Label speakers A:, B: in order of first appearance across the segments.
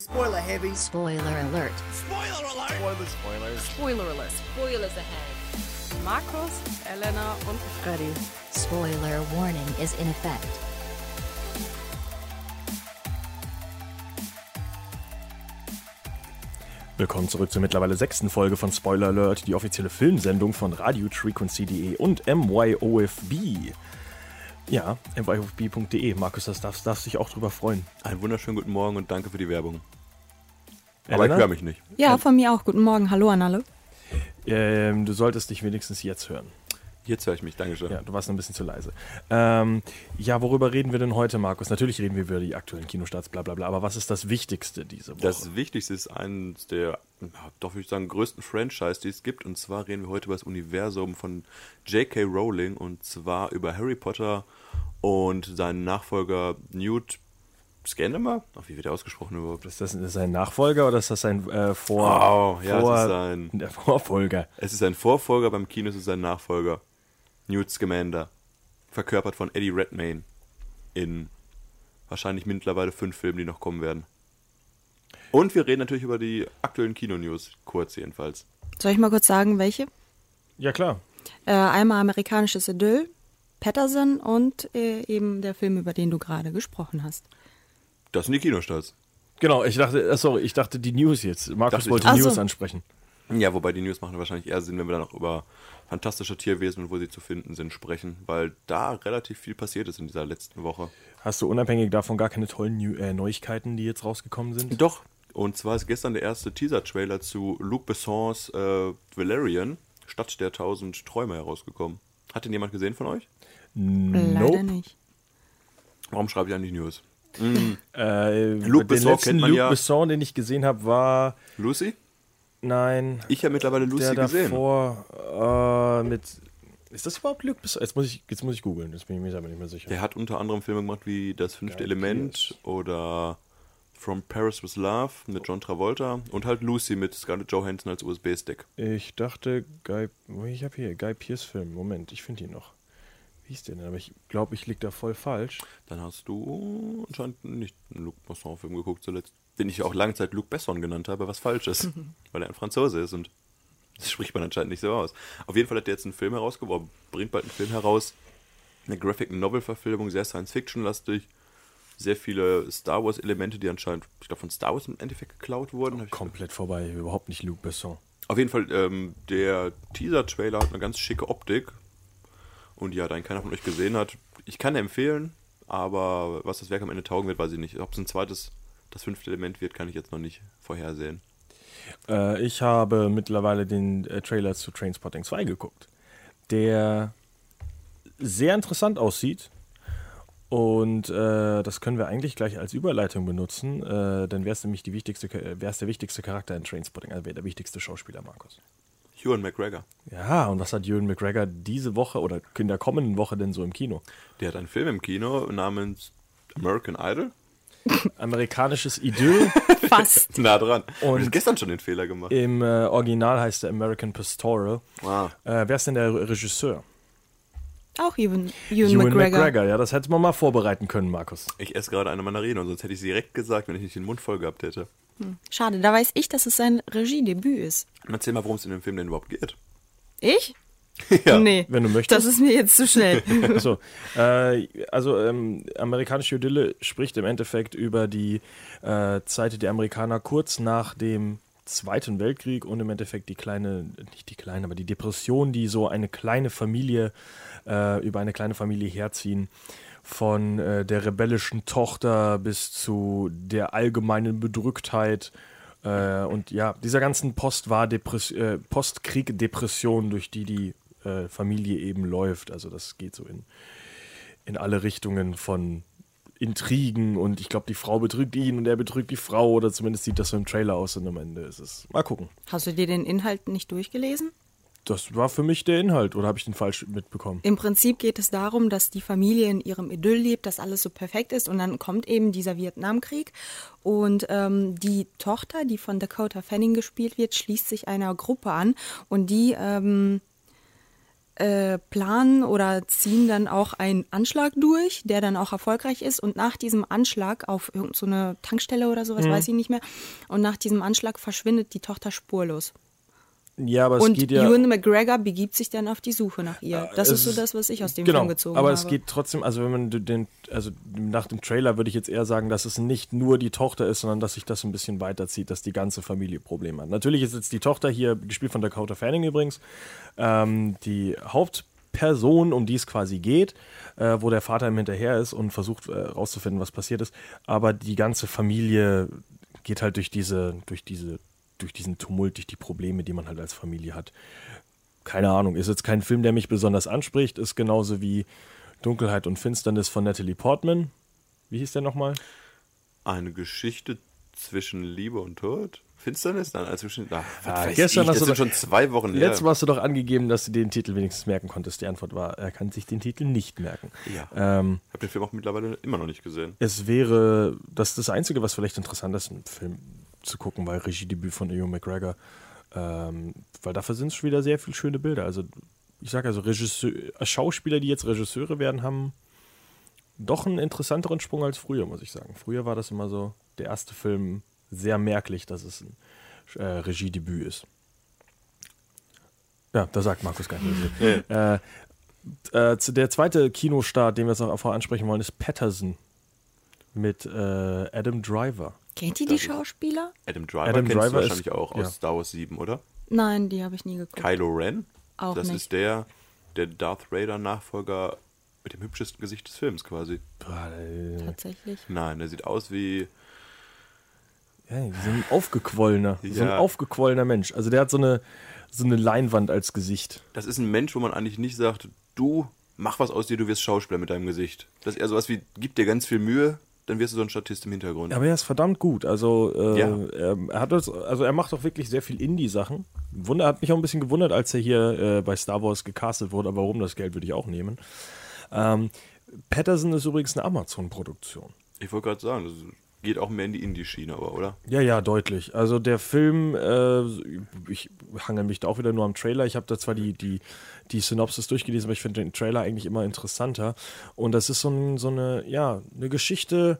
A: Spoiler heavy.
B: Spoiler alert.
A: Spoiler alert. Spoiler, spoilers.
C: Spoiler alert. Spoilers ahead.
D: Markus, Elena und Freddy.
B: Spoiler warning is in effect.
E: Willkommen zurück zur mittlerweile sechsten Folge von Spoiler Alert, die offizielle Filmsendung von Radio Frequency.de E und MYOFB. Ja, myofb.de. E. Markus, das darfst, darfst dich auch drüber freuen.
F: Einen wunderschönen guten Morgen und danke für die Werbung. Aber
E: Elena?
F: ich höre mich nicht.
G: Ja, von mir auch. Guten Morgen. Hallo an alle.
E: Ähm, du solltest dich wenigstens jetzt hören.
F: Jetzt höre ich mich, Dankeschön.
E: Ja, du warst noch ein bisschen zu leise. Ähm, ja, worüber reden wir denn heute, Markus? Natürlich reden wir über die aktuellen Kinostarts, bla bla bla. Aber was ist das Wichtigste diese Woche?
F: Das Wichtigste ist eines der, ja, doch würde ich sagen, größten Franchise, die es gibt. Und zwar reden wir heute über das Universum von J.K. Rowling und zwar über Harry Potter und seinen Nachfolger Newt Scamander. Ach, wie wird er ausgesprochen überhaupt?
E: ist das ist das ein Nachfolger oder ist das ein äh, Vor
F: Wow, ja,
E: Vor
F: das ist ein-
E: der Vorfolger?
F: Es ist ein Vorfolger, beim Kino ist es ein Nachfolger. Newt Scamander. Verkörpert von Eddie Redmayne. In wahrscheinlich mittlerweile fünf Filmen, die noch kommen werden. Und wir reden natürlich über die aktuellen Kinonews, kurz jedenfalls.
G: Soll ich mal kurz sagen, welche?
E: Ja, klar.
G: Äh, einmal amerikanisches Idyll, Patterson und äh, eben der Film, über den du gerade gesprochen hast.
F: Das sind die Kinostarts.
E: Genau, ich dachte, äh, sorry, ich dachte die News jetzt. Markus
F: Dachte ich
E: wollte
F: auch.
E: die
G: Ach so.
E: News ansprechen.
F: Ja, wobei die News machen wahrscheinlich eher Sinn, wenn wir dann auch über fantastische Tierwesen und wo sie zu finden sind sprechen, weil da relativ viel passiert ist in dieser letzten Woche.
E: Hast du unabhängig davon gar keine tollen New äh, Neuigkeiten, die jetzt rausgekommen sind?
F: Doch. Und zwar ist gestern der erste Teaser-Trailer zu Luc Bessons äh, Valerian, Stadt der tausend Träume, herausgekommen. Hat den jemand gesehen von euch?
G: Leider nicht.
F: Warum schreibe ich an die News?
E: Äh,
F: Luc
E: den
F: Besson
E: letzten
F: kennt man
E: Luc
F: ja.
E: Besson, den ich gesehen habe, war
F: Lucy?
E: nein,
F: Ich habe mittlerweile
E: der
F: Lucy gesehen.
E: davor äh, mit ist das überhaupt Luc Besson? Jetzt muss ich jetzt muss ich googeln, jetzt bin ich mir aber nicht mehr sicher.
F: Der hat unter anderem Filme gemacht wie Das fünfte Element oder From Paris with Love mit John Travolta und halt Lucy mit Scarlett Johansson als USB-Stick.
E: Ich dachte Guy, oh, ich habe hier Guy Pierce Film. Moment, ich finde ihn noch. Wie hieß der denn? Aber ich glaube, ich lieg da voll falsch.
F: Dann hast du anscheinend nicht einen Luc Besson-Film geguckt zuletzt, den ich auch lange Zeit Luc Besson genannt habe, was falsch ist, weil er ein Franzose ist und das spricht man anscheinend nicht so aus. Auf jeden Fall hat er jetzt einen Film herausgeworfen, bringt bald einen Film heraus, eine Graphic Novel-Verfilmung, sehr Science-Fiction-lastig, sehr viele Star Wars-Elemente, die anscheinend, ich glaube, von Star Wars im Endeffekt geklaut wurden. Hab ich-
E: Komplett vorbei, überhaupt nicht Luc Besson.
F: Auf jeden Fall, ähm, der Teaser-Trailer hat eine ganz schicke Optik. Und ja, da ihn keiner von euch gesehen hat, ich kann empfehlen, aber was das Werk am Ende taugen wird, weiß ich nicht. Ob es ein zweites, das fünfte Element wird, kann ich jetzt noch nicht vorhersehen.
E: Äh, ich habe mittlerweile den äh, Trailer zu Trainspotting 2 geguckt, der sehr interessant aussieht. Und äh, das können wir eigentlich gleich als Überleitung benutzen, äh, denn wer ist nämlich die wichtigste, wer ist der wichtigste Charakter in Trainspotting? Also wer der wichtigste Schauspieler, Markus?
F: Ewan McGregor,
E: Ja, und was hat Ewan McGregor diese Woche oder in der kommenden Woche denn so im Kino?
F: der hat einen Film im Kino namens American Idol.
E: Amerikanisches Idyll.
G: Fast.
F: Na dran. Und
E: Und-
F: ich gestern schon den Fehler gemacht.
E: Im äh, Original heißt er American Pastoral.
F: Wow.
E: Äh, wer ist denn der Regisseur?
G: Auch Ewan, Ewan,
E: Ewan
G: McGregor.
E: McGregor. Ja, das hätte man mal vorbereiten können, Markus.
F: Ich esse gerade eine Mandarine und sonst hätte ich sie direkt gesagt, wenn ich nicht den Mund voll gehabt hätte.
G: Schade, da weiß ich, dass es sein Regiedebüt ist.
F: Erzähl mal, worum es in dem Film denn überhaupt geht.
G: Ich?
F: ja.
G: nee.
E: wenn du möchtest.
G: Das ist mir jetzt zu schnell.
E: So, äh, also ähm, amerikanische Idylle spricht im Endeffekt über die äh, Zeit der Amerikaner kurz nach dem Zweiten Weltkrieg und im Endeffekt die kleine, nicht die kleine, aber die Depression, die so eine kleine Familie äh, über eine kleine Familie herziehen, von äh, der rebellischen Tochter bis zu der allgemeinen Bedrücktheit. Äh, und ja, dieser ganzen Post-War-Depress- äh, Postkrieg-Depression, durch die die äh, Familie eben läuft. Also das geht so in, in alle Richtungen von Intrigen und ich glaube, die Frau betrügt ihn und er betrügt die Frau oder zumindest sieht das so im Trailer aus und am Ende ist es. Mal gucken.
G: Hast du dir den Inhalt nicht durchgelesen?
E: Das war für mich der Inhalt oder habe ich den falsch mitbekommen?
G: Im Prinzip geht es darum, dass die Familie in ihrem Idyll lebt, dass alles so perfekt ist und dann kommt eben dieser Vietnamkrieg und ähm, die Tochter, die von Dakota Fanning gespielt wird, schließt sich einer Gruppe an und die ähm, äh, planen oder ziehen dann auch einen Anschlag durch, der dann auch erfolgreich ist. Und nach diesem Anschlag auf irgendeine so eine Tankstelle oder sowas, weiß ich nicht mehr. Und nach diesem Anschlag verschwindet die Tochter spurlos.
E: Ja, aber es
G: und
E: geht ja.
G: Ewan McGregor begibt sich dann auf die Suche nach ihr. Das
E: es
G: ist so das, was ich aus dem
E: genau,
G: Film gezogen
E: aber
G: habe.
E: es geht trotzdem, also wenn man du den, also nach dem Trailer würde ich jetzt eher sagen, dass es nicht nur die Tochter ist, sondern dass sich das ein bisschen weiterzieht, dass die ganze Familie Probleme hat. Natürlich ist jetzt die Tochter hier, gespielt von Dakota Fanning übrigens, ähm, die Hauptperson, um die es quasi geht, äh, wo der Vater ihm hinterher ist und versucht äh, rauszufinden, was passiert ist. Aber die ganze Familie geht halt durch diese, durch diese, durch diesen Tumult, durch die Probleme, die man halt als Familie hat keine Ahnung, ist jetzt kein Film, der mich besonders anspricht, ist genauso wie Dunkelheit und Finsternis von Natalie Portman. Wie hieß der nochmal?
F: Eine Geschichte zwischen Liebe und Tod? Finsternis? Nein, also zwischen. Ach, was weiß
E: gestern
F: ich,
E: hast
F: das
E: du
F: sind
E: doch-
F: schon zwei Wochen her.
E: Letztes Mal hast du doch angegeben, dass du den Titel wenigstens merken konntest. Die Antwort war, er kann sich den Titel nicht merken.
F: Ja.
E: Ähm,
F: Ich habe den Film auch mittlerweile immer noch nicht gesehen.
E: es wäre, das ist das Einzige, was vielleicht interessant ist, einen Film zu gucken, weil Regiedebüt von Ewan McGregor, ähm, weil dafür sind es schon wieder sehr viele schöne Bilder. Also ich sage also, Regisseur, Schauspieler, die jetzt Regisseure werden, haben doch einen interessanteren Sprung als früher, muss ich sagen. Früher war das immer so, der erste Film sehr merklich, dass es ein äh, Regiedebüt ist. Ja, da sagt Markus gar nicht. mehr so. äh, äh, zu- der zweite Kinostart, den wir jetzt noch vorher ansprechen wollen, ist Patterson mit äh, Adam Driver.
G: Kennt ihr die Schauspieler?
F: Adam Driver
E: Adam
F: kennst
E: Driver
F: du wahrscheinlich
E: ist-
F: auch aus
E: ja.
F: Star Wars 7, oder?
G: Nein, die habe ich nie geguckt.
F: Kylo Ren.
G: Auch
F: das
G: nicht.
F: ist der, der Darth Vader-Nachfolger mit dem hübschesten Gesicht des Films quasi.
G: Tatsächlich.
F: Nein, der sieht aus wie.
E: Ja, die sind ein aufgequollener, so ein
F: Ja.
E: aufgequollener Mensch. Also der hat so eine, so eine Leinwand als Gesicht.
F: Das ist ein Mensch, wo man eigentlich nicht sagt, du mach was aus dir, du wirst Schauspieler mit deinem Gesicht. Das ist eher sowas wie, gib dir ganz viel Mühe, dann wirst du so ein Statist im Hintergrund.
E: Aber er ist verdammt gut. Also, äh,
F: Ja.
E: ähm, er, hat das, also er macht auch wirklich sehr viel Indie-Sachen. Wunder hat mich auch ein bisschen gewundert, als er hier äh, bei Star Wars gecastet wurde, aber warum das Geld würde ich auch nehmen. Ähm, Patterson ist übrigens eine Amazon-Produktion.
F: Ich wollte gerade sagen, das geht auch mehr in die Indie-Schiene, aber, oder?
E: Ja, ja, deutlich. Also der Film, äh, ich hangel mich da auch wieder nur am Trailer. Ich habe da zwar die, die, die Synopsis durchgelesen, aber ich finde den Trailer eigentlich immer interessanter. Und das ist so, ein, so eine, ja, eine Geschichte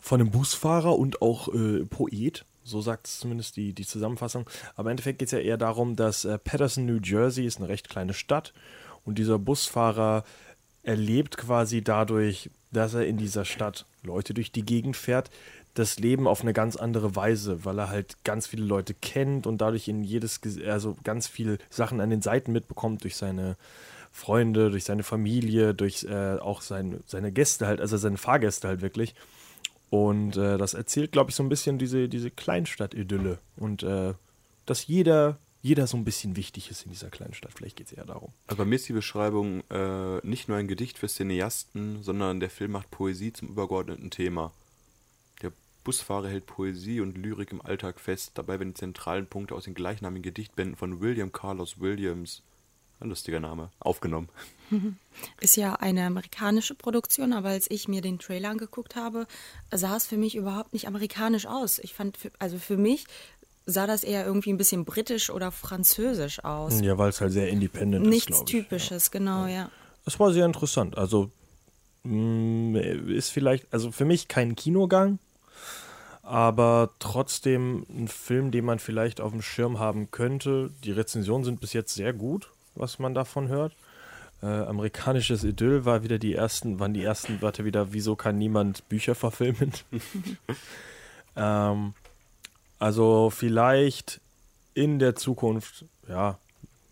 E: von einem Busfahrer und auch äh, Poet. So sagt zumindest die, die Zusammenfassung. Aber im Endeffekt geht es ja eher darum, dass äh, Patterson, New Jersey ist eine recht kleine Stadt und dieser Busfahrer erlebt quasi dadurch, dass er in dieser Stadt Leute durch die Gegend fährt, das Leben auf eine ganz andere Weise, weil er halt ganz viele Leute kennt und dadurch in jedes, Ges- also ganz viel Sachen an den Seiten mitbekommt durch seine Freunde, durch seine Familie, durch äh, auch sein, seine Gäste halt, also seine Fahrgäste halt wirklich. Und äh, das erzählt, glaube ich, so ein bisschen diese, diese Kleinstadt-Idylle. Und äh, dass jeder, jeder so ein bisschen wichtig ist in dieser Kleinstadt. Vielleicht geht es eher darum.
F: Also bei mir ist die Beschreibung äh, nicht nur ein Gedicht für Cineasten, sondern der Film macht Poesie zum übergeordneten Thema. Der Busfahrer hält Poesie und Lyrik im Alltag fest, dabei werden die zentralen Punkte aus den gleichnamigen Gedichtbänden von William Carlos Williams, ein lustiger Name, aufgenommen.
G: Ist ja eine amerikanische Produktion, aber als ich mir den Trailer angeguckt habe, sah es für mich überhaupt nicht amerikanisch aus. Ich fand, für- also für mich sah das eher irgendwie ein bisschen britisch oder französisch aus.
E: Ja, weil es halt sehr independent
G: Nichts
E: ist, glaube ich.
G: Typisches, genau, ja.
E: Das war sehr interessant. Also mh, ist vielleicht, also für mich kein Kinogang, aber trotzdem ein Film, den man vielleicht auf dem Schirm haben könnte. Die Rezensionen sind bis jetzt sehr gut, was man davon hört. Äh, amerikanisches Idyll war wieder die ersten, waren die ersten Wörter wieder, wieso kann niemand Bücher verfilmen? ähm, also vielleicht in der Zukunft, ja,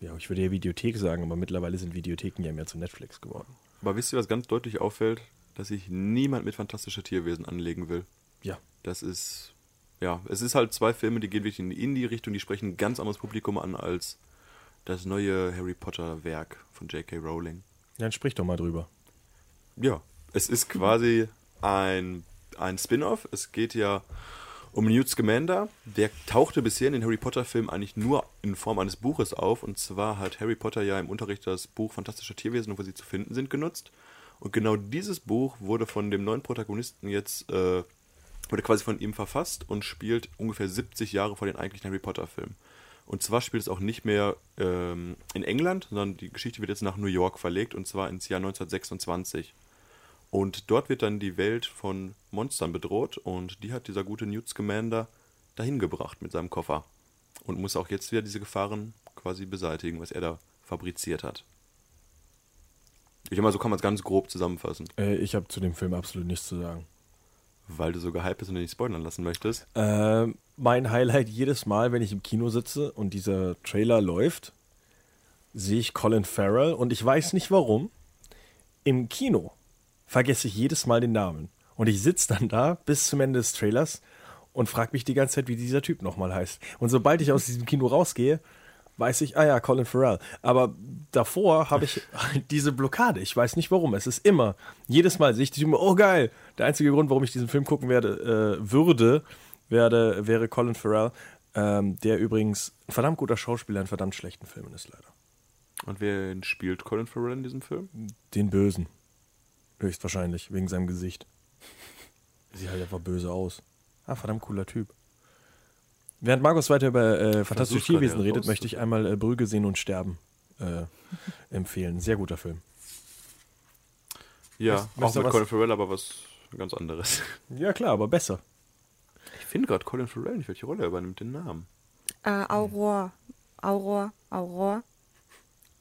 E: ja, ich würde ja Videothek sagen, aber mittlerweile sind Videotheken ja mehr zu Netflix geworden.
F: Aber wisst ihr, was ganz deutlich auffällt? Dass sich niemand mit fantastischer Tierwesen anlegen will.
E: Ja.
F: Das ist, ja, es ist halt zwei Filme, die gehen wirklich in die Indie-Richtung, die sprechen ein ganz anderes Publikum an als das neue Harry Potter-Werk von J.K. Rowling.
E: Dann sprich doch mal drüber.
F: Ja, es ist quasi ein, ein Spin-off. Es geht ja um Newt Scamander. Der tauchte bisher in den Harry Potter-Filmen eigentlich nur in Form eines Buches auf. Und zwar hat Harry Potter ja im Unterricht das Buch Fantastische Tierwesen, wo sie zu finden sind, genutzt. Und genau dieses Buch wurde von dem neuen Protagonisten jetzt, äh, wurde quasi von ihm verfasst und spielt ungefähr 70 Jahre vor den eigentlichen Harry Potter-Filmen. Und zwar spielt es auch nicht mehr ähm, in England, sondern die Geschichte wird jetzt nach New York verlegt und zwar ins Jahr 1926. Und dort wird dann die Welt von Monstern bedroht und die hat dieser gute Newt Scamander dahin gebracht mit seinem Koffer. Und muss auch jetzt wieder diese Gefahren quasi beseitigen, was er da fabriziert hat. Ich denke mal, so kann man es ganz grob zusammenfassen,
E: Äh, ich habe zu dem Film absolut nichts zu sagen.
F: weil du so gehypt bist und dich nicht spoilern lassen möchtest.
E: Ähm, mein Highlight jedes Mal, wenn ich im Kino sitze und dieser Trailer läuft, sehe ich Colin Farrell und ich weiß nicht warum. Im Kino vergesse ich jedes Mal den Namen. Und ich sitze dann da bis zum Ende des Trailers und frage mich die ganze Zeit, wie dieser Typ nochmal heißt. Und sobald ich aus diesem Kino rausgehe, weiß ich, ah ja, Colin Farrell. Aber davor habe ich halt diese Blockade. Ich weiß nicht warum. Es ist immer, jedes Mal sehe ich die Typen, oh geil. Der einzige Grund, warum ich diesen Film gucken werde, äh, würde, werde, wäre Colin Farrell, ähm, der übrigens ein verdammt guter Schauspieler in verdammt schlechten Filmen ist, leider.
F: Und wer spielt Colin Farrell in diesem Film?
E: Den Bösen. Höchstwahrscheinlich, wegen seinem Gesicht. Sieht halt einfach böse aus. Ah, verdammt cooler Typ. Während Markus weiter über äh, Fantastische
F: Versuch gerade
E: Tierwesen redet,
F: herauszufinden.
E: möchte ich einmal äh, Brügge sehen und sterben äh, empfehlen. Sehr guter Film.
F: Ja, auch
E: möchtest du
F: mit
E: was-
F: Colin Farrell, aber was ganz anderes.
E: Ja, klar, aber besser.
F: Ich finde gerade Colin Farrell nicht, welche Rolle er übernimmt, den Namen.
G: Äh, Auror. Auror. Auror.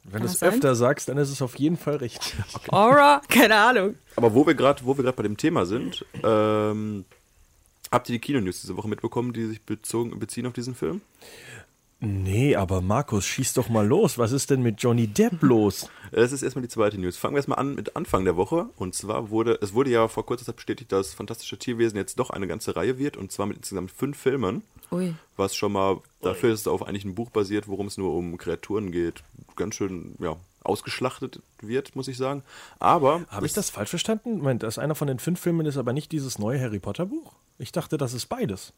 E: Wenn du es
G: das sein?
E: öfter sagst, dann ist es auf jeden Fall richtig.
G: Auror? Keine Ahnung.
F: Aber wo wir gerade, wo wir gerade bei dem Thema sind, ähm, habt ihr die Kinonews diese Woche mitbekommen, die sich bezogen, beziehen auf diesen Film?
E: Nee, aber Markus, schieß doch mal los. Was ist denn mit Johnny Depp los?
F: Das ist erstmal die zweite News. Fangen wir erstmal an mit Anfang der Woche. Und zwar wurde, es wurde ja vor kurzer Zeit bestätigt, dass Fantastische Tierwesen jetzt doch eine ganze Reihe wird. Und zwar mit insgesamt fünf Filmen.
G: Ui.
F: Was schon mal dafür ist, dass es auf eigentlich ein Buch basiert, worum es nur um Kreaturen geht. Ganz schön, ja, ausgeschlachtet wird, muss ich sagen. Aber.
E: Habe ich das falsch verstanden? Moment, das einer von den fünf Filmen ist aber nicht dieses neue Harry Potter Buch? Ich dachte, das ist beides.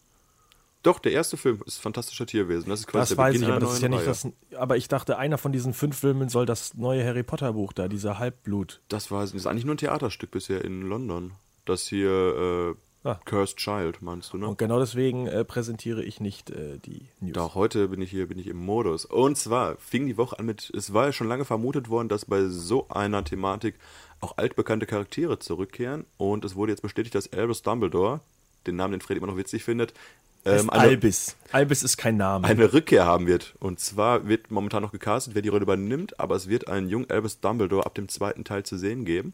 F: Doch, der erste Film ist Fantastischer Tierwesen. Das ist quasi
E: Das
F: der
E: weiß
F: Beginn
E: ich, aber
F: einer
E: das ist ja
F: neuen
E: nicht
F: Reihe.
E: das. Aber ich dachte, einer von diesen fünf Filmen soll das neue Harry Potter Buch da, dieser Halbblut.
F: Das war das ist eigentlich nur ein Theaterstück bisher in London. Das hier äh,
E: Ah.
F: Cursed Child, meinst du, ne?
E: Und genau deswegen äh, präsentiere ich nicht äh, die News.
F: Doch, heute bin ich hier, bin ich im Modus. Und zwar fing die Woche an mit, es war ja schon lange vermutet worden, dass bei so einer Thematik auch altbekannte Charaktere zurückkehren. Und es wurde jetzt bestätigt, dass Albus Dumbledore, den Namen, den Fred immer noch witzig findet, ähm, eine,
E: Albis. Albis ist kein Name.
F: eine Rückkehr haben wird. Und zwar wird momentan noch gecastet, wer die Rolle übernimmt, aber es wird einen jungen Albus Dumbledore ab dem zweiten Teil zu sehen geben.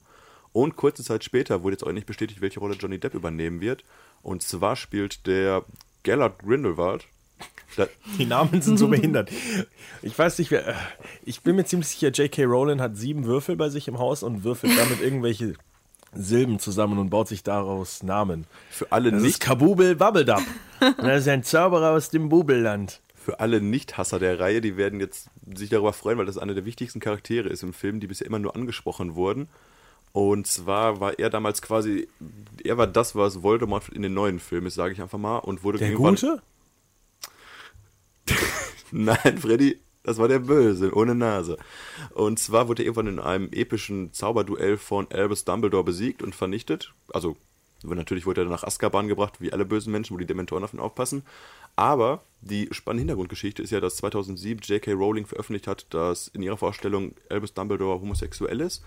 F: Und kurze Zeit später wurde jetzt auch nicht bestätigt, welche Rolle Johnny Depp übernehmen wird. Und zwar spielt der Gellert Grindelwald. Da,
E: Die Namen sind so behindert. Ich weiß nicht, wer. äh, Ich bin mir ziemlich sicher, J.K. Rowling hat sieben Würfel bei sich im Haus und würfelt damit irgendwelche Silben zusammen und baut sich daraus Namen.
F: Für alle
E: das Ist
F: nicht-
E: Kabubel Wabbeldab. Und das ist ein Zauberer aus dem Bubelland.
F: für alle Nicht-Hasser der Reihe, die werden jetzt sich darüber freuen, weil das einer der wichtigsten Charaktere ist im Film, die bisher immer nur angesprochen wurden. Und zwar war er damals quasi, er war das, was Voldemort in den neuen Filmen ist, sage ich einfach mal, und wurde
E: Der
F: irgendwann-
E: Gute?
F: Nein, Freddy, das war der Böse, ohne Nase. Und zwar wurde er irgendwann in einem epischen Zauberduell von Albus Dumbledore besiegt und vernichtet. Also, natürlich wurde er dann nach Azkaban gebracht, wie alle bösen Menschen, wo die Dementoren auf ihn aufpassen. Aber die spannende Hintergrundgeschichte ist ja, dass 2007 J.K. Rowling veröffentlicht hat, dass in ihrer Vorstellung Albus Dumbledore homosexuell ist.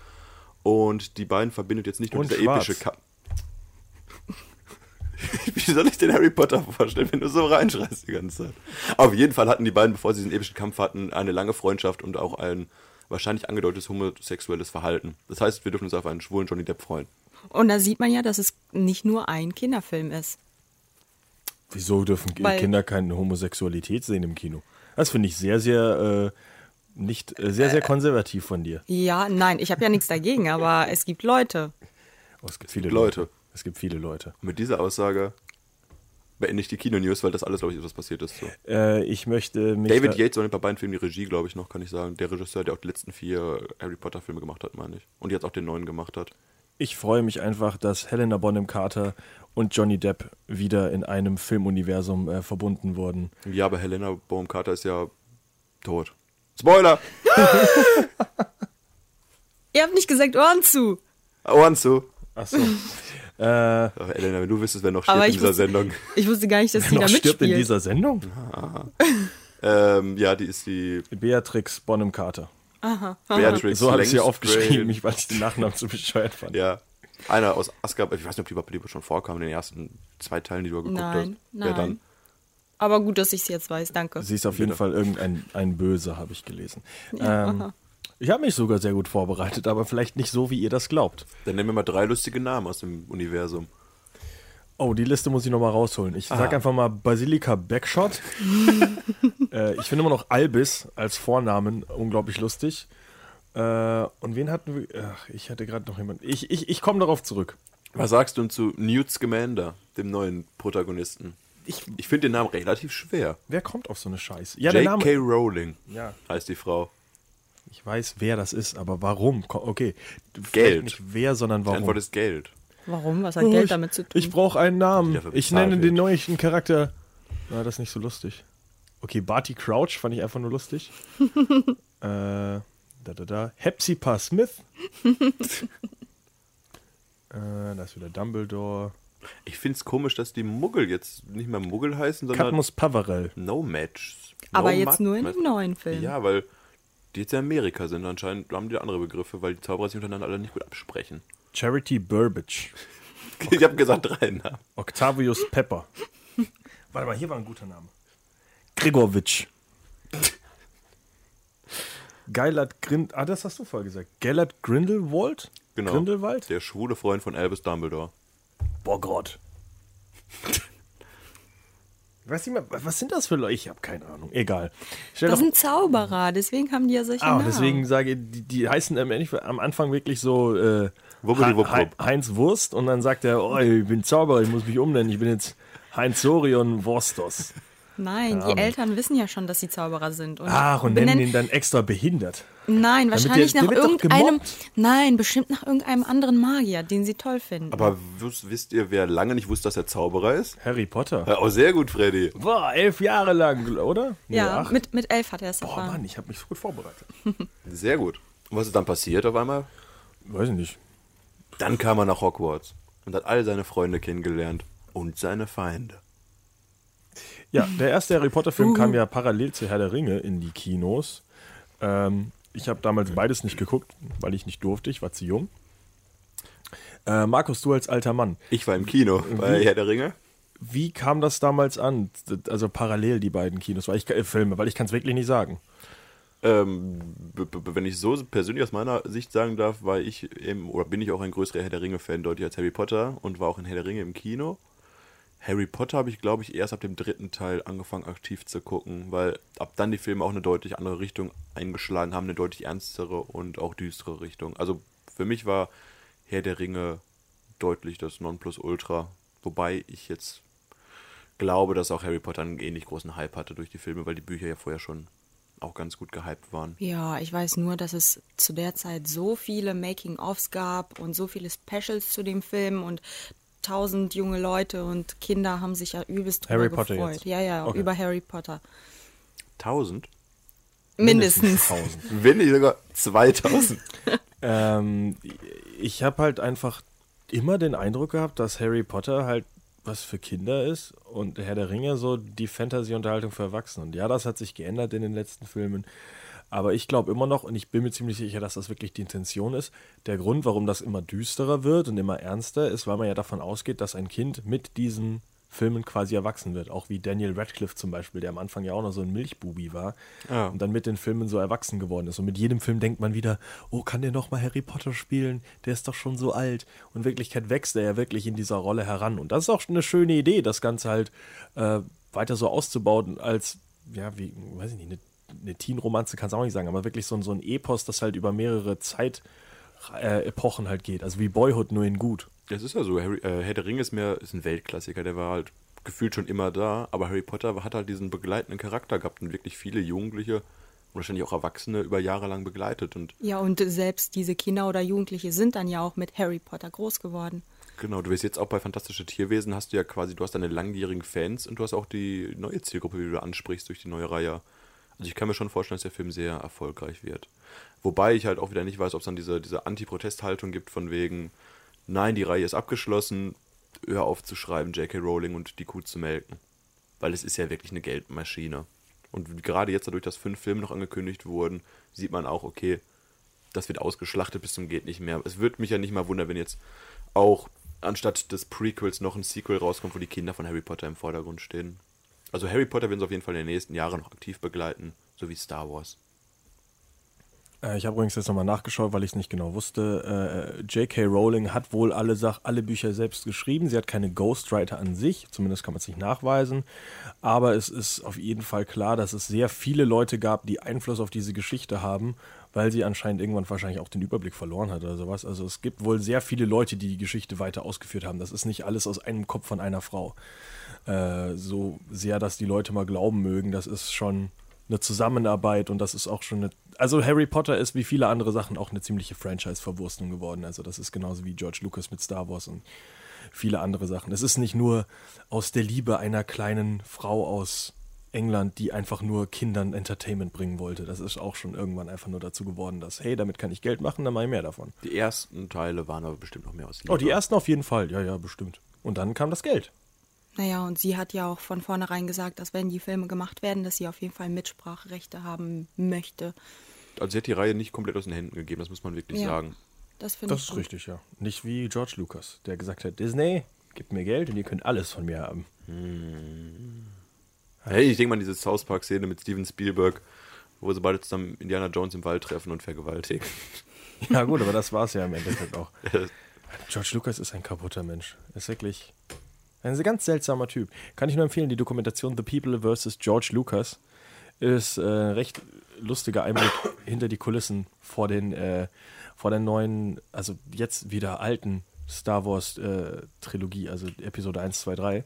F: Und die beiden verbindet jetzt nicht nur
E: Und
F: dieser
E: schwarz.
F: epische Kampf. Wie soll ich den Harry Potter vorstellen, wenn du so reinschreist die ganze Zeit? Auf jeden Fall hatten die beiden, bevor sie diesen epischen Kampf hatten, eine lange Freundschaft und auch ein wahrscheinlich angedeutetes homosexuelles Verhalten. Das heißt, wir dürfen uns auf einen schwulen Johnny Depp freuen.
G: Und da sieht man ja, dass es nicht nur ein Kinderfilm ist.
E: Wieso dürfen
G: Weil-
E: Kinder keine Homosexualität sehen im Kino? Das finde ich sehr, sehr. Äh, nicht äh, sehr, sehr konservativ von dir.
G: Ja, nein, ich habe ja nichts dagegen, aber es gibt Leute.
E: Oh, es gibt viele
F: Leute.
E: Es gibt viele Leute.
F: Und mit dieser Aussage beende ich die Kino-News, weil das alles, glaube ich, ist, was passiert ist. So.
E: Äh, ich möchte mich.
F: David
E: da-
F: Yates übernimmt bei beiden Filmen die Regie, glaube ich, noch, kann ich sagen. Der Regisseur, der auch die letzten vier Harry Potter-Filme gemacht hat, meine ich. Und jetzt auch den neuen gemacht hat.
E: Ich freue mich einfach, dass Helena Bonham Carter und Johnny Depp wieder in einem Filmuniversum äh, verbunden wurden.
F: Ja, aber Helena Bonham Carter ist ja tot. Spoiler!
G: Ihr habt nicht gesagt Ohren zu.
F: Ohren zu!
E: Achso. äh,
F: Ach, Elena, wenn du wüsstest, wer noch
G: Aber
F: stirbt in dieser
G: ich wusste-
F: Sendung.
G: Ich wusste gar nicht, dass sie
E: noch
G: da
E: stirbt in
G: mitspielt.
E: dieser Sendung?
F: Ähm, ja, die ist die
E: Beatrix Bonham Carter.
F: Beatrix
E: So habe ich hier
F: Langsgrave.
E: aufgeschrieben, ich weiß den Nachnamen zu bescheuert fand.
F: Ja. Einer aus Asgard, ich weiß nicht, ob die überhaupt- die überhaupt schon vorkam in den ersten zwei Teilen, die du geguckt
G: Nein,
F: hast.
G: nein.
F: Ja, dann.
G: Aber gut, dass ich es jetzt weiß, danke.
E: Sie ist auf jeden Fall irgendein ein Böse, habe ich gelesen. Ähm, ich habe mich sogar sehr gut vorbereitet, aber vielleicht nicht so, wie ihr das glaubt.
F: Dann nennen wir mal drei lustige Namen aus dem Universum.
E: Oh, die Liste muss ich nochmal rausholen.
F: Ah.
E: Ich sag einfach mal Basilika Backshot. äh, ich finde immer noch Albis als Vornamen unglaublich lustig. Äh, und wen hatten wir? Ach, ich hatte gerade noch jemanden. Ich, ich, ich komme darauf zurück.
F: Was sagst du denn zu Newt Scamander, dem neuen Protagonisten? Ich, ich finde den Namen relativ schwer.
E: Wer kommt auf so eine Scheiße? Ja, der
F: J.K.
E: Name.
F: Rowling
E: Ja.
F: heißt die Frau.
E: Ich weiß, wer das ist, aber warum? Ko- Okay. Vielleicht
F: Geld.
E: Nicht wer, sondern
F: Die
E: warum.
F: Antwort ist Geld.
G: Warum? Was hat
E: Oh,
G: Geld
E: ich,
G: damit zu tun?
E: Ich brauche einen Namen.
F: dafür
E: Ich
F: bezahlt
E: nenne den
F: wird.
E: neuen Charakter. Na, das ist nicht so lustig. Okay, Barty Crouch fand ich einfach nur lustig. äh, da, da, da. Hepzibah Smith. äh, da ist wieder Dumbledore.
F: Ich finde es komisch, dass die Muggel jetzt nicht mehr Muggel heißen, sondern
E: Cadmus Pavarel.
F: No Match. No
G: Aber jetzt
F: Mat-
G: nur in dem neuen Film.
F: Ja, weil die jetzt in Amerika sind. Anscheinend haben die andere Begriffe, weil die Zauberer sich untereinander alle nicht gut absprechen.
E: Charity Burbage.
F: Ich habe gesagt drei Namen.
E: Octavius Pepper. Warte mal, hier war ein guter Name. Grigorwitsch. Geilert Grind. Ah, das hast du vorher gesagt. Gellert Grindelwald?
F: Genau.
E: Grindelwald?
F: Der schwule Freund von Albus Dumbledore.
E: Bogrod. Weiß nicht mehr, was sind das für Leute? Ich habe keine Ahnung. Egal. Stell
G: das
E: doch,
G: sind Zauberer, deswegen haben die ja solche
E: ah,
G: Namen.
E: deswegen sage ich, die, die heißen am Ende- am Anfang wirklich so äh,
F: Wubbeliwupp.
E: Hein- Heinz Wurst und dann sagt er, oh, ich bin Zauberer, ich muss mich umnennen, ich bin jetzt Heinz Sorion Worstos.
G: Nein, die Eltern wissen ja schon, dass sie Zauberer sind. Und
E: Ah. Ach, und nennen ihn dann extra behindert.
G: Nein,
E: Damit
G: wahrscheinlich
E: der-
G: nach
E: der wird doch
G: irgendeinem.
E: gemobbt.
G: Nein, bestimmt nach irgendeinem anderen Magier, den sie toll finden.
F: Aber wüs- wisst ihr, wer lange nicht wusste, dass er Zauberer ist?
E: Harry Potter.
F: Ja, oh, sehr gut, Freddy.
E: Boah, elf Jahre lang, oder? Nee,
G: ja,
E: acht.
G: mit, mit elf hat er es
E: Boah,
G: erfahren.
E: Mann, ich habe mich so gut vorbereitet.
F: Sehr gut. Und was ist dann passiert auf einmal?
E: Weiß ich nicht.
F: Dann kam er nach Hogwarts und hat all seine Freunde kennengelernt und seine Feinde.
E: Ja, der erste Harry Potter-Film kam ja parallel zu Herr der Ringe in die Kinos. Ähm, ich habe damals beides nicht geguckt, weil ich nicht durfte, ich war zu jung. Äh, Markus, du als alter Mann,
F: Ich war im Kino bei Herr der Ringe.
E: wie kam das damals an? Also parallel die beiden Kinos, weil ich äh, Filme, weil ich kann es wirklich nicht sagen.
F: Ähm, b- b- wenn ich so persönlich aus meiner Sicht sagen darf, war ich eben, oder bin ich auch ein größerer Herr der Ringe-Fan deutlich als Harry Potter und war auch in Herr der Ringe im Kino. Harry Potter habe ich, glaube ich, erst ab dem dritten Teil angefangen, aktiv zu gucken, weil ab dann die Filme auch eine deutlich andere Richtung eingeschlagen haben, eine deutlich ernstere und auch düstere Richtung. Also für mich war Herr der Ringe deutlich das Nonplusultra, wobei ich jetzt glaube, dass auch Harry Potter einen ähnlich großen Hype hatte durch die Filme, weil die Bücher ja vorher schon auch ganz gut gehypt waren.
G: Ja, ich weiß nur, dass es zu der Zeit so viele Making-ofs gab und so viele Specials zu dem Film und tausend junge Leute und Kinder haben sich ja übelst drüber
E: Harry Potter
G: gefreut.
E: jetzt?
G: Ja, ja,
E: Okay.
G: über Harry Potter.
F: 1000?
G: Mindestens.
E: Tausend.
F: Wenn nicht sogar 2000.
E: Ähm, ich habe halt einfach immer den Eindruck gehabt, dass Harry Potter halt was für Kinder ist und Herr der Ringe so die Fantasy-Unterhaltung für Erwachsene. Und ja, das hat sich geändert in den letzten Filmen. Aber ich glaube immer noch, und ich bin mir ziemlich sicher, dass das wirklich die Intention ist, der Grund, warum das immer düsterer wird und immer ernster ist, weil man ja davon ausgeht, dass ein Kind mit diesen Filmen quasi erwachsen wird. Auch wie Daniel Radcliffe zum Beispiel, der am Anfang ja auch noch so ein Milchbubi war
F: Ja.
E: und dann mit den Filmen so erwachsen geworden ist. Und mit jedem Film denkt man wieder, oh, kann der nochmal Harry Potter spielen? Der ist doch schon so alt. Und in Wirklichkeit wächst er ja wirklich in dieser Rolle heran. Und das ist auch eine schöne Idee, das Ganze halt äh, weiter so auszubauen als, ja, wie, weiß ich nicht, eine, eine Teen-Romanze kann es auch nicht sagen, aber wirklich so, ein- so ein Epos, das halt über mehrere Zeit äh, Epochen halt geht. Also wie Boyhood, nur in gut.
F: Das ist ja so. Harry, äh, Herr der Ring ist mir ist ein Weltklassiker. Der war halt gefühlt schon immer da. Aber Harry Potter hat halt diesen begleitenden Charakter gehabt und wirklich viele Jugendliche und wahrscheinlich auch Erwachsene über Jahre lang begleitet. Und
G: Ja, und selbst diese Kinder oder Jugendliche sind dann ja auch mit Harry Potter groß geworden.
F: genau, du bist jetzt auch bei Fantastische Tierwesen, hast du ja quasi, du hast deine langjährigen Fans und du hast auch die neue Zielgruppe, die du ansprichst durch die neue Reihe. Also ich kann mir schon vorstellen, dass der Film sehr erfolgreich wird. Wobei ich halt auch wieder nicht weiß, ob es dann diese, diese Anti-Protest-Haltung gibt von wegen, nein, die Reihe ist abgeschlossen, hör auf zu schreiben, J.K. Rowling und die Kuh zu melken. Weil es ist ja wirklich eine Geldmaschine. Und gerade jetzt dadurch, dass fünf Filme noch angekündigt wurden, sieht man auch, okay, das wird ausgeschlachtet bis zum geht nicht mehr. Es würde mich ja nicht mal wundern, wenn jetzt auch anstatt des Prequels noch ein Sequel rauskommt, wo die Kinder von Harry Potter im Vordergrund stehen. Also Harry Potter werden sie auf jeden Fall in den nächsten Jahren noch aktiv begleiten, so wie Star Wars.
E: Äh, ich habe übrigens jetzt nochmal nachgeschaut, weil ich es nicht genau wusste. Äh, J.K. Rowling hat wohl alle, Sach alle Bücher selbst geschrieben. Sie hat keine Ghostwriter an sich, zumindest kann man es nicht nachweisen. Aber es ist auf jeden Fall klar, dass es sehr viele Leute gab, die Einfluss auf diese Geschichte haben, weil sie anscheinend irgendwann wahrscheinlich auch den Überblick verloren hat oder sowas. Also es gibt wohl sehr viele Leute, die die Geschichte weiter ausgeführt haben. Das ist nicht alles aus einem Kopf von einer Frau. Äh, so sehr, dass die Leute mal glauben mögen, das ist schon eine Zusammenarbeit und das ist auch schon eine. Also Harry Potter ist wie viele andere Sachen auch eine ziemliche Franchise-Verwurstung geworden. Also das ist genauso wie George Lucas mit Star Wars und viele andere Sachen. Es ist nicht nur aus der Liebe einer kleinen Frau aus England, die einfach nur Kindern Entertainment bringen wollte. Das ist auch schon irgendwann einfach nur dazu geworden, dass, hey, damit kann ich Geld machen, dann mache ich mehr davon.
F: Die ersten Teile waren aber bestimmt noch mehr aus
E: Oh, die ersten auf jeden Fall, ja, ja, bestimmt. Und dann kam das Geld.
G: Naja, und sie hat ja auch von vornherein gesagt, dass wenn die Filme gemacht werden, dass sie auf jeden Fall Mitspracherechte haben möchte.
F: Also sie hat die Reihe nicht komplett aus den Händen gegeben, das muss man wirklich
G: Ja.
F: sagen.
G: Das finde
E: Das
G: ich
E: ist
G: gut.
E: richtig, ja. Nicht wie George Lucas, der gesagt hat, Disney, gebt mir Geld und ihr könnt alles von mir haben.
F: Hey, ich denke mal an diese South Park-Szene mit Steven Spielberg, wo sie beide zusammen Indiana Jones im Wald treffen und vergewaltigen.
E: Ja gut, aber das war es ja im Endeffekt auch. George Lucas ist ein kaputter Mensch. Ist wirklich ein ganz seltsamer Typ. Kann ich nur empfehlen, die Dokumentation The People vs. George Lucas ist äh, ein recht lustiger Einblick hinter die Kulissen vor den, äh, vor der neuen, also jetzt wieder alten Star Wars äh, Trilogie, also Episode 1, 2, 3.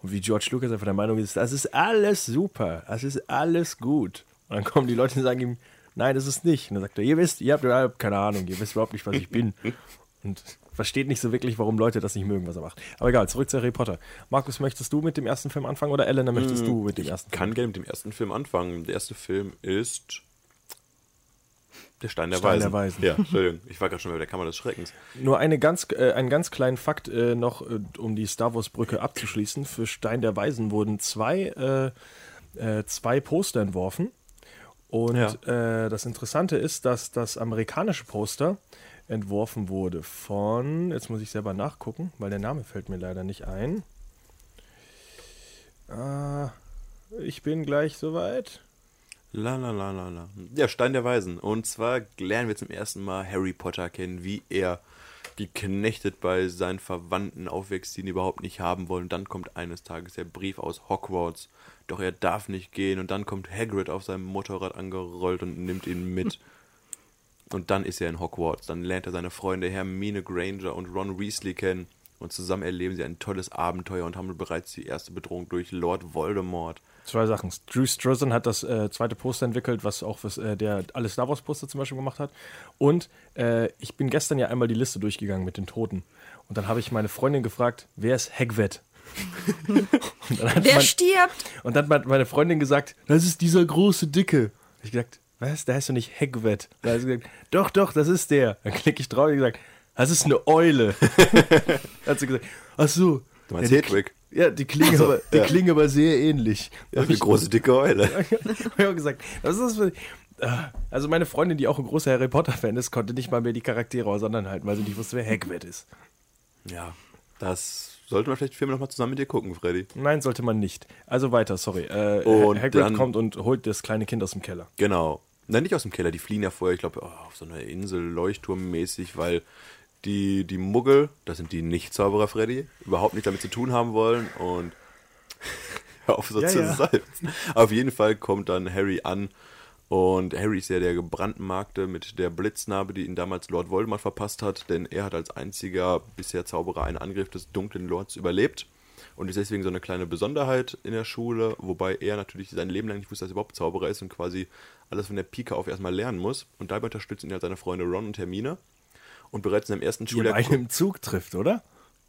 E: Und wie George Lucas einfach der Meinung ist, das ist alles super, das ist alles gut. Und dann kommen die Leute und sagen ihm, nein, das ist nicht. Und dann sagt er, ihr wisst, ihr habt überhaupt keine Ahnung, ihr wisst überhaupt nicht, was ich bin. Und versteht nicht so wirklich, warum Leute das nicht mögen, was er macht. Aber egal, zurück zu Harry Potter. Markus, möchtest du mit dem ersten Film anfangen oder Elena, möchtest du mit dem ersten
F: Kann gerne mit dem ersten Film anfangen. Der erste Film ist Der Stein der
E: Stein
F: Weisen.
E: der Weisen.
F: Ja, Entschuldigung, ich war gerade schon bei der Kammer des Schreckens.
E: Nur eine ganz, äh, einen ganz kleinen Fakt äh, noch, äh, um die Star Wars-Brücke abzuschließen. Für Stein der Weisen wurden zwei, äh, äh, zwei Poster entworfen. Und äh, das Interessante ist, dass das amerikanische Poster entworfen wurde von, jetzt muss ich selber nachgucken, weil der Name fällt mir leider nicht ein. Ah, ich bin gleich soweit.
F: La la la la la. Der Stein der Weisen. Und zwar lernen wir zum ersten Mal Harry Potter kennen, wie er geknechtet bei seinen Verwandten aufwächst, die ihn überhaupt nicht haben wollen. Dann kommt eines Tages der Brief aus Hogwarts, doch er darf nicht gehen. Und dann kommt Hagrid auf seinem Motorrad angerollt und nimmt ihn mit. Und dann ist er in Hogwarts. Dann lernt er seine Freunde Hermine Granger und Ron Weasley kennen. Und zusammen erleben sie ein tolles Abenteuer und haben bereits die erste Bedrohung durch Lord Voldemort.
E: Zwei Sachen. Drew Struzan hat das äh, zweite Poster entwickelt, was auch was, äh, der alle Star Wars Poster zum Beispiel gemacht hat. Und äh, ich bin gestern ja einmal die Liste durchgegangen mit den Toten. Und dann habe ich meine Freundin gefragt, wer ist Hagrid? und dann hat
G: Der
E: mein-
G: stirbt!
E: und dann hat meine Freundin gesagt, das ist dieser große Dicke. Ich gesagt, was? Der heißt doch nicht Hagrid. Da hat sie gesagt, doch, doch, das ist der. Dann klicke ich drauf und die gesagt, das ist eine Eule. Da hat sie gesagt, ach so.
F: Du meinst
E: ja, die,
F: Hedwig?
E: Ja, die klingen, aber, die klingen aber sehr ähnlich.
F: Also, Ja, eine große dicke Eule.
E: Hab ich auch gesagt, was ist das für. Ah, Also meine Freundin, die auch ein großer Harry Potter-Fan ist, konnte nicht mal mehr die Charaktere auseinanderhalten, weil sie nicht wusste, wer Hagrid ist.
F: Ja, das sollte man vielleicht die Filme nochmal zusammen mit dir gucken, Freddy.
E: Nein, sollte man nicht. Also weiter, sorry. Äh,
F: Und
E: Hagrid
F: dann-
E: kommt und holt das kleine Kind aus dem Keller.
F: Genau. Nein, nicht aus dem Keller, die fliehen ja vorher, ich glaube, oh, auf so einer Insel, leuchtturmmäßig, weil die, die Muggel, das sind die Nicht-Zauberer, Freddy, überhaupt nichts damit zu tun haben wollen und hör auf so
E: Ja,
F: zu
E: ja.
F: salzen. Auf jeden Fall kommt dann Harry an und Harry ist ja der gebrandmarkte mit der Blitznarbe, die ihn damals Lord Voldemort verpasst hat, denn er hat als einziger bisher Zauberer einen Angriff des dunklen Lords überlebt. Und ist deswegen so eine kleine Besonderheit in der Schule, wobei er natürlich sein Leben lang nicht wusste, dass er überhaupt Zauberer ist und quasi alles von der Pike auf erstmal lernen muss. Und dabei unterstützen ihn halt seine Freunde Ron und Hermine. Und bereits in seinem ersten
E: Die er
F: Schuljahr.
E: beide im Zug trifft, oder?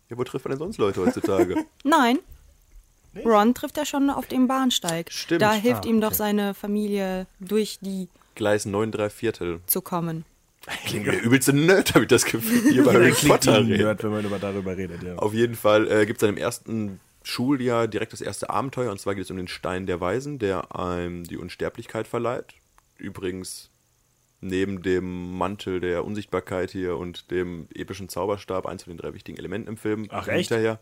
F: Ja, wo trifft man denn sonst Leute heutzutage?
G: Nein. Ron trifft er schon auf dem Bahnsteig.
F: Stimmt.
G: Da hilft
E: Ah,
G: ihm doch
E: okay.
G: seine Familie durch die
F: Gleis 9, 3 Viertel.
G: zu kommen.
F: Klingt wie der übelste Nerd, habe ich das Gefühl. Hier bei
E: Jeder
F: Harry
E: klingt wie
F: Potter
E: ein
F: reden.
E: Nerd, wenn man über darüber redet, ja.
F: Auf jeden Fall äh, gibt es dann im ersten Schuljahr direkt das erste Abenteuer. Und zwar geht es um den Stein der Weisen, der einem die Unsterblichkeit verleiht. Übrigens neben dem Mantel der Unsichtbarkeit hier und dem epischen Zauberstab, eins von den drei wichtigen Elementen im Film.
E: Ach, echt?
F: Hinterher.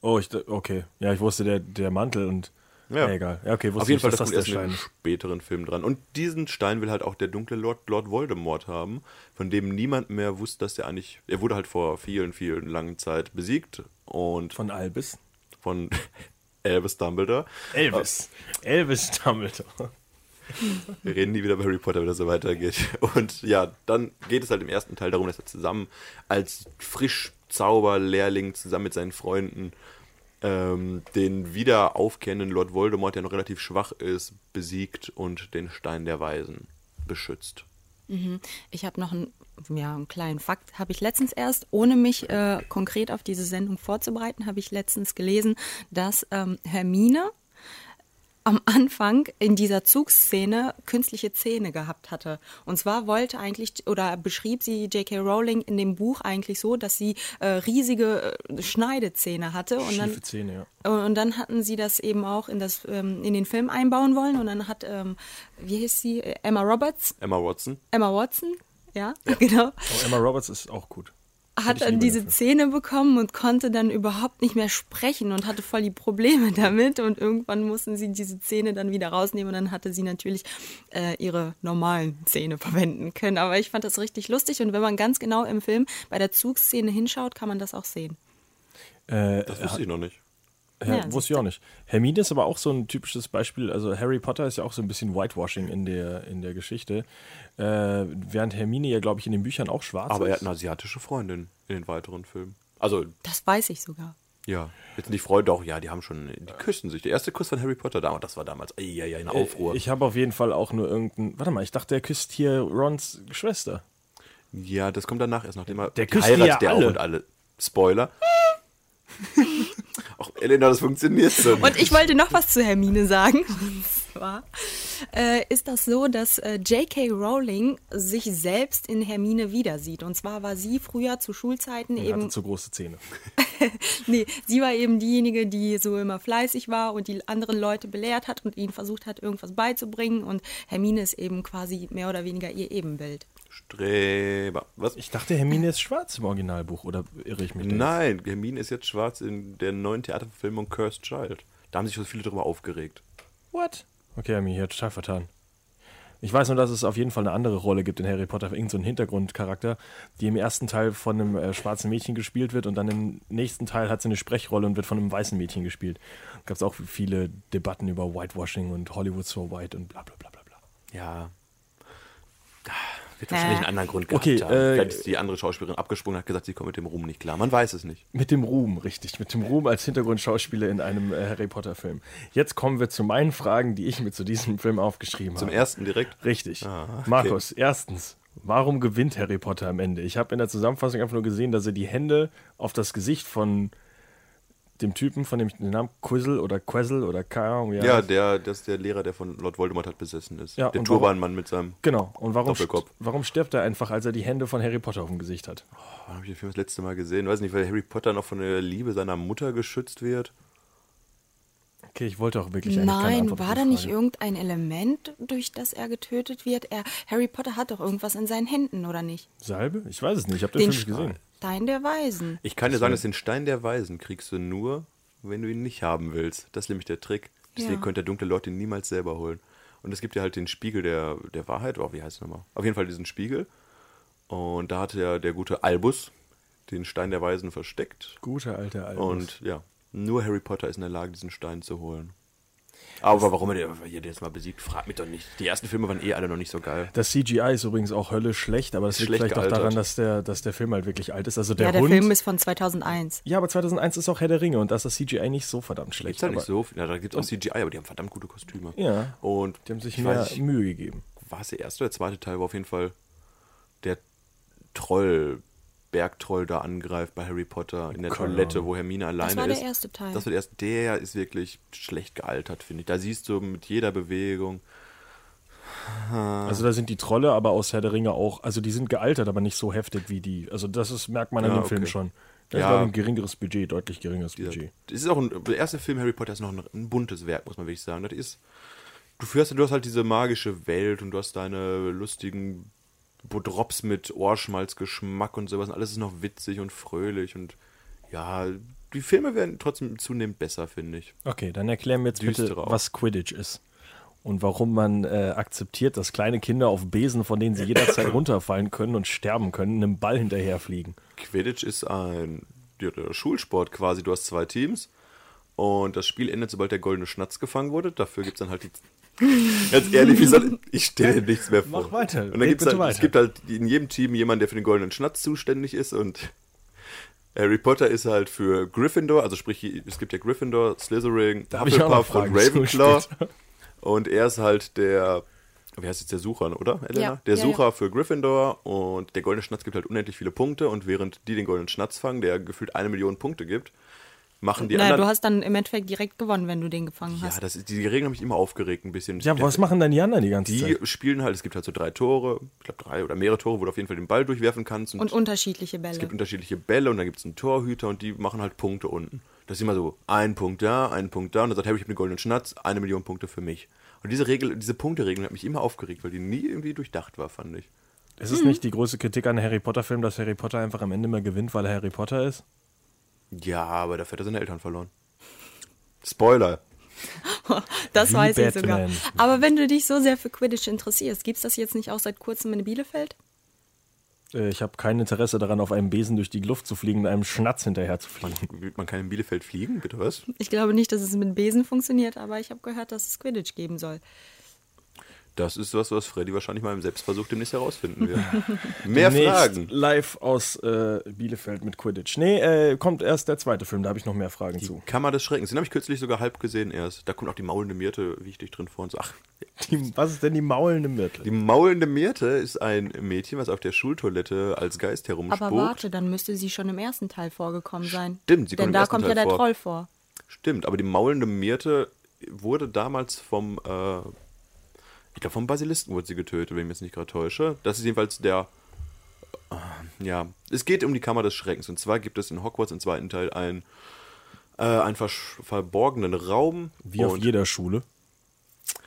E: Oh, ich, okay. Ja, ich wusste, der, der Mantel und. Ja, egal. Ja, okay, wusste
F: Auf jeden
E: nicht,
F: Fall,
E: dass
F: das kommt
E: das der
F: erst in
E: Stein
F: den
E: ist.
F: späteren Film dran. Und diesen Stein will halt auch der dunkle Lord, Lord Voldemort haben, von dem niemand mehr wusste, dass er eigentlich, er wurde halt vor vielen, vielen langen Zeit besiegt und
E: Von Albis.
F: von Elvis Dumbledore.
E: Elvis. Elvis Dumbledore.
F: Wir reden nie wieder über Harry Potter, wenn das so weitergeht. Und ja, dann geht es halt im ersten Teil darum, dass er zusammen als Frischzauberlehrling zusammen mit seinen Freunden ähm, den wieder aufkehrenden Lord Voldemort, der noch relativ schwach ist, besiegt und den Stein der Weisen beschützt.
G: Ich habe noch einen, ja, einen kleinen Fakt. Habe ich letztens erst, ohne mich äh, konkret auf diese Sendung vorzubereiten, habe ich letztens gelesen, dass ähm, Hermine am Anfang in dieser Zugszene künstliche Zähne gehabt hatte. Und zwar wollte eigentlich oder beschrieb sie J.K. Rowling in dem Buch eigentlich so, dass sie äh, riesige äh, Schneidezähne hatte. Und dann,
E: Schiefe Zähne, ja.
G: und dann hatten sie das eben auch in, das, ähm, in den Film einbauen wollen. Und dann hat, ähm, wie hieß sie, Emma Roberts,
F: Emma Watson,
G: Emma Watson, ja, genau,
E: Oh, Emma Roberts ist auch gut.
G: hat
E: ich
G: dann
E: lieber
G: diese
E: dafür.
G: Zähne bekommen und konnte dann überhaupt nicht mehr sprechen und hatte voll die Probleme damit. Und irgendwann mussten sie diese Zähne dann wieder rausnehmen und dann hatte sie natürlich äh, ihre normalen Zähne verwenden können. Aber ich fand das richtig lustig und wenn man ganz genau im Film bei der Zugszene hinschaut, kann man das auch sehen.
E: Äh,
F: das wusste ich noch nicht.
E: Her
G: Ja,
E: wusste ich auch nicht. Hermine ist aber auch so ein typisches Beispiel. Also Harry Potter ist ja auch so ein bisschen Whitewashing in der, in der Geschichte. Äh, während Hermine ja, glaube ich, in den Büchern auch schwarz
F: Aber
E: ist.
F: er hat eine asiatische Freundin in den weiteren Filmen. Also,
G: Das weiß ich sogar.
F: ja, jetzt nicht Freunde, doch, ja, die haben schon, die küssen sich. Der erste Kuss von Harry Potter damals, das war damals, ja, ja, eine Aufruhr.
E: Äh, Ich habe auf jeden Fall auch nur irgendeinen. Warte mal, ich dachte, er küsst hier Rons Schwester.
F: Ja, das kommt danach erst, nachdem er
E: Der küsst die ja
F: heiratet der
E: alle.
F: auch und alle. Spoiler. Auch Elena, das funktioniert so.
G: Und ich wollte noch was zu Hermine sagen. Und zwar äh, ist das so, dass äh, J.K. Rowling sich selbst in Hermine wieder sieht. Und zwar war sie früher zu Schulzeiten
E: Er
G: eben
E: hatte zu große Zähne.
G: nee, sie war eben diejenige, die so immer fleißig war und die anderen Leute belehrt hat und ihnen versucht hat, irgendwas beizubringen. Und Hermine ist eben quasi mehr oder weniger ihr Ebenbild.
F: Streber. Was?
E: Ich dachte, Hermine ist schwarz im Originalbuch, oder irre ich mich? da jetzt?
F: Nein, Hermine ist jetzt schwarz in der neuen Theaterverfilmung Cursed Child. Da haben sich schon viele drüber aufgeregt.
E: What? Okay, Hermine, hier hat total vertan. Ich weiß nur, dass es auf jeden Fall eine andere Rolle gibt in Harry Potter, irgendeinen so einen Hintergrundcharakter, die im ersten Teil von einem äh, schwarzen Mädchen gespielt wird und dann im nächsten Teil hat sie eine Sprechrolle und wird von einem weißen Mädchen gespielt. Gab es auch viele Debatten über Whitewashing und Hollywood so white und bla bla bla bla bla.
F: Ja. Ah, Wird wahrscheinlich
G: Äh.
F: einen anderen Grund gehabt
E: Okay,
F: haben.
E: äh,
F: Vielleicht ist die andere Schauspielerin abgesprungen und hat gesagt, sie kommt mit dem Ruhm nicht klar. Man weiß es nicht.
E: Mit dem Ruhm, richtig. Mit dem Ruhm als Hintergrundschauspieler in einem äh, Harry Potter-Film. Jetzt kommen wir zu meinen Fragen, die ich mir zu diesem Film aufgeschrieben
F: Zum
E: habe.
F: ersten direkt.
E: Richtig.
F: Ah, okay.
E: Markus, erstens, warum gewinnt Harry Potter am Ende? Ich habe in der Zusammenfassung einfach nur gesehen, dass er die Hände auf das Gesicht von dem Typen, von dem ich den Namen Quizzle oder Quazzle oder keine Ahnung, wie er
F: Ja,
E: heißt.
F: der, das ist der Lehrer, der von Lord Voldemort hat besessen ist.
E: Ja,
F: der
E: und warum-
F: Turbanmann mit seinem.
E: Genau. Und warum, st
F: Doppelkopf.
E: warum stirbt er einfach, als er die Hände von Harry Potter auf dem Gesicht hat?
F: Wann habe Ah, ich den Film das letzte Mal gesehen? Weiß nicht, weil Harry Potter noch von der Liebe seiner Mutter geschützt wird.
E: Okay, ich wollte auch wirklich eigentlich keine
G: Nein,
E: Antwort auf
G: war
E: die
G: da nicht
E: Frage.
G: irgendein Element, durch das er getötet wird? Er, Harry Potter hat doch irgendwas in seinen Händen, oder nicht?
E: Salbe? Ich weiß es nicht. Ich habe den,
G: Den
E: Film nicht gesehen.
G: Stein der Weisen.
F: Ich kann dir sagen, dass den Stein der Weisen kriegst du nur, wenn du ihn nicht haben willst. Das ist nämlich der Trick. Deswegen
G: Ja.
F: könnte der dunkle Lord ihn niemals selber holen. Und es gibt ja halt den Spiegel der, der Wahrheit, oh, wie heißt es nochmal? Auf jeden Fall diesen Spiegel. Und da hat ja der gute Albus den Stein der Weisen versteckt.
E: Guter alter Albus.
F: Und ja, nur Harry Potter ist in der Lage, diesen Stein zu holen. Aber warum er den- ihr den jetzt mal besiegt, fragt mich doch nicht. Die ersten Filme waren eh alle noch nicht so geil.
E: Das CGI ist übrigens auch Hölle schlecht, aber das
F: Ist
E: liegt
F: schlecht
E: vielleicht auch
F: gealtert.
E: daran, dass der, dass der Film halt wirklich alt ist. Also der,
G: ja, der
E: Hund.
G: Film ist von 2001.
E: ja, aber 2001 ist auch Herr der Ringe und da ist das CGI nicht so verdammt schlecht.
F: Gibt's halt nicht
E: aber
F: so viel. Ja, da gibt es auch CGI, aber die haben verdammt gute Kostüme.
E: Ja.
F: Und
E: Die haben sich
F: ich
E: mehr
F: weiß nicht,
E: Mühe gegeben.
F: war es der erste oder zweite Teil, wo auf jeden Fall der Troll, Bergtroll da angreift bei Harry Potter in der
E: Keine
F: Toilette, wo Hermine alleine
G: war
F: ist.
G: der erste Teil.
F: Das war der erste. Der ist wirklich schlecht gealtert, finde ich. Da siehst du mit jeder Bewegung. Ah.
E: Also da sind die Trolle aber aus Herr der Ringe auch, also die sind gealtert, aber nicht so heftig wie die. Also das ist, merkt man an
F: Ja,
E: dem Film
F: Ah, okay.
E: schon. Das
F: Ja.
E: ist, glaube ich, ein geringeres Budget, deutlich geringeres Budget.
F: Das ist auch ein, der erste Film Harry Potter ist noch ein, ein buntes Werk, muss man wirklich sagen. Das ist, du führst, du hast halt diese magische Welt und du hast deine lustigen Bodrops mit Ohrschmalzgeschmack und sowas. Und alles ist noch witzig und fröhlich und ja, die Filme werden trotzdem zunehmend besser, finde ich.
E: Okay, dann erklären wir jetzt bitte,
F: Düstere auch.
E: was Quidditch ist. Und warum man äh, akzeptiert, dass kleine Kinder auf Besen, von denen sie jederzeit runterfallen können und sterben können, einem Ball hinterherfliegen.
F: Quidditch ist ein ja, der Schulsport quasi. Du hast zwei Teams und das Spiel endet, sobald der goldene Schnatz gefangen wurde. Dafür gibt es dann halt die. Ganz ehrlich, wie soll, ich stelle nichts mehr vor.
E: Mach weiter,
F: Und dann
E: red
F: gibt's
E: bitte
F: halt, Es
E: weiter.
F: gibt halt in jedem Team jemanden, der für den goldenen Schnatz zuständig ist und Harry Potter ist halt für Gryffindor, also sprich, es gibt ja Gryffindor, Slytherin,
E: hab ich auch noch
F: Hufflepuff und
E: Fragen zu
F: Ravenclaw.
E: später.
F: Und er ist halt der, wie heißt jetzt der Sucher, oder? Elena?
G: Ja,
F: der
G: ja,
F: Sucher
G: ja.
F: für Gryffindor und der goldene Schnatz gibt halt unendlich viele Punkte und während die den goldenen Schnatz fangen, der gefühlt eine Million Punkte gibt, machen die
G: naja,
F: anderen.
G: du hast dann im Endeffekt direkt gewonnen, wenn du den gefangen hast.
F: ja, das ist, die Regeln haben mich immer aufgeregt ein bisschen.
E: Ja, was machen dann die anderen die ganze
F: Die
E: Zeit?
F: spielen halt, es gibt halt so drei Tore, ich glaube drei oder mehrere Tore, wo du auf jeden Fall den Ball durchwerfen kannst.
G: Und unterschiedliche Bälle.
F: Es gibt unterschiedliche Bälle und dann gibt es einen Torhüter und die machen halt Punkte unten. Das ist immer so, ein Punkt da, ein Punkt da und dann sagt, hey, ich habe einen goldenen Schnatz, eine Million Punkte für mich. Und diese Regel, diese Punkteregelung hat mich immer aufgeregt, weil die nie irgendwie durchdacht war, fand ich.
E: Ist
F: Hm.
E: es nicht die größte Kritik an Harry Potter-Filmen, dass Harry Potter einfach am Ende mal gewinnt, weil er Harry Potter ist?
F: Ja, aber dafür hat er seine Eltern verloren. Spoiler.
G: das
E: Wie
G: weiß
E: Batman.
G: ich sogar. Aber wenn du dich so sehr für Quidditch interessierst, gibt es das jetzt nicht auch seit kurzem in Bielefeld?
E: Äh, Ich habe kein Interesse daran, auf einem Besen durch die Luft zu fliegen und einem Schnatz hinterher zu fliegen.
F: Man kann in Bielefeld fliegen, bitte was?
G: Ich glaube nicht, dass es mit Besen funktioniert, aber ich habe gehört, dass es Quidditch geben soll.
F: Das ist was, was Freddy wahrscheinlich mal im Selbstversuch demnächst herausfinden wird. Mehr
E: Demnächst
F: Fragen.
E: Live aus äh, Bielefeld mit Quidditch. Nee, äh, kommt erst der zweite Film, da habe ich noch mehr Fragen zu.
F: Kammer des Schreckens. Den habe ich kürzlich sogar halb gesehen erst. Da kommt auch die maulende Mirte wichtig drin vor und so. Ach,
E: Die, was ist denn die maulende Myrte?
F: Die maulende Mirte ist ein Mädchen, was auf der Schultoilette als Geist herumspukt.
G: Aber warte, dann müsste sie schon im ersten Teil vorgekommen sein.
F: Stimmt, sie kommt
G: Denn
F: im
G: da
F: ersten
G: kommt
F: Teil
G: ja der
F: vor.
G: Troll vor.
F: Stimmt, aber die maulende Mirte wurde damals vom, äh, ich glaube vom Basilisken wurde sie getötet, wenn ich mich jetzt nicht gerade täusche. Das ist jedenfalls der, äh, ja, es geht um die Kammer des Schreckens. Und zwar gibt es in Hogwarts im zweiten Teil einen, äh, einen versch- verborgenen Raum.
E: Wie auf
F: und-
E: jeder Schule.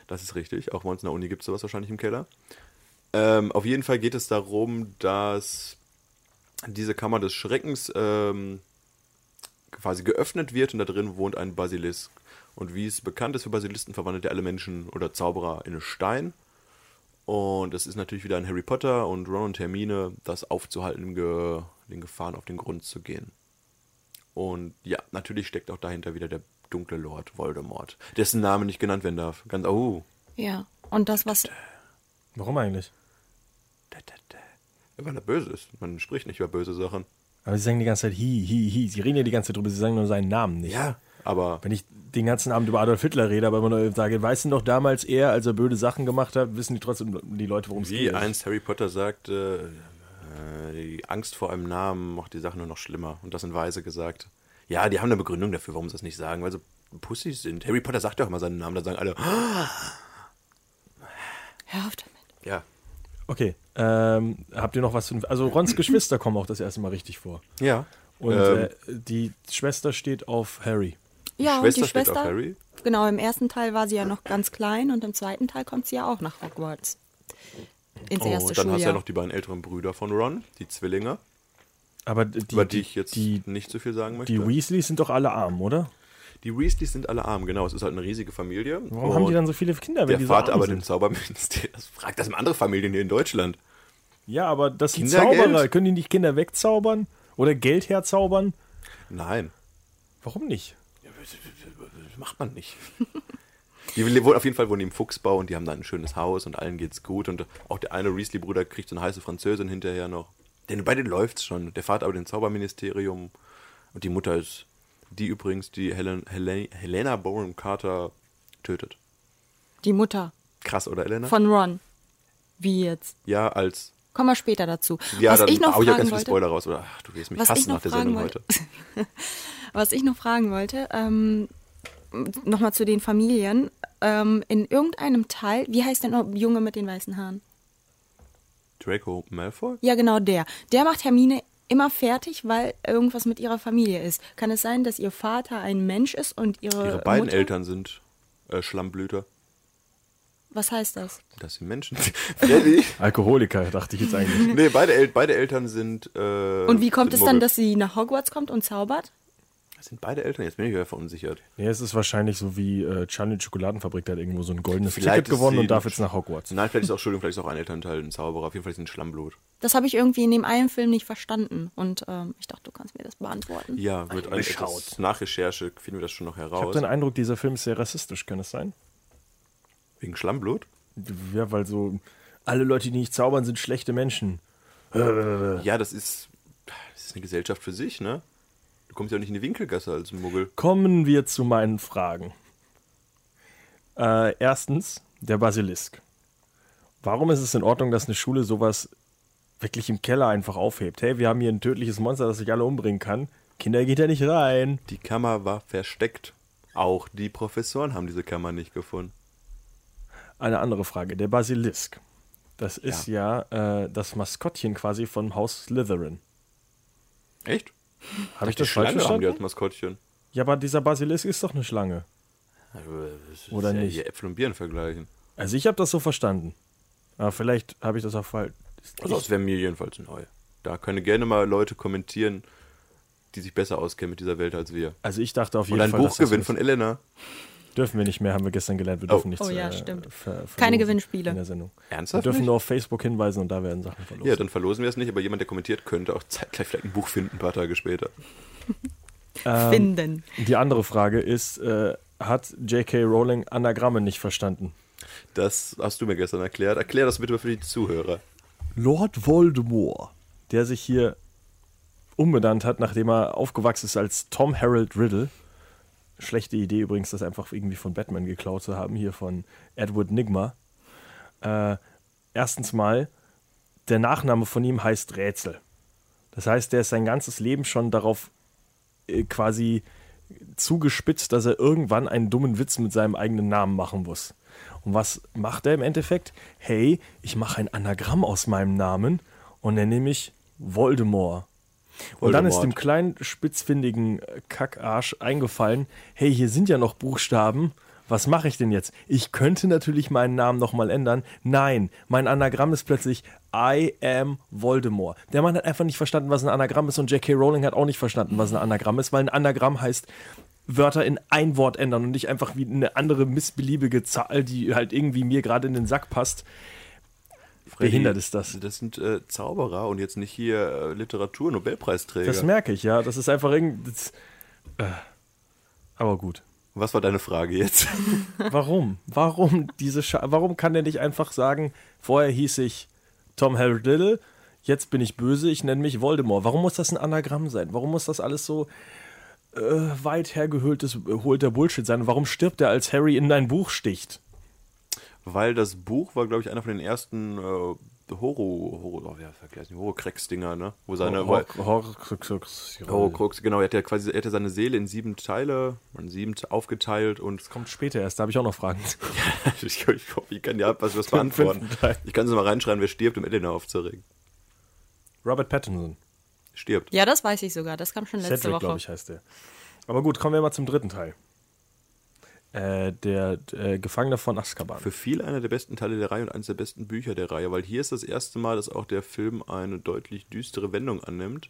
F: Das ist richtig. Auch bei uns in der Uni gibt es sowas wahrscheinlich im Keller. Ähm, auf jeden Fall geht es darum, dass diese Kammer des Schreckens ähm, quasi geöffnet wird und da drin wohnt ein Basilisk. Und wie es bekannt ist für Basilisten, verwandelt er alle Menschen oder Zauberer in Stein. Und es ist natürlich wieder an Harry Potter und Ron und Hermine, das aufzuhalten, ge den Gefahren auf den Grund zu gehen. Und ja, natürlich steckt auch dahinter wieder der dunkle Lord Voldemort, dessen Name nicht genannt werden darf. Ganz, oh.
G: Ja. Und das, was.
E: Warum eigentlich?
F: Weil er böse ist. Man spricht nicht über böse Sachen.
E: Aber sie sagen die ganze Zeit hi, hi, hi. Sie reden ja die ganze Zeit drüber, sie sagen nur seinen Namen nicht.
F: Aber
E: Wenn ich den ganzen Abend über Adolf Hitler rede, aber immer nur sage, weißt du noch damals er, als er böse Sachen gemacht hat, wissen die trotzdem die Leute, worum es
F: wie
E: geht.
F: einst Harry Potter sagte, äh, die Angst vor einem Namen macht die Sache nur noch schlimmer. Und das in Weise gesagt. Ja, die haben eine Begründung dafür, warum sie das nicht sagen, weil sie Pussys sind. Harry Potter sagt ja auch immer seinen Namen, dann sagen alle, "Ah."
G: Hör auf damit.
F: ja.
E: Okay, ähm, habt ihr noch was? Für, also Rons Geschwister kommen auch das erste Mal richtig vor.
F: Ja.
E: Und
F: ähm,
E: äh, die Schwester steht auf Harry.
G: Ja, und
F: Schwester
G: die
F: steht auf
G: Schwester.
F: Harry?
G: Genau, im ersten Teil war sie ja noch ganz klein und im zweiten Teil kommt sie ja auch nach Hogwarts. Ins
F: oh,
G: erste
F: und dann
G: Schuljahr.
F: hast du ja noch die beiden älteren Brüder von Ron, die Zwillinge,
E: Aber die,
F: über die ich jetzt
E: die,
F: nicht so viel sagen möchte.
E: die Weasleys sind doch alle arm, oder?
F: Die Weasleys sind alle arm, genau. Es ist halt eine riesige Familie.
E: Warum haben die dann so viele Kinder, wenn
F: Der
E: die so
F: Vater
E: arm
F: aber
E: sind?
F: dem Zauberministerium. Das fragt das mal andere Familien hier in Deutschland.
E: Ja, aber das sind
F: Kindergeld?
E: Zauberer. Können die nicht Kinder wegzaubern? Oder Geld herzaubern?
F: Nein,
E: Warum nicht?
F: das macht man nicht. Die le- wohnen- auf jeden Fall wohnen die im Fuchsbau und die haben da ein schönes Haus und allen geht's gut. Und auch der eine Weasley-Bruder kriegt so eine heiße Französin hinterher noch. Denn bei denen läuft's schon. Der Vater aber dem Zauberministerium und die Mutter ist die übrigens, die Helen, Helen, Helena Bonham Carter tötet.
G: die Mutter
F: Krass, oder Elena?
G: von Ron. Wie jetzt?
F: ja, als.
G: Kommen wir später dazu.
F: Ja,
G: was
F: dann
G: ich noch
F: hau ich auch ganz
G: fragen
F: viele
G: wollte,
F: Spoiler raus. Oder, ach, du wirst mich
G: was ich
F: hassen
G: noch
F: nach der
G: fragen
F: Sendung
G: wollte,
F: heute.
G: was ich noch fragen wollte, ähm, nochmal zu den Familien. Ähm, in irgendeinem Teil, wie heißt denn der Junge mit den weißen Haaren?
F: Draco Malfoy?
G: Ja, genau der. Der macht Hermine immer fertig, weil irgendwas mit ihrer Familie ist. Kann es sein, dass ihr Vater ein Mensch ist und ihre,
F: Ihre beiden
G: Äh, Mutter?
F: Eltern sind äh, Schlammblüter.
G: Was heißt das?
F: Das sind Menschen. Jenny.
E: Alkoholiker, dachte ich jetzt eigentlich.
F: nee, beide, El beide Eltern sind. Äh,
G: Und wie kommt
F: sind
G: es dann,
F: Muggel.
G: dass sie nach Hogwarts kommt und zaubert?
F: Sind beide Eltern? Jetzt bin ich ja verunsichert.
E: Nee, es ist wahrscheinlich so wie äh, Charlie Schokoladenfabrik, der hat irgendwo so ein goldenes
F: Vielleicht
E: Ticket gewonnen
F: ist
E: und
F: sie-
E: darf jetzt nach Hogwarts.
F: Nein, vielleicht ist auch, Entschuldigung, vielleicht ist auch ein Elternteil ein Zauberer. Auf jeden Fall ist sie ein Schlammblut.
G: Das habe ich irgendwie in dem einen Film nicht verstanden. Und ähm, ich dachte, du kannst mir das beantworten.
F: Ja, wird ein, etwas, nach Recherche finden wir das schon noch
E: Ich habe
F: heraus.
E: den Eindruck, dieser Film ist sehr rassistisch, kann es sein?
F: Wegen Schlammblut?
E: Ja, weil so alle Leute, die nicht zaubern, sind schlechte Menschen.
F: Ja, das ist, das ist eine Gesellschaft für sich, ne? Du kommst ja auch nicht in die Winkelgasse als Muggel.
E: Kommen wir zu meinen Fragen. Äh, erstens, der Basilisk. Warum ist es in Ordnung, dass eine Schule sowas wirklich im Keller einfach aufhebt? Hey, wir haben hier ein tödliches Monster, das sich alle umbringen kann. Kinder, geht da nicht rein.
F: Die Kammer war versteckt. Auch die Professoren haben diese Kammer nicht gefunden.
E: Eine andere Frage, der Basilisk. Das ist ja, äh, das Maskottchen quasi vom Haus Slytherin.
F: Echt?
E: Habe ich das
F: die
E: falsch
F: Schlange haben die als
E: verstanden?
F: Maskottchen.
E: Ja, aber dieser Basilisk ist doch eine Schlange.
F: Also, das ist
E: Oder nicht?
F: Hier Äpfel und Birnen vergleichen.
E: Also ich habe das so verstanden. Aber vielleicht habe ich das auch falsch.
F: Also das wäre mir jedenfalls neu. Da können gerne mal Leute kommentieren, die sich besser auskennen mit dieser Welt als wir.
E: Also ich dachte auf jeden
F: Und ein
E: Fall, dass
F: Buchgewinn
E: das
F: von Elena.
E: Dürfen wir nicht mehr, haben wir gestern gelernt. Wir
F: Oh.
E: dürfen nichts
G: Oh ja,
E: äh,
G: stimmt.
E: ver- verlosen
G: Keine Gewinnspiele.
E: In der Sendung.
F: Ernsthaft
E: Wir dürfen
F: nicht?
E: nur auf Facebook hinweisen und da werden Sachen verlost.
F: Ja, dann verlosen wir es nicht, aber jemand, der kommentiert, könnte auch zeitgleich vielleicht ein Buch finden, ein paar Tage später.
E: Ähm,
G: Finden.
E: Die andere Frage ist, äh, hat J.K. Rowling Anagramme nicht verstanden?
F: Das hast du mir gestern erklärt. Erklär das bitte mal für die Zuhörer.
E: Lord Voldemort, der sich hier umbenannt hat, nachdem er aufgewachsen ist als Tom Harold Riddle. Schlechte Idee übrigens, das einfach irgendwie von Batman geklaut zu haben, hier von Edward Nigma. Äh, erstens mal, der Nachname von ihm heißt Rätsel. Das heißt, der ist sein ganzes Leben schon darauf äh, quasi zugespitzt, dass er irgendwann einen dummen Witz mit seinem eigenen Namen machen muss. Und was macht er im Endeffekt? Hey, ich mache ein Anagramm aus meinem Namen und nenne mich Voldemort. Und dann ist
F: Voldemort.
E: dem kleinen, spitzfindigen äh, Kackarsch eingefallen, hey, hier sind ja noch Buchstaben, was mache ich denn jetzt? Ich könnte natürlich meinen Namen nochmal ändern. Nein, mein Anagramm ist plötzlich I am Voldemort. Der Mann hat einfach nicht verstanden, was ein Anagramm ist und J.K. Rowling hat auch nicht verstanden, was ein Anagramm ist, weil ein Anagramm heißt Wörter in ein Wort ändern und nicht einfach wie eine andere missbeliebige Zahl, die halt irgendwie mir gerade in den Sack passt. Behindert ist das.
F: Das sind äh, Zauberer und jetzt nicht hier äh, Literatur-Nobelpreisträger.
E: Das merke ich, ja. Das ist einfach irgendwie. das- Äh. Aber gut.
F: Was war deine Frage jetzt?
E: Warum? Warum diese Scha Warum kann der nicht einfach sagen, vorher hieß ich Tom Harold Little, jetzt bin ich böse, ich nenne mich Voldemort. Warum muss das ein Anagramm sein? Warum muss das alles so äh, weit hergehöhltes, holter Bullshit sein? Und warum stirbt er, als Harry in dein Buch sticht?
F: Weil das Buch war, glaube ich, einer von den ersten äh, Horror, Horror, oh, ja, vergleich nicht, Horror-Cracks-Dinger, ne? Wo
E: Oh,
F: seine, wo,
E: Kommt
F: Horrorkrux, genau, er hat ja quasi, er hätte seine Seele in sieben Teile, in sieben Te- aufgeteilt und
E: später erst, da habe ich auch noch Fragen.
F: ich, ich hoffe, ich kann ja was, was beantworten.
E: fünften Teil.
F: Ich kann es mal reinschreien, wer stirbt, um Elena aufzuregen.
E: Robert Pattinson.
F: Stirbt.
G: Ja, das weiß ich sogar. Das kam schon letzte
E: Cedric, glaube
G: Woche.
E: ich, heißt der. Aber gut, kommen wir mal zum dritten Teil. Äh, der äh, Gefangene von Azkaban.
F: Für viele einer der besten Teile der Reihe und eines der besten Bücher der Reihe, weil hier ist das erste Mal, dass auch der Film eine deutlich düstere Wendung annimmt.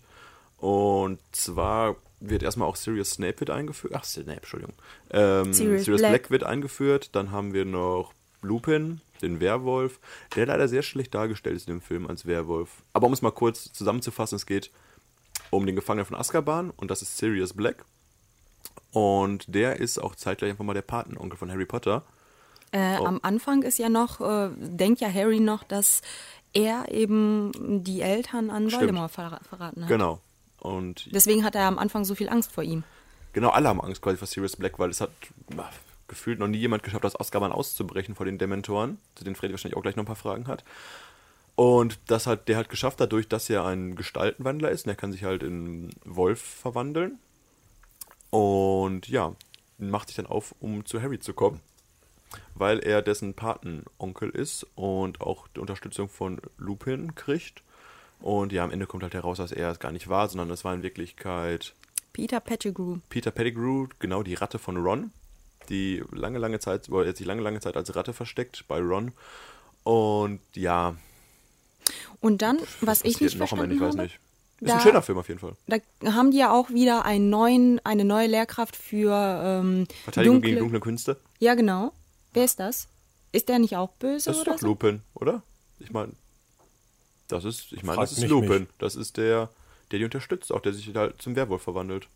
F: Und zwar wird erstmal auch Sirius Snape wird eingeführt. Ach, Snape, Entschuldigung. Ähm, Sirius,
G: Sirius
F: Black.
G: Black.
F: wird eingeführt. Dann haben wir noch Lupin, den Werwolf, der leider sehr schlecht dargestellt ist in dem Film als Werwolf. Aber um es mal kurz zusammenzufassen, es geht um den Gefangenen von Azkaban und das ist Sirius Black. Und der ist auch zeitgleich einfach mal der Patenonkel von Harry Potter.
G: Äh,
F: Oh.
G: Am Anfang ist ja noch, äh, denkt ja Harry noch, dass er eben die Eltern an
F: Stimmt.
G: Voldemort verra verraten hat.
F: Genau. Und
G: Deswegen hat er am Anfang so viel Angst vor ihm.
F: genau alle haben Angst quasi vor Sirius Black, weil es hat na, gefühlt noch nie jemand geschafft, aus Azkaban auszubrechen vor den Dementoren, zu denen Freddy wahrscheinlich auch gleich noch ein paar Fragen hat. Und das hat der hat geschafft, dadurch, dass er ein Gestaltenwandler ist. Und er kann sich halt in Wolf verwandeln. Und ja, macht sich dann auf, um zu Harry zu kommen. Weil er dessen Patenonkel ist und auch die Unterstützung von Lupin kriegt. Und ja, am Ende kommt halt heraus, dass er es gar nicht war, sondern es war in Wirklichkeit
G: Peter Pettigrew.
F: Peter Pettigrew, genau die Ratte von Ron, die lange, lange Zeit, oder jetzt sich lange, lange Zeit als Ratte versteckt bei Ron. Und ja,
G: Und dann, was ich
F: passiert
G: nicht
F: noch am Ende,
G: verstanden
F: ich weiß
G: habe,
F: nicht. Ist
G: Da-
F: ein schöner Film auf jeden Fall.
G: da haben die ja auch wieder einen neuen, eine neue Lehrkraft für ähm,
F: Verteidigung
G: dunkle,
F: gegen dunkle Künste.
G: Ja, genau. Wer ist das? Ist der nicht auch böse
F: Das ist
G: oder
F: doch
G: so?
F: Lupin, oder? Ich meine, das ist, ich meine,
E: Frag
F: das ist
E: mich
F: Lupin.
E: nicht.
F: Das ist der, der die unterstützt, auch der sich halt zum Werwolf verwandelt.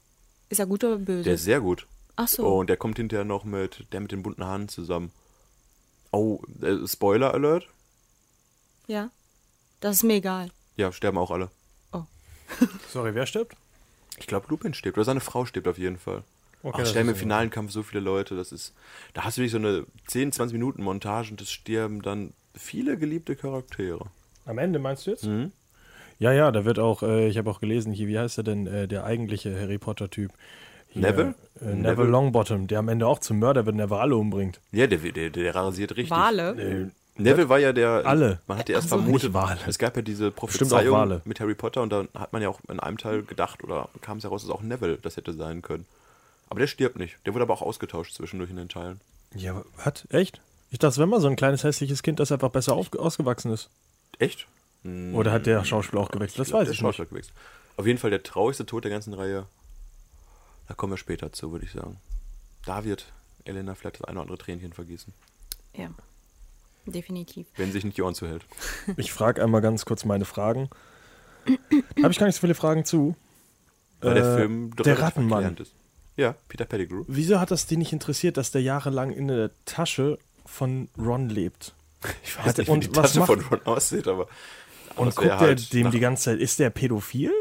G: Ist er gut oder böse?
F: Der ist sehr gut.
G: Ach so.
F: Und der kommt hinterher noch mit, der mit den bunten Haaren zusammen. Oh, äh, Spoiler Alert.
G: ja. Das ist mir egal. Oh,
F: Ja, sterben auch alle.
E: Sorry, wer stirbt?
F: Ich glaube, Lupin stirbt. Oder seine Frau stirbt auf jeden Fall.
E: Okay,
F: Ach,
E: das
F: stell mir
E: ist
F: im finalen Kampf so viele Leute, das ist. Da hast du wirklich so eine 10, 20 Minuten Montage und es sterben dann viele geliebte Charaktere.
E: Am Ende meinst du jetzt?
F: Mhm.
E: Ja, ja, da wird auch, äh, ich habe auch gelesen, hier, wie heißt er denn, äh, der eigentliche Harry Potter-Typ? Hier,
F: Neville?
E: Äh, Neville?
F: Neville?
E: Longbottom, der am Ende auch zum Mörder wird und der Wale umbringt.
F: Ja, der, der, der rasiert richtig. Äh,
G: Wale?
F: Neville war ja der.
E: Alle.
F: Man hatte erst
E: Ach so,
F: vermutet,
E: nicht Wale.
F: es gab ja diese
E: auch
F: Prophezeiung
E: Wale.
F: mit Harry Potter und dann hat man ja auch in einem Teil gedacht oder kam es heraus, dass auch Neville das hätte sein können. Aber der stirbt nicht. Der wurde aber auch ausgetauscht zwischendurch in den Teilen.
E: Ja, was? Echt? Ich dachte, es wäre mal so ein kleines hässliches Kind, das einfach besser auf, ausgewachsen ist.
F: Echt? Hm.
E: Oder hat der Schauspieler auch gewechselt? Das weiß
F: Mhm. der
E: ich nicht.
F: Schauspieler gewechselt. Auf jeden Fall der traurigste Tod der ganzen Reihe. Da kommen wir später zu, würde ich sagen. Da wird Elena vielleicht das eine oder andere Tränchen vergießen,
G: Ja. Definitiv.
F: wenn sich nicht die Ohren zuhält.
E: Ich frage einmal ganz kurz meine Fragen. habe ich gar nicht so viele Fragen zu.
F: Weil
E: Äh,
F: der Film doch
E: der
F: relativ
E: Rattenmann.
F: erklärend ist. Ja, Peter Pettigrew.
E: Wieso hat das die nicht interessiert, dass der jahrelang in der Tasche von Ron lebt?
F: Ich
E: Hat-
F: weiß nicht, wie
E: und
F: die
E: was
F: Tasche von
E: macht-
F: Ron aussieht, aber.
E: Und
F: das wär
E: guckt er
F: halt
E: dem
F: nach-
E: die ganze Zeit, ist der pädophil?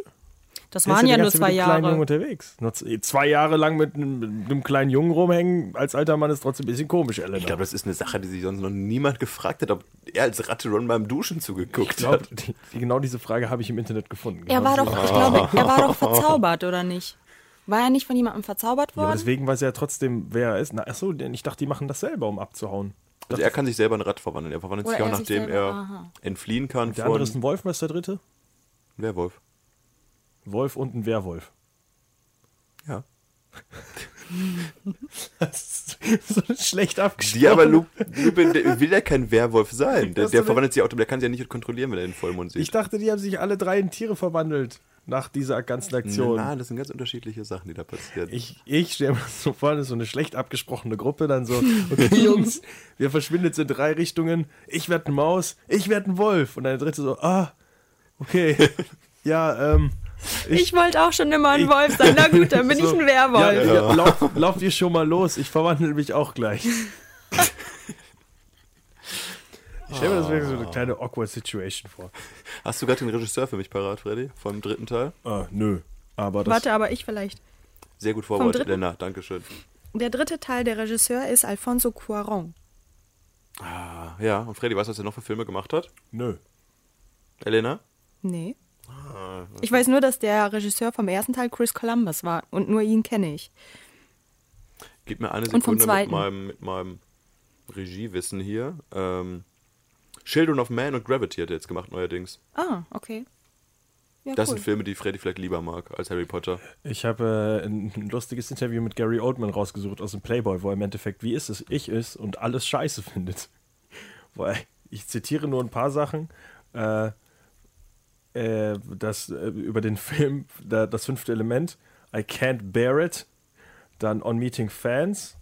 G: Das
E: Der ist
G: waren ja
E: die
G: nur
E: ganze Zeit
G: zwei
E: mit dem kleinen Jungen
G: Jahre.
E: unterwegs. Nur z- zwei Jahre lang mit einem, mit einem kleinen Jungen rumhängen als alter Mann ist trotzdem ein bisschen komisch, Elena.
F: Ich glaube, das ist eine Sache, die sich sonst noch niemand gefragt hat, ob er als Ratte Ron beim Duschen zugeguckt
E: Ich glaub,
F: hat.
E: die, die, genau diese Frage habe ich im Internet gefunden.
G: Er
E: Genau
G: war
E: diese
G: doch,
E: Frage.
G: ich glaube, er war doch verzaubert, oder nicht? War er nicht von jemandem verzaubert
E: Ja, aber
G: worden?
E: deswegen weiß er ja trotzdem, wer er ist. Na, achso, denn ich dachte, die machen das selber, um abzuhauen.
F: Also er kann sich selber in ein Rad verwandeln. Er verwandelt
G: Oder
F: sich auch,
G: er sich
F: nachdem
G: selber,
F: er
G: aha.
F: entfliehen kann
E: Der andere ist
F: von
E: ein Wolf, was ist der dritte?
F: Werwolf.
E: Wolf und ein Werwolf.
F: Ja.
E: Das ist so schlecht abgesprochen.
F: Die aber Lu- Lupin, der will ja kein Werwolf sein. Der,
E: Hast
F: der
E: du
F: verwandelt sich auch, der kann sich ja nicht kontrollieren, wenn er den Vollmond sieht.
E: Ich dachte, die haben sich alle drei in Tiere verwandelt nach dieser ganzen Aktion.
F: Nein, Ah, das sind ganz unterschiedliche Sachen, die da passieren.
E: Ich, ich stelle mir das so vor, das ist so eine schlecht abgesprochene Gruppe, dann so, okay, Jungs, wir verschwinden jetzt in drei Richtungen, ich werde eine Maus, ich werde ein Wolf. Und dann der dritte so, ah, okay, ja, ähm,
G: ich wollte auch schon immer ein Wolf sein. Na gut, dann bin ich ein
E: ja,
G: Werwolf.
E: ja. Lauft, lauft ihr schon mal los, ich verwandle mich auch gleich. Ich stelle mir das wirklich so eine kleine awkward Situation vor.
F: Hast du gerade den Regisseur für mich parat, Freddy? Vom dritten Teil?
E: Ah, nö, aber das
H: Warte, aber ich vielleicht.
F: Sehr gut vorbereitet,
H: dritten?
F: Lena. Dankeschön.
H: Der dritte Teil der Regisseur ist Alfonso Cuaron.
F: Ah, Ja, und Freddy, weißt du, was er noch für Filme gemacht hat?
E: nö.
F: Elena?
H: Nee. Ich weiß nur, dass der Regisseur vom ersten Teil Chris Columbus war und nur ihn kenne ich.
F: Gib mir eine
G: vom
F: Sekunde mit
G: zweiten.
F: meinem, mit meinem Regiewissen hier. Ähm, Children of Man und Gravity hat er jetzt gemacht, neuerdings.
H: Ah, okay. Ja,
F: das
H: cool.
F: sind Filme, die Freddy vielleicht lieber mag als Harry Potter.
E: Ich habe äh, ein ein lustiges Interview mit Gary Oldman rausgesucht aus dem Playboy, wo er im Endeffekt wie ist es ich ist und alles scheiße findet. Wo er, ich zitiere nur ein paar Sachen. Äh, äh, das äh, über den Film da, das fünfte Element I can't bear it. Dann on meeting fans.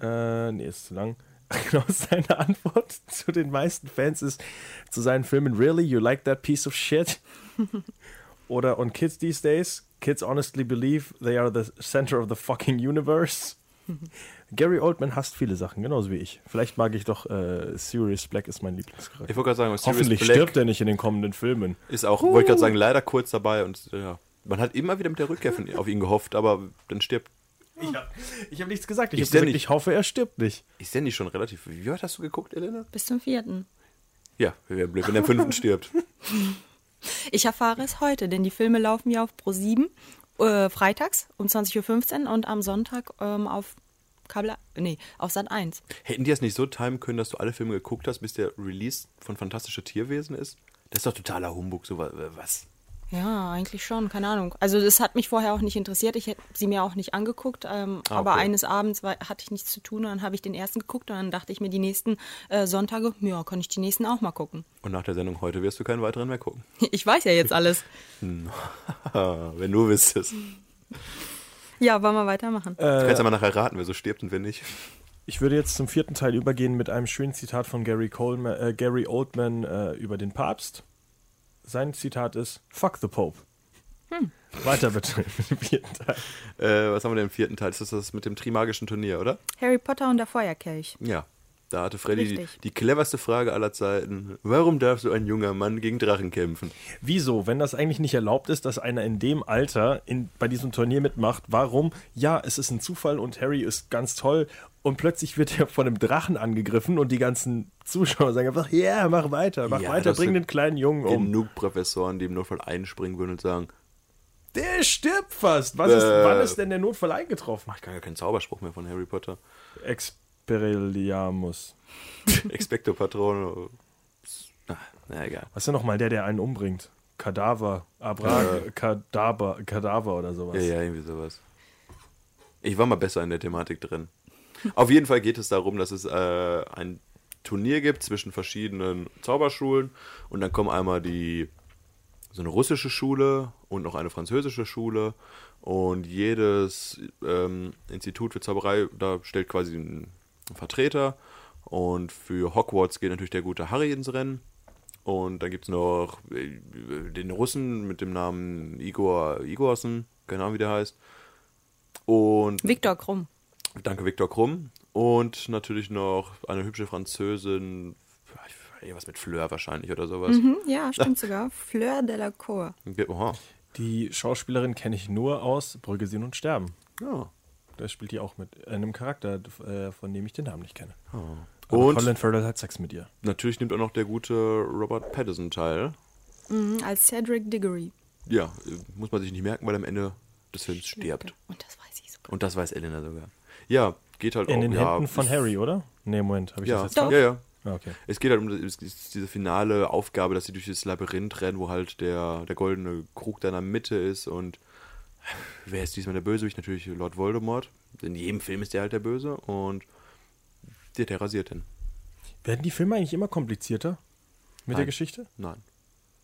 E: Äh, nee, ist zu lang. Genau, seine Antwort zu den meisten Fans ist zu seinen Filmen Really, you like that piece of shit? Oder on Kids These Days, Kids honestly believe they are the center of the fucking universe. Gary Oldman hasst viele Sachen, genauso wie ich. Vielleicht mag ich doch äh, Sirius Black ist mein Lieblingscharakter.
F: Ich wollte gerade sagen, Sirius
E: Hoffentlich
F: Black
E: stirbt er nicht in den kommenden Filmen.
F: ist auch, wollte ich gerade sagen, leider kurz dabei und äh, ja. Man hat immer wieder mit der Rückkehr von, auf ihn gehofft, aber dann stirbt.
E: Ich habe ich hab nichts gesagt. Ich,
F: Ich
E: hab
F: sehr
E: gesagt,
F: nicht.
E: ich hoffe, er stirbt nicht.
F: Ist denn nicht schon relativ. Wie weit hast du geguckt, Elena?
G: Bis zum vierten.
F: Ja, wäre blöd, wenn der fünften stirbt.
G: Ich erfahre es heute, denn die Filme laufen ja auf Pro 7 äh, freitags um 20.15 Uhr und am Sonntag ähm, auf Kabel, nee, auf Sat 1.
F: Hätten die das nicht so timen können, dass du alle Filme geguckt hast, bis der Release von Fantastische Tierwesen ist? Das ist doch totaler Humbug, so wa- wa- was.
G: Ja, eigentlich schon, keine Ahnung. Also das hat mich vorher auch nicht interessiert. Ich hätte sie mir auch nicht angeguckt. Ähm,
F: Ah,
G: Aber
F: okay.
G: eines Abends war, hatte ich nichts zu tun. Dann habe ich den ersten geguckt und dann dachte ich mir die nächsten äh, Sonntage, ja, kann ich die nächsten auch mal gucken.
F: Und nach der Sendung heute wirst du keinen weiteren mehr gucken.
G: Ich weiß ja jetzt alles.
F: Wenn du wüsstest. Du
H: Ja, wollen wir weitermachen.
F: kannst ja mal nachher raten, wer so stirbt und wer nicht.
E: Ich würde jetzt zum vierten Teil übergehen mit einem schönen Zitat von Gary, Coleman, äh, Gary Oldman äh, über den Papst. Sein Zitat ist Fuck the Pope. Weiter bitte mit dem vierten Teil.
F: Äh, was haben wir denn im vierten Teil? Das ist das mit dem Trimagischen Turnier, oder?
H: Harry Potter und der Feuerkelch.
F: Ja. Da hatte Freddy die,
H: Richtig.
F: die cleverste Frage aller Zeiten. Warum darf so ein junger Mann gegen Drachen kämpfen?
E: Wieso, wenn das eigentlich nicht erlaubt ist, dass einer in dem Alter in, bei diesem Turnier mitmacht, warum? Ja, es ist ein Zufall und Harry ist ganz toll und plötzlich wird er von einem Drachen angegriffen und die ganzen Zuschauer sagen einfach, ja, mach weiter, mach
F: Ja,
E: weiter,
F: das
E: bring
F: sind
E: den kleinen Jungen um.
F: Genug Professoren, die im Notfall einspringen würden und sagen,
E: Der stirbt fast. Was ist,
F: Äh.
E: wann ist denn der Notfall eingetroffen?
F: "Ah, ich kann ja keinen Zauberspruch mehr von Harry Potter.
E: Expelliarmus.
F: Expecto Patrono. Na, oh, ah, na egal.
E: Was ist denn nochmal der, der einen umbringt? Kadaver, Abra, Kadaver, Kadaver oder sowas.
F: Ja, ja, irgendwie sowas. Ich war mal besser in der Thematik drin. Auf jeden Fall geht es darum, dass es äh, ein Turnier gibt zwischen verschiedenen Zauberschulen und dann kommen einmal die so eine russische Schule und noch eine französische Schule und jedes ähm, Institut für Zauberei da stellt quasi einen Vertreter und für Hogwarts geht natürlich der gute Harry ins Rennen und dann gibt es noch äh, den Russen mit dem Namen Igor Igorsen, keine Ahnung wie der heißt und
G: Viktor Krumm.
F: Danke, Viktor Krumm. Und natürlich noch eine hübsche Französin, irgendwas mit Fleur wahrscheinlich oder sowas.
H: Hm, ja, stimmt sogar. Fleur Delacour.
E: Mhm.
F: Ge- Oha.
E: Die Schauspielerin kenne ich nur aus Brügge sehen und sterben.
F: Ja.
E: Da spielt die auch mit einem Charakter, äh, von dem ich den Namen nicht kenne. Aber
F: Und
E: Colin Farrell hat Sex mit ihr.
F: natürlich nimmt auch noch der gute Robert Pattinson teil.
H: Mhm, als Cedric Diggory.
F: Ja, äh, muss man sich nicht merken, weil am Ende des Films stirbt.
G: Und das weiß ich sogar.
F: Und das weiß Elena sogar. Ja, geht halt
E: In
F: auch.
E: den
F: ja,
E: Händen von
F: ist-
E: Harry, oder? Nee, Moment, habe ich
F: Ja,
E: das jetzt falsch?
F: ja, ja.
E: Ah, okay.
F: Es geht halt um das- es- diese finale Aufgabe, dass sie durch das Labyrinth rennen, wo halt der, der goldene Krug da in der Mitte ist und wer ist diesmal der Bösewicht? Natürlich Lord Voldemort. In jedem Film ist der halt der Böse und der, der rasiert den.
E: Werden die Filme eigentlich immer komplizierter mit der Geschichte?
F: Nein,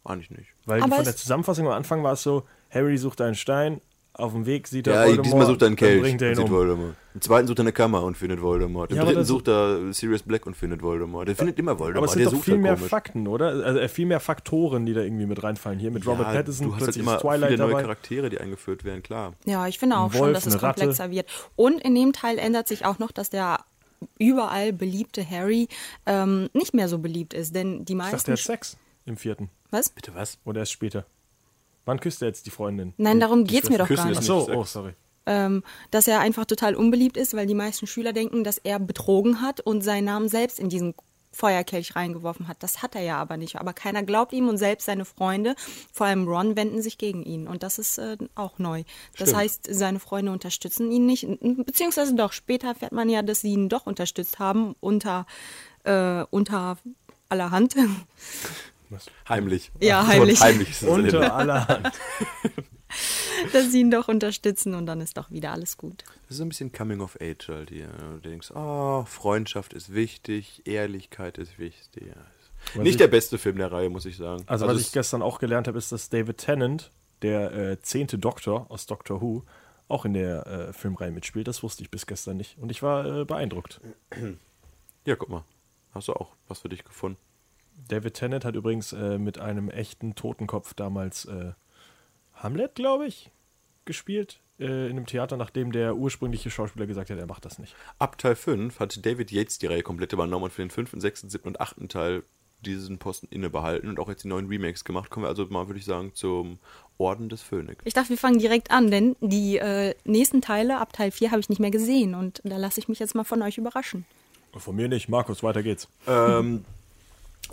F: eigentlich nicht.
E: Weil
G: Aber
E: von
G: es-
E: der Zusammenfassung am Anfang war es so, Harry sucht einen Stein, auf dem Weg sieht er
F: Ja,
E: Voldemort,
F: diesmal sucht er einen
E: dann
F: Kelch
E: bringt
F: und
E: er ihn
F: sieht
E: um.
F: Voldemort. Im zweiten sucht er eine Kammer und findet Voldemort. Im
E: Ja, aber
F: dritten
E: das- Äh,
F: sucht er Sirius Black und findet Voldemort. Der findet immer Voldemort.
E: Aber es
F: der
E: sind doch
F: sucht
E: viel
F: halt
E: mehr
F: komisch.
E: Fakten, oder? Also äh, viel mehr Faktoren, die da irgendwie mit reinfallen. Hier mit Robert
F: ja,
E: Pattinson,
F: du hast halt
E: plötzlich
F: immer
E: ist Twilight
F: viele neue
E: dabei.
F: Charaktere, die eingeführt werden, klar.
G: Ja, ich finde auch
E: Ein
G: schon,
E: Wolf,
G: dass
E: eine
G: es komplexer wird. Und in dem Teil ändert sich auch noch, dass der überall beliebte Harry ähm, nicht mehr so beliebt ist, denn die
E: Ich dachte, der
G: meisten...
E: hat Sex im vierten.
G: was?
F: Bitte was?
E: Oder erst später. Wann küsst er jetzt die Freundin?
G: Nein, darum geht es mir doch
F: Küssen
G: gar
F: ist
G: nicht.
E: Ach so,
F: Sex.
E: oh, sorry.
G: ähm, dass er einfach total unbeliebt ist, weil die meisten Schüler denken, dass er betrogen hat und seinen Namen selbst in diesen Feuerkelch reingeworfen hat. Das hat er ja aber nicht. Aber keiner glaubt ihm und selbst seine Freunde, vor allem Ron, wenden sich gegen ihn. Und das ist äh, auch neu. Das
F: Stimmt.
G: heißt, seine Freunde unterstützen ihn nicht. Beziehungsweise doch, später erfährt man ja, dass sie ihn doch unterstützt haben unter, äh, unter allerhand.
F: Heimlich.
G: Ja,
F: Ach,
G: heimlich.
F: Heimlich ist das Elena.
E: Unter aller Hand.
G: dass sie ihn doch unterstützen und dann ist doch wieder alles gut.
F: Das ist so ein bisschen Coming of Age halt hier. Du denkst, oh, Freundschaft ist wichtig, Ehrlichkeit ist wichtig. Ja. Nicht
E: ich-
F: der beste Film der Reihe, muss ich sagen.
E: Also, was ich
F: es-
E: gestern auch gelernt habe, ist, dass David Tennant, der äh, zehnte Doktor aus Doctor Who, auch in der äh, Filmreihe mitspielt. Das wusste ich bis gestern nicht. Und ich war äh, beeindruckt.
F: ja, guck mal. Hast du auch was für dich gefunden?
E: David Tennant hat übrigens äh, mit einem echten Totenkopf damals äh, Hamlet, glaube ich, gespielt. Äh, in einem Theater, nachdem der ursprüngliche Schauspieler gesagt hat, er macht das nicht.
F: Ab Teil 5 hat David Yates die Reihe komplett übernommen und für den fünften, sechsten, siebten und achten Teil diesen Posten innebehalten und auch jetzt die neuen Remakes gemacht. Kommen wir also mal, würde ich sagen, zum Orden des Phönix.
G: Ich dachte, wir fangen direkt an, denn die äh, nächsten Teile ab Teil 4 habe ich nicht mehr gesehen und da lasse ich mich jetzt mal von euch überraschen.
E: Von mir nicht. Markus, weiter geht's.
F: Ähm,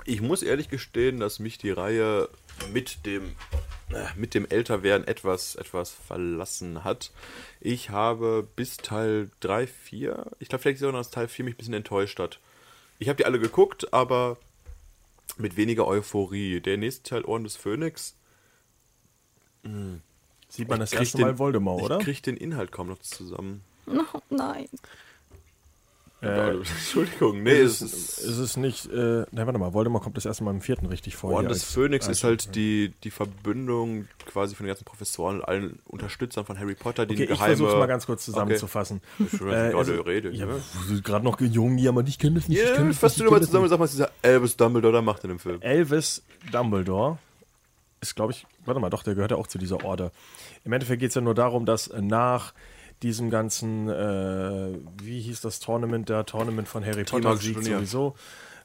F: ich muss ehrlich gestehen, dass mich die Reihe mit dem äh, mit dem Älterwerden etwas, etwas verlassen hat. Ich habe bis Teil 3, 4, ich glaube vielleicht sogar, dass Teil 4 mich ein bisschen enttäuscht hat. Ich habe die alle geguckt, aber mit weniger Euphorie. Der nächste Teil Orden des Phönix.
E: Sieht man das
F: krieg
E: erste
F: den-
E: Mal Voldemort, oder?
F: Ich krieg den Inhalt kaum noch zusammen.
G: Oh, nein.
E: Äh,
F: Entschuldigung, nee, es ist.
E: es ist nicht, äh, nein, warte mal, Voldemort kommt das erste Mal im vierten richtig vor.
F: Orden
E: hier
F: des
E: als-
F: Phönix
E: als-
F: ist halt die, die Verbindung quasi von den ganzen Professoren und allen Unterstützern von Harry Potter, die
E: Okay, ich
F: geheime...
E: versuche es mal ganz kurz zusammenzufassen. Äh, also,
F: Ich will nicht gerade reden,
E: ja,
F: ne?
E: wir sind gerade noch jung, ja, aber ich kenne das nicht. ich
F: Okay.
E: kenn
F: Ja,
E: das
F: fass du
E: nicht, ich Äh,
F: doch mal
E: kenn das
F: zusammen und sag mal, was dieser Elvis Dumbledore macht in dem Film.
E: Elvis Dumbledore ist, glaube ich, warte mal, doch, der gehört ja auch zu dieser Order. Im Endeffekt geht es ja nur darum, dass nach diesem ganzen, äh, wie hieß das Tournament da, Tournament von Harry Potter
F: Magische
E: siegt
F: Turnier.
E: sowieso,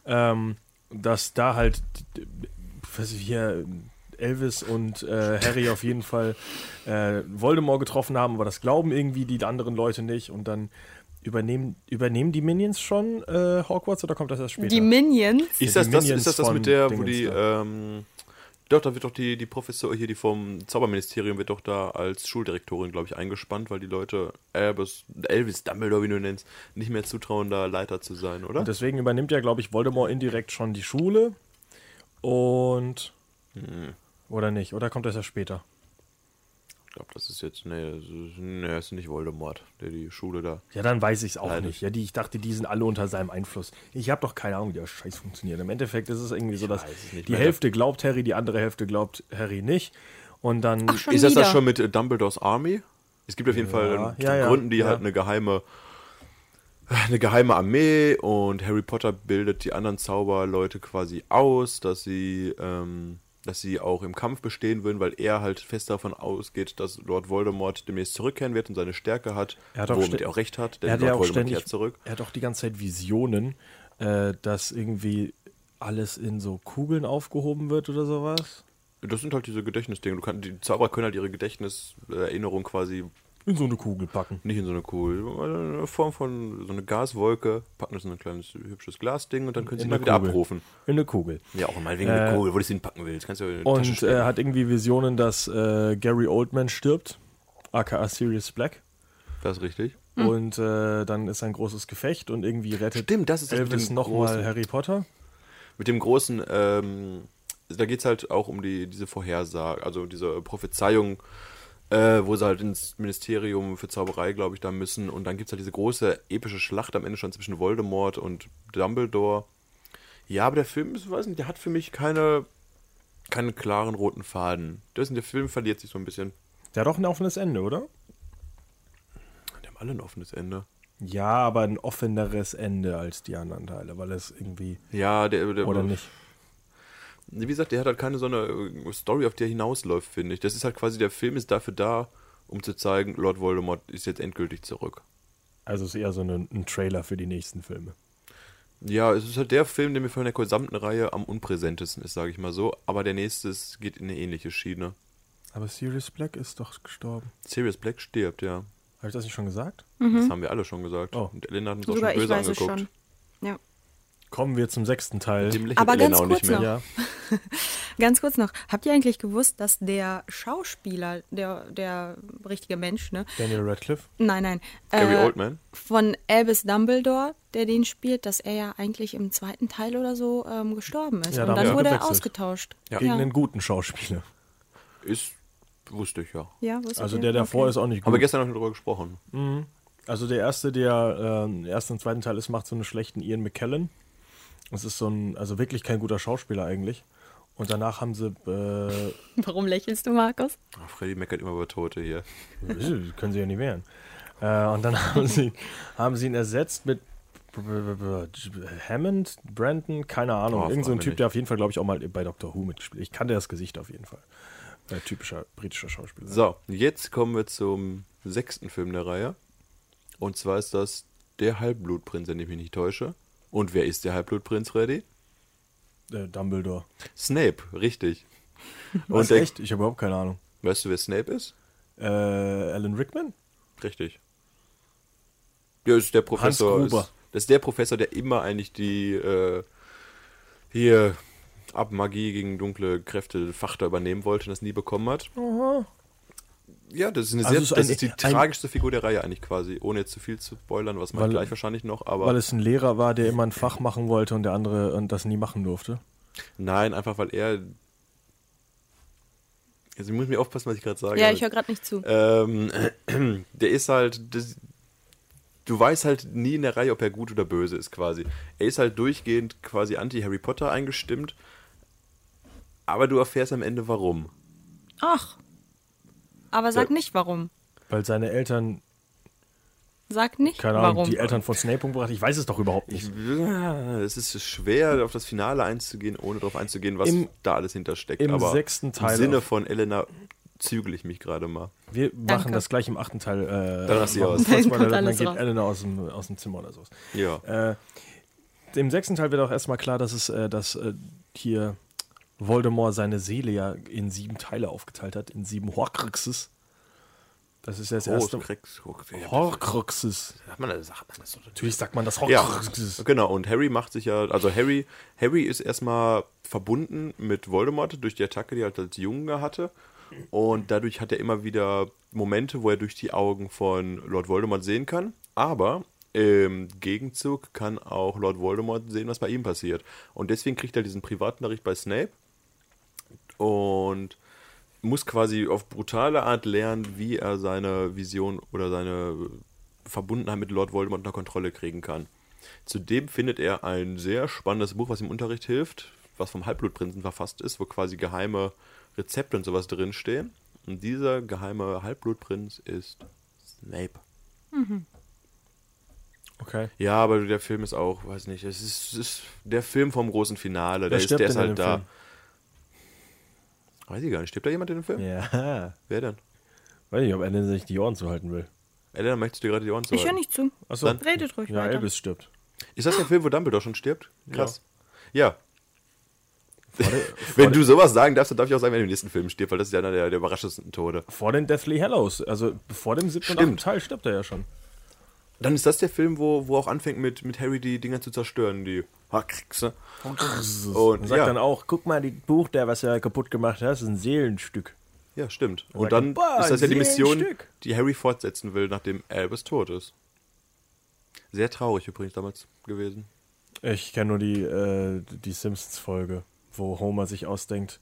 E: ähm, dass da halt, d- d- was ich hier, Elvis und äh, Harry auf jeden Fall äh, Voldemort getroffen haben, aber das glauben irgendwie die anderen Leute nicht und dann übernehmen, übernehmen die Minions schon äh, Hogwarts oder kommt das erst später?
H: Die Minions.
F: Ist
E: Ja,
F: das
E: die
F: das,
E: Minions
F: ist das, das
E: von
F: mit der, wo
E: Dingens
F: die...
E: da.
F: Ähm, doch, da wird doch die, die Professor hier, die vom Zauberministerium, wird doch da als Schuldirektorin, glaube ich, eingespannt, weil die Leute Elvis, Elvis Dumbledore, wie du ihn nennst, nicht mehr zutrauen, da Leiter zu sein, oder?
E: Und deswegen übernimmt ja, glaube ich, Voldemort indirekt schon die Schule. Und.
F: Hm.
E: Oder nicht? Oder kommt das ja später?
F: Ich glaube, das ist jetzt, nee, das ist, nee, das ist nicht Voldemort, der die Schule da.
E: Ja, dann weiß ich es auch
F: Leider.
E: nicht. Ja, die, ich dachte, die sind alle unter seinem Einfluss. Ich habe doch keine Ahnung, wie der Scheiß funktioniert. Im Endeffekt ist es irgendwie so, dass
F: weiß es nicht
E: die
F: mehr.
E: Hälfte glaubt Harry, die andere Hälfte glaubt Harry nicht. Und dann.
H: Schon
F: ist das
H: wieder.
F: das schon mit äh, Dumbledores Army? Es gibt auf jeden Fall äh,
E: ja, ja,
F: Gründen, die
E: ja.
F: halt eine geheime äh, eine geheime Armee und Harry Potter bildet die anderen Zauberleute quasi aus, dass sie ähm, dass sie auch im Kampf bestehen würden, weil er halt fest davon ausgeht, dass Lord Voldemort demnächst zurückkehren wird und seine Stärke hat,
E: Er hat auch
F: womit
E: stä-
F: er auch recht hat, denn
E: er hat
F: Lord
E: ja auch
F: Voldemort
E: ständig,
F: kehrt zurück.
E: er hat auch die ganze Zeit Visionen, äh, dass irgendwie alles in so Kugeln aufgehoben wird oder sowas.
F: Das sind halt diese Gedächtnisdinge. Du kann, die Zauberer können halt ihre Gedächtniserinnerung quasi
E: In so eine Kugel packen.
F: Nicht in so eine Kugel, sondern eine Form von so eine Gaswolke, packen das in ein kleines hübsches Glasding und dann können sie
E: In
F: mal
E: eine
F: wieder
E: Kugel.
F: abrufen.
E: In eine Kugel.
F: Ja, auch mal wegen eine Kugel, wo du es hinpacken willst. Kannst du ja in die Tasche
E: Und
F: stecken.
E: er hat irgendwie Visionen, dass äh, Gary Oldman stirbt, aka Sirius Black.
F: das ist richtig.
E: Und äh, dann ist ein großes Gefecht und irgendwie rettet
F: Stimmt, das ist das mit
E: Elvis
F: dem
E: nochmal
F: großen-
E: Harry Potter.
F: Mit dem großen, ähm, da geht es halt auch um die, diese Vorhersage, also diese Prophezeiung, äh, wo sie halt ins Ministerium für Zauberei, glaube ich, da müssen. Und dann gibt es halt diese große epische Schlacht am Ende schon zwischen Voldemort und Dumbledore. Ja, aber der Film ist, weiß nicht, der hat für mich keine, keine klaren roten Faden. Das, der Film verliert sich so ein bisschen.
E: Der hat doch ein offenes Ende, oder?
F: Die haben alle ein offenes Ende.
E: Ja, aber ein offeneres Ende als die anderen Teile, weil es irgendwie.
F: Ja, der, der
E: Oder nicht?
F: Wie gesagt, der hat halt keine so eine äh, Story, auf die er hinausläuft, finde ich. Das ist halt quasi, der Film ist dafür da, um zu zeigen, Lord Voldemort ist jetzt endgültig zurück.
E: Also es ist eher so ein, ein Trailer für die nächsten Filme.
F: Ja, es ist halt der Film, der mir von der gesamten Reihe am unpräsentesten ist, sage ich mal so. Aber der nächste ist- geht in eine ähnliche Schiene.
E: Aber Sirius Black ist doch gestorben.
F: Sirius Black stirbt, ja.
E: Habe ich das nicht schon gesagt?
F: Das haben wir alle schon gesagt.
E: Oh.
F: Und Elena hat uns auch
H: Mhm. Sogar
F: schon
H: ich
F: böse
H: weiß es
F: angeguckt.
H: schon. Ja.
E: Kommen wir zum sechsten Teil.
F: Dem lächelt
G: Aber
F: Elena
G: ganz
F: auch nicht
G: kurz
F: mehr.
G: noch.
E: ja.
G: Ganz kurz noch, habt ihr eigentlich gewusst, dass der Schauspieler, der, der richtige Mensch, ne?
E: Daniel Radcliffe.
G: Nein, nein.
F: Gary
G: äh,
F: Oldman?
G: Von Albus Dumbledore, der den spielt, dass er ja eigentlich im zweiten Teil oder so ähm, gestorben ist.
E: Ja, da
G: Und
E: haben
G: dann
E: sie
G: wurde
E: gewechselt.
G: er ausgetauscht.
E: Gegen
G: ja.
E: einen guten Schauspieler.
F: Ist, wusste ich ja.
G: ja wusste
E: Also
G: ich.
E: der davor
G: Okay.
E: ist auch nicht gut.
F: Haben wir gestern noch drüber gesprochen.
E: Also der erste, der äh, ersten und zweiten Teil ist, macht so einen schlechten Ian McKellen. Das ist so ein, also wirklich kein guter Schauspieler eigentlich. Und danach haben sie, äh,
G: Warum lächelst du, Markus?
F: Ach, Freddy meckert immer über Tote hier.
E: können sie ja nicht wehren. Äh, und dann haben sie, haben sie ihn ersetzt mit Hammond, Brandon, keine Ahnung.
F: Oh,
E: Irgend so
F: frag
E: ein
F: mich
E: Typ,
F: nicht.
E: der auf jeden Fall, glaube ich, auch mal bei Doctor Who mitgespielt. hat. Ich kannte das Gesicht auf jeden Fall. Äh, typischer britischer Schauspieler.
F: So, jetzt kommen wir zum sechsten Film der Reihe. Und zwar ist das Der Halbblutprinz, wenn ich mich nicht täusche. Und wer ist der Halbblutprinz, Freddy?
E: Äh, Dumbledore.
F: Snape, richtig.
E: Was,
F: der-
E: echt? Ich habe überhaupt keine Ahnung.
F: Weißt du, wer Snape ist?
E: Äh, Alan Rickman?
F: Richtig. Ja, ist der Professor.
E: Gruber.
F: Ist, das ist der Professor, der immer eigentlich die äh, hier ab Magie gegen dunkle Kräfte Fachter übernehmen wollte und das nie bekommen hat. Ja, das ist, eine
E: Also
F: sehr,
E: es ist
F: das
E: ein-
F: ist die
E: ein-
F: tragischste Figur der Reihe eigentlich quasi, ohne jetzt zu viel zu spoilern, was man
E: Weil-
F: gleich wahrscheinlich noch, aber
E: Weil es ein Lehrer war, der immer ein Fach machen wollte und der andere und das nie machen durfte.
F: Nein, einfach weil er. Also ich muss mir aufpassen, was ich gerade sage.
H: Ja,
F: aber-
H: ich höre gerade nicht zu.
E: Äh,
F: Ähm, der ist halt. Das, du weißt halt nie in der Reihe, ob er gut oder böse ist, quasi. Er ist halt durchgehend quasi anti-Harry Potter eingestimmt. Aber du erfährst am Ende warum.
G: Ach. Aber sag
E: Äh,
F: Ja.
G: nicht warum.
E: Weil seine Eltern,
G: Sag nicht
E: keine Ahnung,
G: warum.
E: die Eltern von Snape umgebracht, ich weiß es doch überhaupt nicht.
F: Es ist schwer, auf das Finale einzugehen, ohne darauf einzugehen, was
E: Im-
F: da alles hintersteckt.
E: im
F: aber
E: sechsten Teil
F: Im Sinne
E: auf-
F: von Elena zügle ich mich gerade mal.
E: Wir machen
G: Danke.
E: das gleich im achten Teil. Äh,
F: Dann lass sie
E: machen
F: aus.
E: wir
G: Dann
E: Spoiler,
G: kommt
E: dann
G: alles
E: geht
G: raus.
E: Elena aus dem, aus dem Zimmer oder so.
F: Ja.
E: Äh, Im sechsten Teil wird auch erstmal klar, dass es, äh, dass äh, hier Voldemort seine Seele ja in sieben Teile aufgeteilt hat, in sieben Horcruxes. Das ist ja das
F: Oh,
E: erste.
F: Horcrux. Horcrux.
E: Horcruxes.
F: Sagt man das- sagt man das so?
E: Natürlich sagt man das
F: Ja,
E: Horcruxes.
F: genau. Und Harry macht sich ja, also Harry, Harry ist erstmal verbunden mit Voldemort durch die Attacke, die er halt als Junge hatte. Und dadurch hat er immer wieder Momente, wo er durch die Augen von Lord Voldemort sehen kann. Aber im Gegenzug kann auch Lord Voldemort sehen, was bei ihm passiert. Und deswegen kriegt er diesen Privatnachricht bei Snape und muss quasi auf brutale Art lernen, wie er seine Vision oder seine Verbundenheit mit Lord Voldemort unter Kontrolle kriegen kann. Zudem findet er ein sehr spannendes Buch, was im Unterricht hilft, was vom Halbblutprinzen verfasst ist, wo quasi geheime Rezepte und sowas drinstehen. Und dieser geheime Halbblutprinz ist Snape.
E: Okay.
F: Ja, aber der Film ist auch, weiß nicht, es ist, es ist der Film vom großen Finale.
E: Wer
F: Der ist,
E: stirbt
F: der ist
E: denn in
F: halt
E: dem
F: da.
E: Film?
F: Weiß ich gar nicht. Stirbt da jemand in dem Film?
E: Ja.
F: Wer denn?
E: Weiß nicht, ob Elena sich die Ohren zuhalten will.
F: Elena, möchtest du dir gerade die Ohren
G: ich höre
F: zuhalten?
G: nicht zu.
E: Achso.
F: Dann-
H: Redet ruhig
E: ja,
H: weiter.
E: Elvis stirbt.
F: Ist das der Film, wo Dumbledore schon stirbt? Krass. Ja.
E: vor
F: Wenn du sowas sagen darfst, dann darf ich auch sagen, wenn du im nächsten Film stirbt, weil das ist ja einer der, der überraschendsten Tode.
E: Vor den Deathly Hallows. Also vor dem siebten und
F: Stimmt.
E: achten Teil stirbt er ja schon.
F: Dann ist das der Film, wo, wo auch anfängt, mit, mit Harry die Dinger zu zerstören, die Hackse.
E: Und
F: Und
E: sagt
F: ja,
E: dann auch, guck mal, die Buch, der was er kaputt gemacht hat, ist ein Seelenstück.
F: ja, stimmt.
E: sagt
F: Und dann
E: er, "Boah,
F: ist das ja die
E: sehr
F: Mission,
E: Stück."
F: die Harry fortsetzen will, nachdem Albus tot ist. Sehr traurig übrigens damals gewesen.
E: Ich kenne nur die, äh, die Simpsons-Folge, wo Homer sich ausdenkt,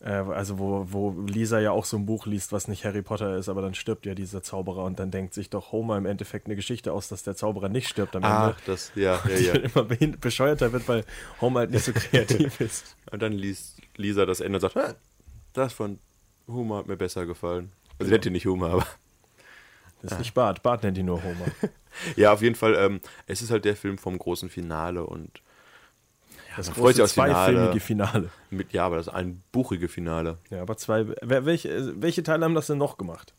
E: äh, also wo, wo Lisa ja auch so ein Buch liest, was nicht Harry Potter ist, aber dann stirbt ja dieser Zauberer und dann denkt sich doch Homer im Endeffekt eine Geschichte aus, dass der Zauberer nicht stirbt am Ende.
F: Ach, das, ja, Ah. ja,
E: Die
F: ja.
E: dann immer behin- bescheuerter wird, weil Homer halt nicht so kreativ ist.
F: Und dann liest Lisa das Ende und sagt, "Hä, das von Humor hat mir besser gefallen. Also, nennt ihr nicht Humor, aber.
E: Das ist nicht Bart, Bart nennt ihn nur Homer.
F: Ah. Ja, auf jeden Fall, ähm, es ist halt der Film vom großen Finale und
E: Das
F: man freut sich aufs Finale.
E: zweifilmige Finale.
F: mit, ja, aber das einbuchige Finale.
E: Ja, aber zwei. Wer, welche, äh, welche Teile haben das denn noch gemacht?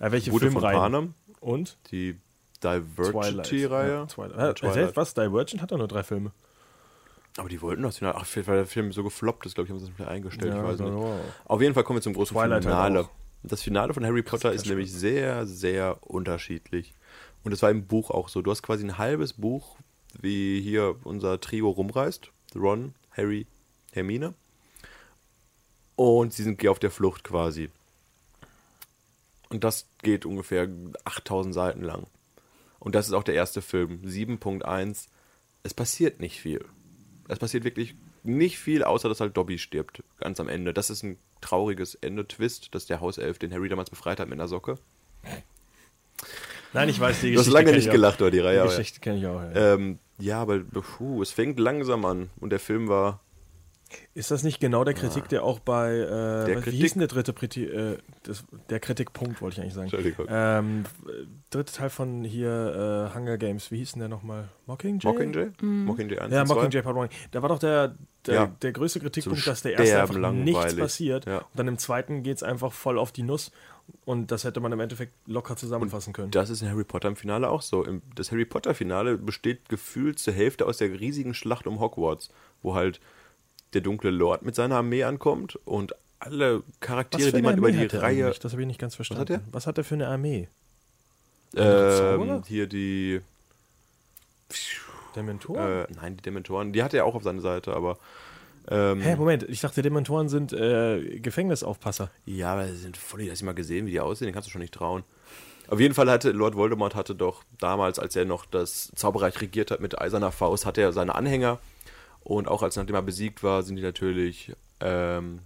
E: Äh, welche
F: Wurde von
E: Filmreihen?
F: Panem,
E: Und?
F: die
E: Twilight.
F: Divergity-Reihe.
E: Ja, Twilight. Äh,
F: Twilight.
E: Was? Divergent hat doch nur drei Filme.
F: Aber die wollten das Finale. Ach, weil der Film so gefloppt ist, glaube ich, haben sie das wieder eingestellt.
E: Ja,
F: ich weiß nicht.
E: genau.
F: Auf jeden Fall kommen wir zum großen
E: Twilight halt
F: Finale.
E: auch.
F: das Finale von Harry Potter ist nämlich sehr, sehr unterschiedlich. Und das war im Buch auch so. Du hast quasi ein halbes Buch, wie hier unser Trio rumreist. Ron, Harry, Hermine. Und sie sind auf der Flucht quasi. Und das geht ungefähr 8000 Seiten lang. Und das ist auch der erste Film. 7.1. Es passiert nicht viel. Es passiert wirklich nicht viel, außer dass halt Dobby stirbt. Ganz am Ende. Das ist ein trauriges Ende-Twist, dass der Hauself den Harry damals befreit hat mit einer Socke.
E: Nein, ich weiß die
F: Du hast
E: Geschichte.
F: lange
E: kenn
F: nicht
E: ich auch.
F: gelacht, oder die
E: Die
F: Reihe. aber ja.
E: Geschichte kenne ich auch. Ja.
F: Ähm, ja, aber puh, es fängt langsam an. Und der Film war.
E: ist das nicht genau der Kritik, der auch bei. Äh, was- Wie
F: Ah. Kritik-
E: hieß denn der dritte Priti, äh, das, Der Kritikpunkt, wollte ich eigentlich sagen.
F: Entschuldigung.
E: Ähm, dritte Teil von hier äh, Hunger Games. Wie hieß denn der nochmal? Mockingjay?
F: Mockingjay? Mockingjay 1
E: Ja,
F: und 2?
E: Mockingjay Part One. Da war doch der, der,
F: Ja.
E: der größte Kritikpunkt,
F: Zum
E: dass der erste einfach
F: Sterben
E: nichts
F: langweilig.
E: passiert.
F: Ja.
E: Und dann im zweiten geht es einfach voll auf die Nuss. Und das hätte man im Endeffekt locker zusammenfassen können.
F: Das ist in Harry Potter im Finale auch so. Im- Das Harry Potter Finale besteht gefühlt zur Hälfte aus der riesigen Schlacht um Hogwarts, wo halt der dunkle Lord mit seiner Armee ankommt und alle Charaktere, die man über die Reihe.
E: Das habe ich nicht ganz verstanden.
F: verstanden.
E: Was hat er für eine Armee? Zauberer?
F: Ähm, hier die. Äh,
E: Dementoren?
F: nein, die Dementoren. Die hat er auch auf seiner Seite, aber. Ähm,
E: Hä, Moment, ich dachte, Dementoren sind äh, Gefängnisaufpasser.
F: Ja, aber das sind voll, hast du mal gesehen, wie die aussehen, den kannst du schon nicht trauen. Auf jeden Fall hatte Lord Voldemort hatte doch damals, als er noch das Zauberreich regiert hat mit eiserner Faust, hatte er seine Anhänger Und auch als nachdem er besiegt war, sind die natürlich ähm,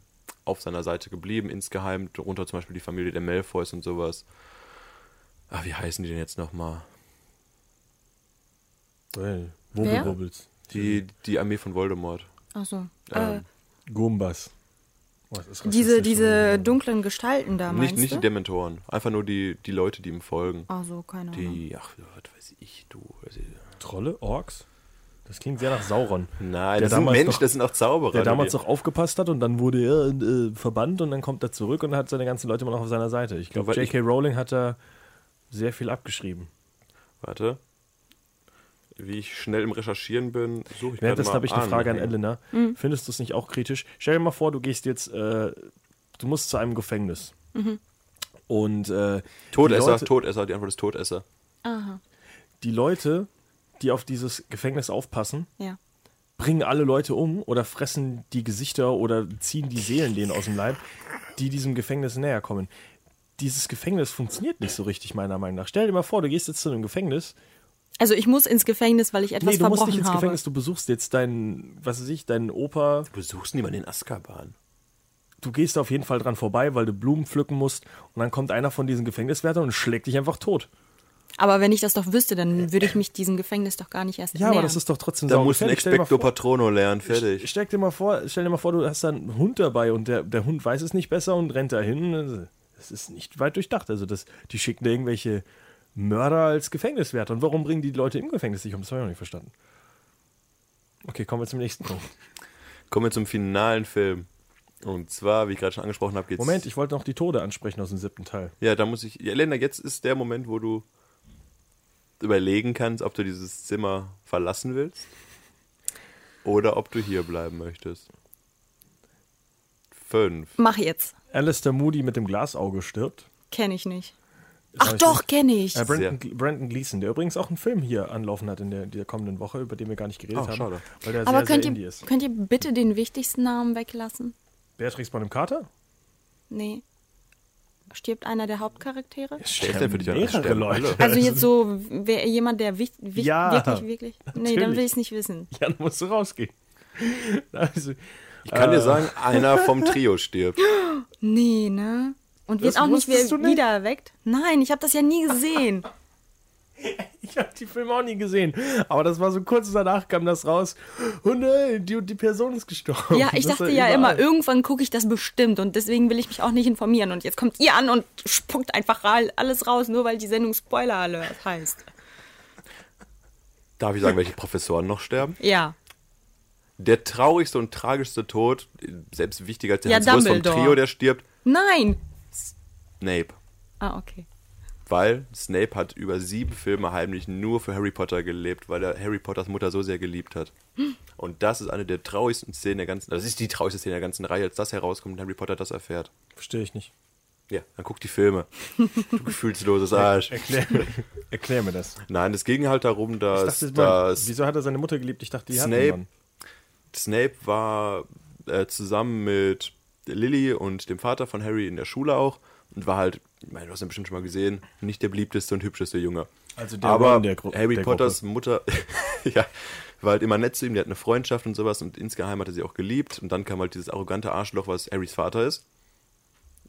F: auf seiner Seite geblieben, insgeheim, darunter zum Beispiel die Familie der Malfoys und sowas. Ach, wie heißen die denn jetzt nochmal?
E: Hey, Wubbelwubbels. Hm.
F: Die, die Armee von Voldemort.
G: Ach so. Äh,
F: Ähm,
E: Gumbas. Oh, das ist
G: Diese,
E: rassistisch,
G: diese
E: oder?
G: dunklen Gestalten da, Ah, meinst
F: nicht nicht
G: du? Ah.
F: die Dementoren, einfach nur die, die Leute, die ihm folgen.
G: Ach so, keine Ahnung.
F: Die, ach, was weiß ich, du. also, weiß ich-
E: Trolle, Orks? Das klingt sehr nach Sauron.
F: Nein,
E: Der
F: das sind
E: damals
F: Mensch,
E: doch-
F: das sind auch Zauberer. ne,
E: Der damals
F: die-
E: noch aufgepasst hat und dann wurde er äh, verbannt und dann kommt er zurück und hat seine ganzen Leute immer noch auf seiner Seite. Ich glaube,
F: Weil ich-
E: J.K. Rowling hat da sehr viel abgeschrieben.
F: Warte. Wie ich schnell im Recherchieren bin, suche ich gerade
E: Währenddessen
F: mal
E: habe ich eine
F: an.
E: Frage an Elena. Findest du es nicht auch kritisch? Stell dir mal vor, du gehst jetzt, äh, du musst zu einem Gefängnis. Und äh,
F: Todesser,
E: die Leute,
F: Todesser, die Antwort ist Todesser.
E: die Leute, die auf dieses Gefängnis aufpassen,
G: Ja.
E: bringen alle Leute um oder fressen die Gesichter oder ziehen die Seelen denen aus dem Leib, die diesem Gefängnis näher kommen. Dieses Gefängnis funktioniert nicht so richtig, meiner Meinung nach. Stell dir mal vor, du gehst jetzt zu einem Gefängnis.
G: Also ich muss ins Gefängnis, weil ich etwas
E: nee, du musst
G: verbrochen
E: nicht ins
G: habe.
E: Gefängnis, du besuchst jetzt deinen, was weiß ich, deinen Opa.
F: Du suchst niemanden in Azkaban.
E: Du gehst da auf jeden Fall dran vorbei, weil du Blumen pflücken musst. Und dann kommt einer von diesen Gefängniswärtern und schlägt dich einfach tot.
G: Aber wenn ich das doch wüsste, dann würde ich mich diesem Gefängnis doch gar nicht erst
E: Ja, aber
G: nähern.
E: das ist doch trotzdem
F: Da
E: sau
F: musst du
E: gefährlich. Stell dir mal
F: Expecto
E: vor-
F: Patrono lernen, fertig.
E: Steck dir mal vor, stell dir mal vor, du hast da einen Hund dabei und der, der Hund weiß es nicht besser und rennt dahin. Das ist nicht weit durchdacht. Also das, die schicken da irgendwelche Mörder als Gefängniswärter. Und warum bringen die Leute im Gefängnis nicht um? Das habe ich noch nicht verstanden. Okay, kommen wir zum nächsten Punkt.
F: Kommen wir zum finalen Film. Und zwar, wie ich gerade schon angesprochen habe, geht's.
E: Moment, ich wollte noch die Tode ansprechen aus dem siebten Teil.
F: Ja, da muss ich. Ja, Elena, jetzt ist der Moment, wo du überlegen kannst, ob du dieses Zimmer verlassen willst oder ob du hier bleiben möchtest. Fünf.
G: Mach jetzt.
E: Alistair Moody mit dem Glasauge stirbt.
G: Kenne ich nicht.
E: hab
G: Ach
E: ich
G: doch, kenne ich.
E: Äh, Brandon, Brandon Gleason, der übrigens auch einen Film hier anlaufen hat in der, der kommenden Woche, über den wir gar nicht geredet
F: Oh,
E: haben.
F: schade.
E: Weil der
G: aber
E: sehr, sehr
G: könnt,
E: indie
G: ihr,
E: ist.
G: könnt ihr bitte den wichtigsten Namen weglassen?
E: Beatrix von dem Kater?
G: Nee. Stirbt einer der Hauptcharaktere?
F: Wer ist denn für dich
E: Mehrere
F: an der Stelle?
E: Leute.
F: Alle.
G: Also jetzt so wer, jemand, der wich, wich,
E: Äh, Ja,
G: wirklich, wirklich. Nee, dann
E: natürlich.
G: will ich es nicht wissen.
E: Ja, dann musst du rausgehen. Also,
F: Ich kann
G: Äh.
F: dir sagen, einer vom Trio stirbt.
G: Nee, ne? Und wird
E: Das
G: auch nicht,
E: wusstest
G: wieder
E: du nicht?
G: wieder erweckt? Nein, ich habe das ja nie gesehen.
E: ich habe die Filme auch nie gesehen. Aber das war so kurz danach kam das raus. Oh nein, die, die Person ist gestorben.
G: Ja, ich
E: Das
G: dachte
E: war
G: ja
E: überall.
G: immer, irgendwann gucke ich das bestimmt und deswegen will ich mich auch nicht informieren. Und jetzt kommt ihr an und spuckt einfach all- alles raus, nur weil die Sendung Spoiler Alert heißt.
F: Darf ich sagen, welche Professoren noch sterben?
G: Ja.
F: Der traurigste und tragischste Tod, selbst wichtiger als der
G: Ja,
F: Hans Wurst vom
G: Dumbledore.
F: Trio, der stirbt,
G: Nein!
F: Snape.
G: Ah, okay.
F: Weil Snape hat über sieben Filme heimlich nur für Harry Potter gelebt, weil er Harry Potters Mutter so sehr geliebt hat. Und das ist eine der traurigsten Szenen der ganzen, das ist die traurigste Szene der ganzen Reihe, als das herauskommt und Harry Potter das erfährt.
E: Verstehe ich nicht.
F: Ja, dann guck die Filme. Du gefühlsloses Arsch.
E: Erklär, erklär mir das.
F: Nein, es ging halt darum, dass,
E: Ich dachte,
F: dass
E: wieso hat er seine Mutter geliebt? Ich dachte, die
F: Snape-
E: hat einen Mann.
F: Snape war äh, zusammen mit Lily und dem Vater von Harry in der Schule auch und war halt, ich meine, du hast ihn bestimmt schon mal gesehen, nicht der beliebteste und hübscheste Junge.
E: Also der
F: Aber
E: Ron der Gru-
F: Harry
E: der
F: Potters Mutter, ja, war halt immer nett zu ihm, der hat eine Freundschaft und sowas und insgeheim hat er sie auch geliebt und dann kam halt dieses arrogante Arschloch, was Harrys Vater ist.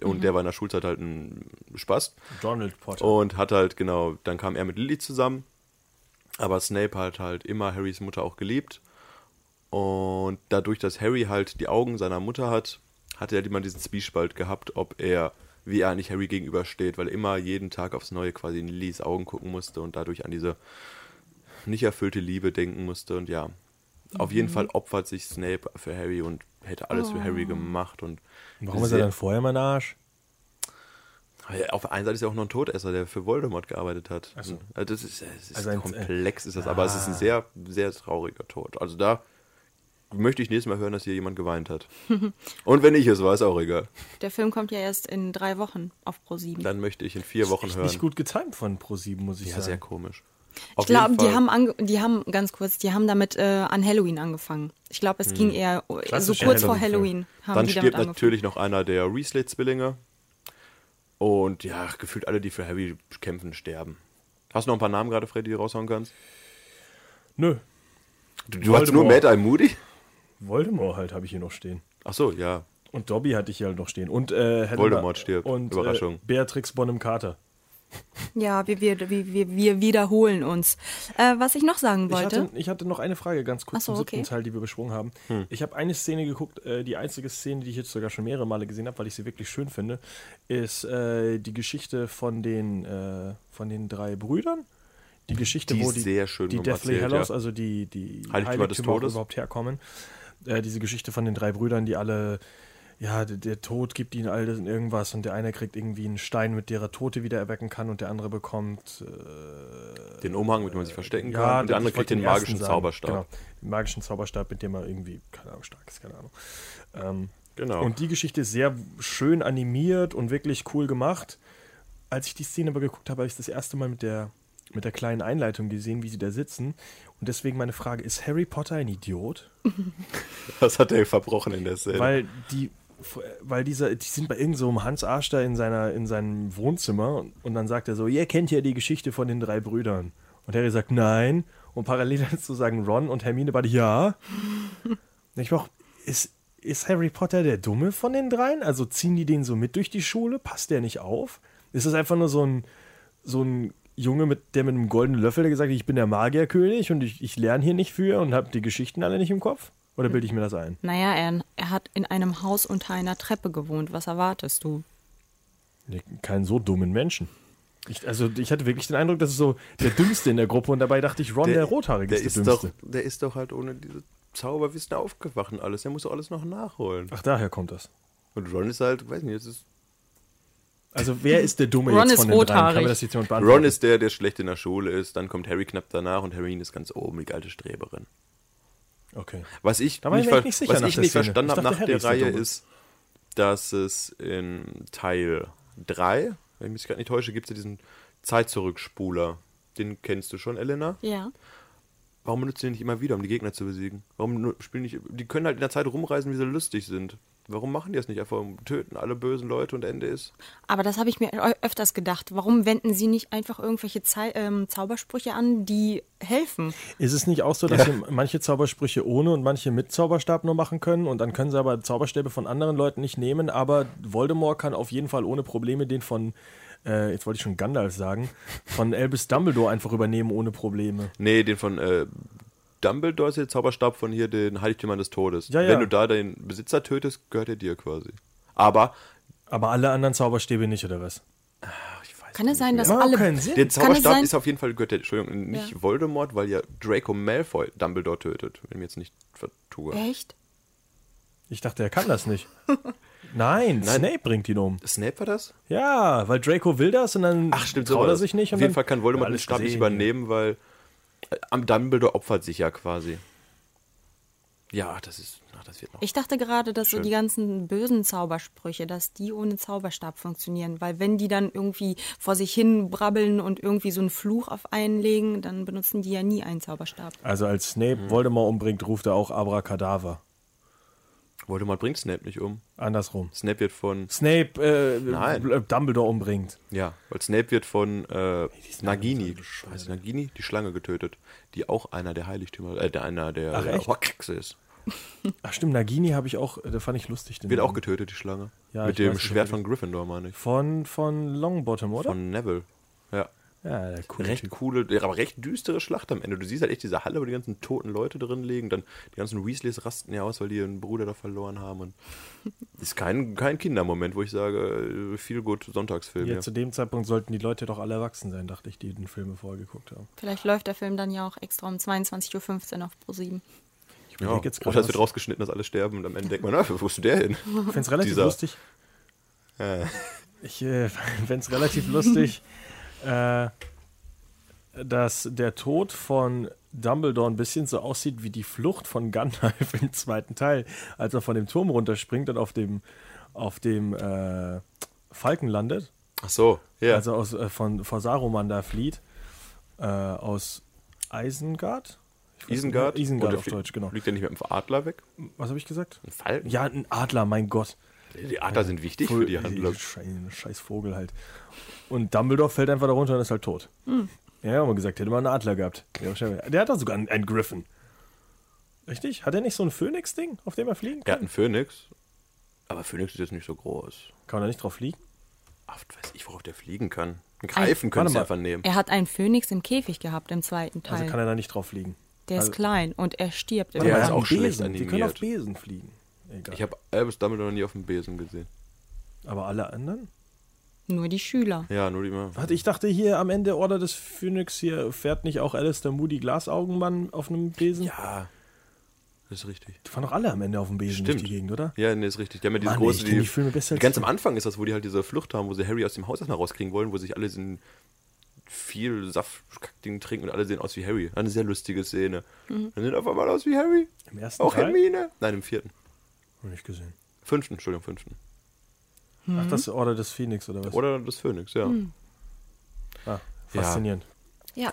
E: Mhm.
F: Und der war in der Schulzeit halt ein Spaß.
E: Donald Potter.
F: Und hat halt, genau, dann kam er mit Lily zusammen. Aber Snape hat halt immer Harrys Mutter auch geliebt. Und dadurch, dass Harry halt die Augen seiner Mutter hat, hat er halt immer diesen Zwiespalt gehabt, ob er, wie er eigentlich Harry gegenübersteht, weil er immer jeden Tag aufs Neue quasi in Lillys Augen gucken musste und dadurch an diese nicht erfüllte Liebe denken musste. Und ja, auf
E: Mhm.
F: jeden Fall opfert sich Snape für Harry und hätte alles für Harry gemacht. Und
E: Oh. Warum ist er dann vorher mein Arsch?
F: ja, Auf der einen Seite ist ja auch noch ein Todesser, der für Voldemort gearbeitet hat.
E: so.
F: Also das ist, es ist
E: Also ein-
F: komplex, ist das, aber es ist ein sehr, sehr trauriger Tod. Also da möchte ich nächstes Mal hören, dass hier jemand geweint hat. Und wenn ich es war, ist auch egal.
G: Der Film kommt ja erst in drei Wochen auf Pro7.
F: Dann möchte ich in vier Wochen hören.
E: Nicht gut getimt von Pro7, muss ich
F: ja,
E: sagen.
F: sehr komisch.
G: Ich glaube, die haben ange die haben ganz kurz, die haben damit äh, an Halloween angefangen. Ich glaube, es ging eher äh, so
E: Klassischer
G: kurz vor
E: Halloween-Film.
G: Halloween haben
F: Hm. Dann
G: die
F: stirbt
G: damit angefangen.
F: natürlich noch einer der Weasley-Zwillinge. Und ja, gefühlt alle, die für Harry kämpfen, sterben. Hast du noch ein paar Namen gerade, Freddy, die du raushauen kannst?
E: Nö.
F: Du, du hast nur
E: Voldemort.
F: Mad Eye Moody?
E: Voldemort halt habe ich hier noch stehen.
F: Ach so, ja.
E: Und Dobby hatte ich hier halt noch stehen. Und äh, Helena-
F: Voldemort stirbt.
E: Und,
F: Überraschung.
E: Äh, Beatrix Bonham Carter.
G: Ja, wir, wir, wir, wir, wir wiederholen uns. Äh, was ich noch sagen
E: Ich
G: wollte.
E: hatte, ich hatte noch eine Frage ganz kurz
G: Ach so,
E: zum siebten
G: okay.
E: Teil, die wir besprungen haben.
F: Hm.
E: Ich habe eine Szene geguckt, äh, die einzige Szene, die ich jetzt sogar schon mehrere Male gesehen habe, weil ich sie wirklich schön finde, ist äh, die Geschichte von den, äh, von den drei Brüdern. Die Geschichte,
F: Die
E: wo
F: ist
E: die,
F: sehr schön
E: die
F: nochmal
E: Deathly
F: erzählt,
E: Hallows,
F: ja.
E: also die, die
F: Heiligtümer des
E: auch
F: Todes.
E: überhaupt herkommen. Äh, diese Geschichte von den drei Brüdern, die alle, ja, der, der Tod gibt ihnen all das und irgendwas und der eine kriegt irgendwie einen Stein, mit der er Tote wieder erwecken kann und der andere bekommt äh,
F: Den Umhang, mit dem man sich verstecken kann. und
E: das-
F: der andere
E: ich wollte
F: kriegt den
E: den ersten
F: magischen
E: sagen.
F: Zauberstab.
E: Genau, den magischen Zauberstab, mit dem er irgendwie, keine Ahnung, stark ist, keine Ahnung. Ähm,
F: Genau.
E: Und die Geschichte ist sehr schön animiert und wirklich cool gemacht. Als ich die Szene aber geguckt habe, habe ich das erste Mal mit der, mit der kleinen Einleitung gesehen, wie sie da sitzen. Und deswegen meine Frage, ist Harry Potter ein Idiot?
F: Das hat er verbrochen in der Szene.
E: Genau. Weil die weil dieser, die sind bei irgendeinem so einem Hans Arsch da in, seiner, in seinem Wohnzimmer und, und dann sagt er so, ihr kennt ja die Geschichte von den drei Brüdern. Und Harry sagt, nein. Und parallel dazu sagen Ron und Hermine beide, ja. Und ich mach, ist, ist Harry Potter der Dumme von den dreien? Also ziehen die den so mit durch die Schule? Passt der nicht auf? Ist das einfach nur so ein, so ein Junge, mit, der mit einem goldenen Löffel der gesagt hat, ich bin der Magierkönig und ich, ich lerne hier nicht für und habe die Geschichten alle nicht im Kopf? Oder bilde ich mir das ein?
G: Naja, er, er hat in einem Haus unter einer Treppe gewohnt. Was erwartest du?
E: Nee, keinen so dummen Menschen. Ich, also ich hatte wirklich den Eindruck, das ist so der Dümmste in der Gruppe und dabei dachte ich, Ron, der, Rothaarige
F: der
E: ist der
F: ist doch,
E: Dümmste.
F: Der ist doch halt ohne diese Zauberwissen aufgewacht und alles. Der muss doch alles noch nachholen.
E: Ach, daher kommt das.
F: Und Ron ist halt, weiß nicht, jetzt ist,
E: Also wer ist der Dumme
G: Ron
E: jetzt
G: ist
E: von den dreien? Kann
G: rothaarig.
E: mir das jetzt jemand beantworten?
F: Ron ist der, der schlecht in der Schule ist. Dann kommt Harry knapp danach und Hermine ist ganz oben, die alte Streberin.
E: Okay.
F: Was ich
E: Da war ich
F: nicht,
E: mir
F: ver
E: echt nicht sicher
F: was
E: nach
F: ich
E: der
F: nicht
E: Szene.
F: verstanden
E: Ich
F: habe
E: dachte,
F: nach
E: Harry
F: der
E: ist der
F: Reihe
E: Dumme.
F: ist, dass es in Teil 3, wenn ich mich gerade nicht täusche, gibt es ja diesen Zeitzurückspuler. Den kennst du schon, Elena?
G: Ja.
F: Warum benutzt du den nicht immer wieder, um die Gegner zu besiegen? Warum nu- spielen nicht. Die können halt in der Zeit rumreisen, wie sie lustig sind. Warum machen die das nicht einfach? um Töten alle bösen Leute und Ende ist.
G: Aber das habe ich mir ö- öfters gedacht. Warum wenden sie nicht einfach irgendwelche Zei ähm, Zaubersprüche an, die helfen?
E: Ist es nicht auch so, dass sie manche Zaubersprüche ohne und manche mit Zauberstab nur machen können und dann können sie aber Zauberstäbe von anderen Leuten nicht nehmen, aber Voldemort kann auf jeden Fall ohne Probleme den von, äh, jetzt wollte ich schon Gandalf sagen, von Elvis Dumbledore einfach übernehmen ohne Probleme.
F: Nee, den von äh, Dumbledore ist der Zauberstab von hier, den Heiligtümern des Todes.
E: Ja, ja.
F: Wenn du da den Besitzer tötest, gehört er dir quasi. Aber.
E: Aber alle anderen Zauberstäbe nicht, oder was?
F: Ach, ich weiß
G: Kann es sein, dass
E: Macht
G: alle.
E: keinen Sinn.
F: Der
G: Kann es
F: Zauberstab
G: sein-
F: ist auf jeden Fall gehört der, Entschuldigung, nicht
G: Ja.
F: Voldemort, weil ja Draco Malfoy Dumbledore tötet, wenn ich mir jetzt nicht vertue.
G: Echt?
E: Ich dachte, er kann das nicht. Nein, Snape bringt ihn um.
F: Snape war das?
E: Ja, weil Draco will das und dann
F: Ach, stimmt, so
E: traut
F: war
E: er
F: das.
E: sich nicht.
F: Auf
E: und
F: jeden
E: dann-
F: Fall kann Voldemort
E: Ja,
F: den
E: alles
F: Stab nicht
E: gesehen.
F: übernehmen, weil äh, am Dumbledore opfert sich ja quasi. Ja, das ist, ach, das wird noch.
G: Ich dachte gerade, dass so die ganzen bösen Zaubersprüche, dass die ohne Zauberstab funktionieren. Weil wenn die dann irgendwie vor sich hin brabbeln und irgendwie so einen Fluch auf einen legen, dann benutzen die ja nie einen Zauberstab.
E: Also als Snape
F: Mhm.
E: Voldemort umbringt, ruft er auch Abracadabra.
F: Voldemort bringt Snape nicht um.
E: Andersrum.
F: Snape wird von,
E: Snape äh,
F: Nein.
E: Bl- Dumbledore umbringt.
F: ja, weil Snape wird von äh, Nagini, heißt Nagini, die Schlange getötet, die auch einer der Heiligtümer, äh, der- einer der,
E: Ach,
F: der
E: echt?
F: Horcruxe ist.
E: Ach stimmt, Nagini habe ich auch, äh, da fand ich lustig. Den
F: Wird auch
E: Namen.
F: getötet, die Schlange.
E: Ja, ich
F: Mit dem
E: weiß nicht,
F: Schwert
E: wie-
F: von Gryffindor, meine ich.
E: Von, von Longbottom, oder?
F: Von Neville. Ja.
E: ja, der coole
F: recht
E: Typ.
F: coole, ja, aber recht düstere Schlacht am Ende. Du siehst halt echt diese Halle, wo die ganzen toten Leute drin liegen. Dann die ganzen Weasleys rasten ja aus, weil die ihren Bruder da verloren haben. Und ist kein, kein Kindermoment, wo ich sage, äh, viel gut Sonntagsfilm.
E: Ja,
F: Ja.
E: Zu dem Zeitpunkt sollten die Leute doch alle erwachsen sein, dachte ich, die den Film vorher geguckt haben.
G: Vielleicht läuft der Film dann ja auch extra um 22.15 Uhr auf ProSieben.
E: Ich
F: Ja. Oh,
E: überleg jetzt
F: Oder
E: gerade,
F: es wird
E: was-
F: rausgeschnitten, dass alle sterben und am Ende denkt man, na, wo ist denn der hin?
E: Ich find's relativ
F: Dieser-
E: lustig. Ich äh, find's relativ lustig, äh, dass der Tod von Dumbledore ein bisschen so aussieht wie die Flucht von Gandalf im zweiten Teil, als er von dem Turm runterspringt und auf dem, auf dem äh, Falken landet,
F: Ach so, ja.
E: also aus, äh, von, vor Saruman da flieht, äh, aus Isengard? Ich weiß nicht,
F: Isengard.
E: Isengard
F: Oder
E: auf
F: flie-
E: Deutsch, genau.
F: Fliegt der nicht mit dem Adler weg?
E: Was habe ich gesagt?
F: Ein Falken?
E: Ja, ein Adler, mein Gott.
F: Die Adler sind wichtig für die Handlung.
E: Scheiß, scheiß Vogel halt. Und Dumbledore fällt einfach da runter und ist halt tot.
G: Hm.
E: Ja, haben wir gesagt, hätte man einen Adler gehabt. Der, der hat da sogar einen, einen Griffin. Richtig? Hat er nicht so ein Phönix-Ding, auf dem er fliegen
F: Er
E: kann?
F: hat einen Phönix, aber Phönix ist jetzt nicht so groß.
E: Kann er nicht drauf fliegen?
F: Ach, weiß ich, worauf der fliegen kann. Einen Greifen
E: Warte
F: können sie
E: mal.
F: einfach nehmen.
G: Er hat einen Phönix im Käfig gehabt im zweiten Teil.
E: Also kann er da nicht drauf fliegen.
G: der ist klein und er stirbt
E: Warte
F: Der
E: mal,
F: ist
E: er hat
F: auch
E: einen
F: schlecht
E: Besen. Die können auf
F: animiert.
E: Besen fliegen. Egal.
F: Ich habe Albus Dumbledore noch nie auf dem Besen gesehen.
E: Aber alle anderen?
G: Nur die Schüler.
F: Ja, nur die mal.
E: Warte, ich dachte hier am Ende Order des Phönix hier fährt nicht auch Alistair Moody Glasaugenmann auf einem Besen?
F: Ja. Das ist richtig.
E: Die fahren doch alle am Ende auf dem Besen durch die Gegend, oder?
F: Ja, nee, ist richtig. Die haben ja diese
E: Mann,
F: große,
E: ich kenn die Filme besser als
F: ganz
E: du.
F: am Anfang ist das, wo die halt diese Flucht haben, wo sie Harry aus dem Haus erst noch rauskriegen wollen, wo sich alle diesen viel Saftding trinken und alle sehen aus wie Harry. Eine sehr lustige Szene. Dann sehen auf einmal aus wie Harry.
E: Im ersten
F: Auch
E: Teil?
F: Hermine. Nein, im vierten.
E: Hab nicht gesehen.
F: Fünften, Entschuldigung, fünften.
G: Hm.
E: Ach, das ist Order des Phoenix oder was?
F: Oder das Phönix, ja.
E: Ah, faszinierend.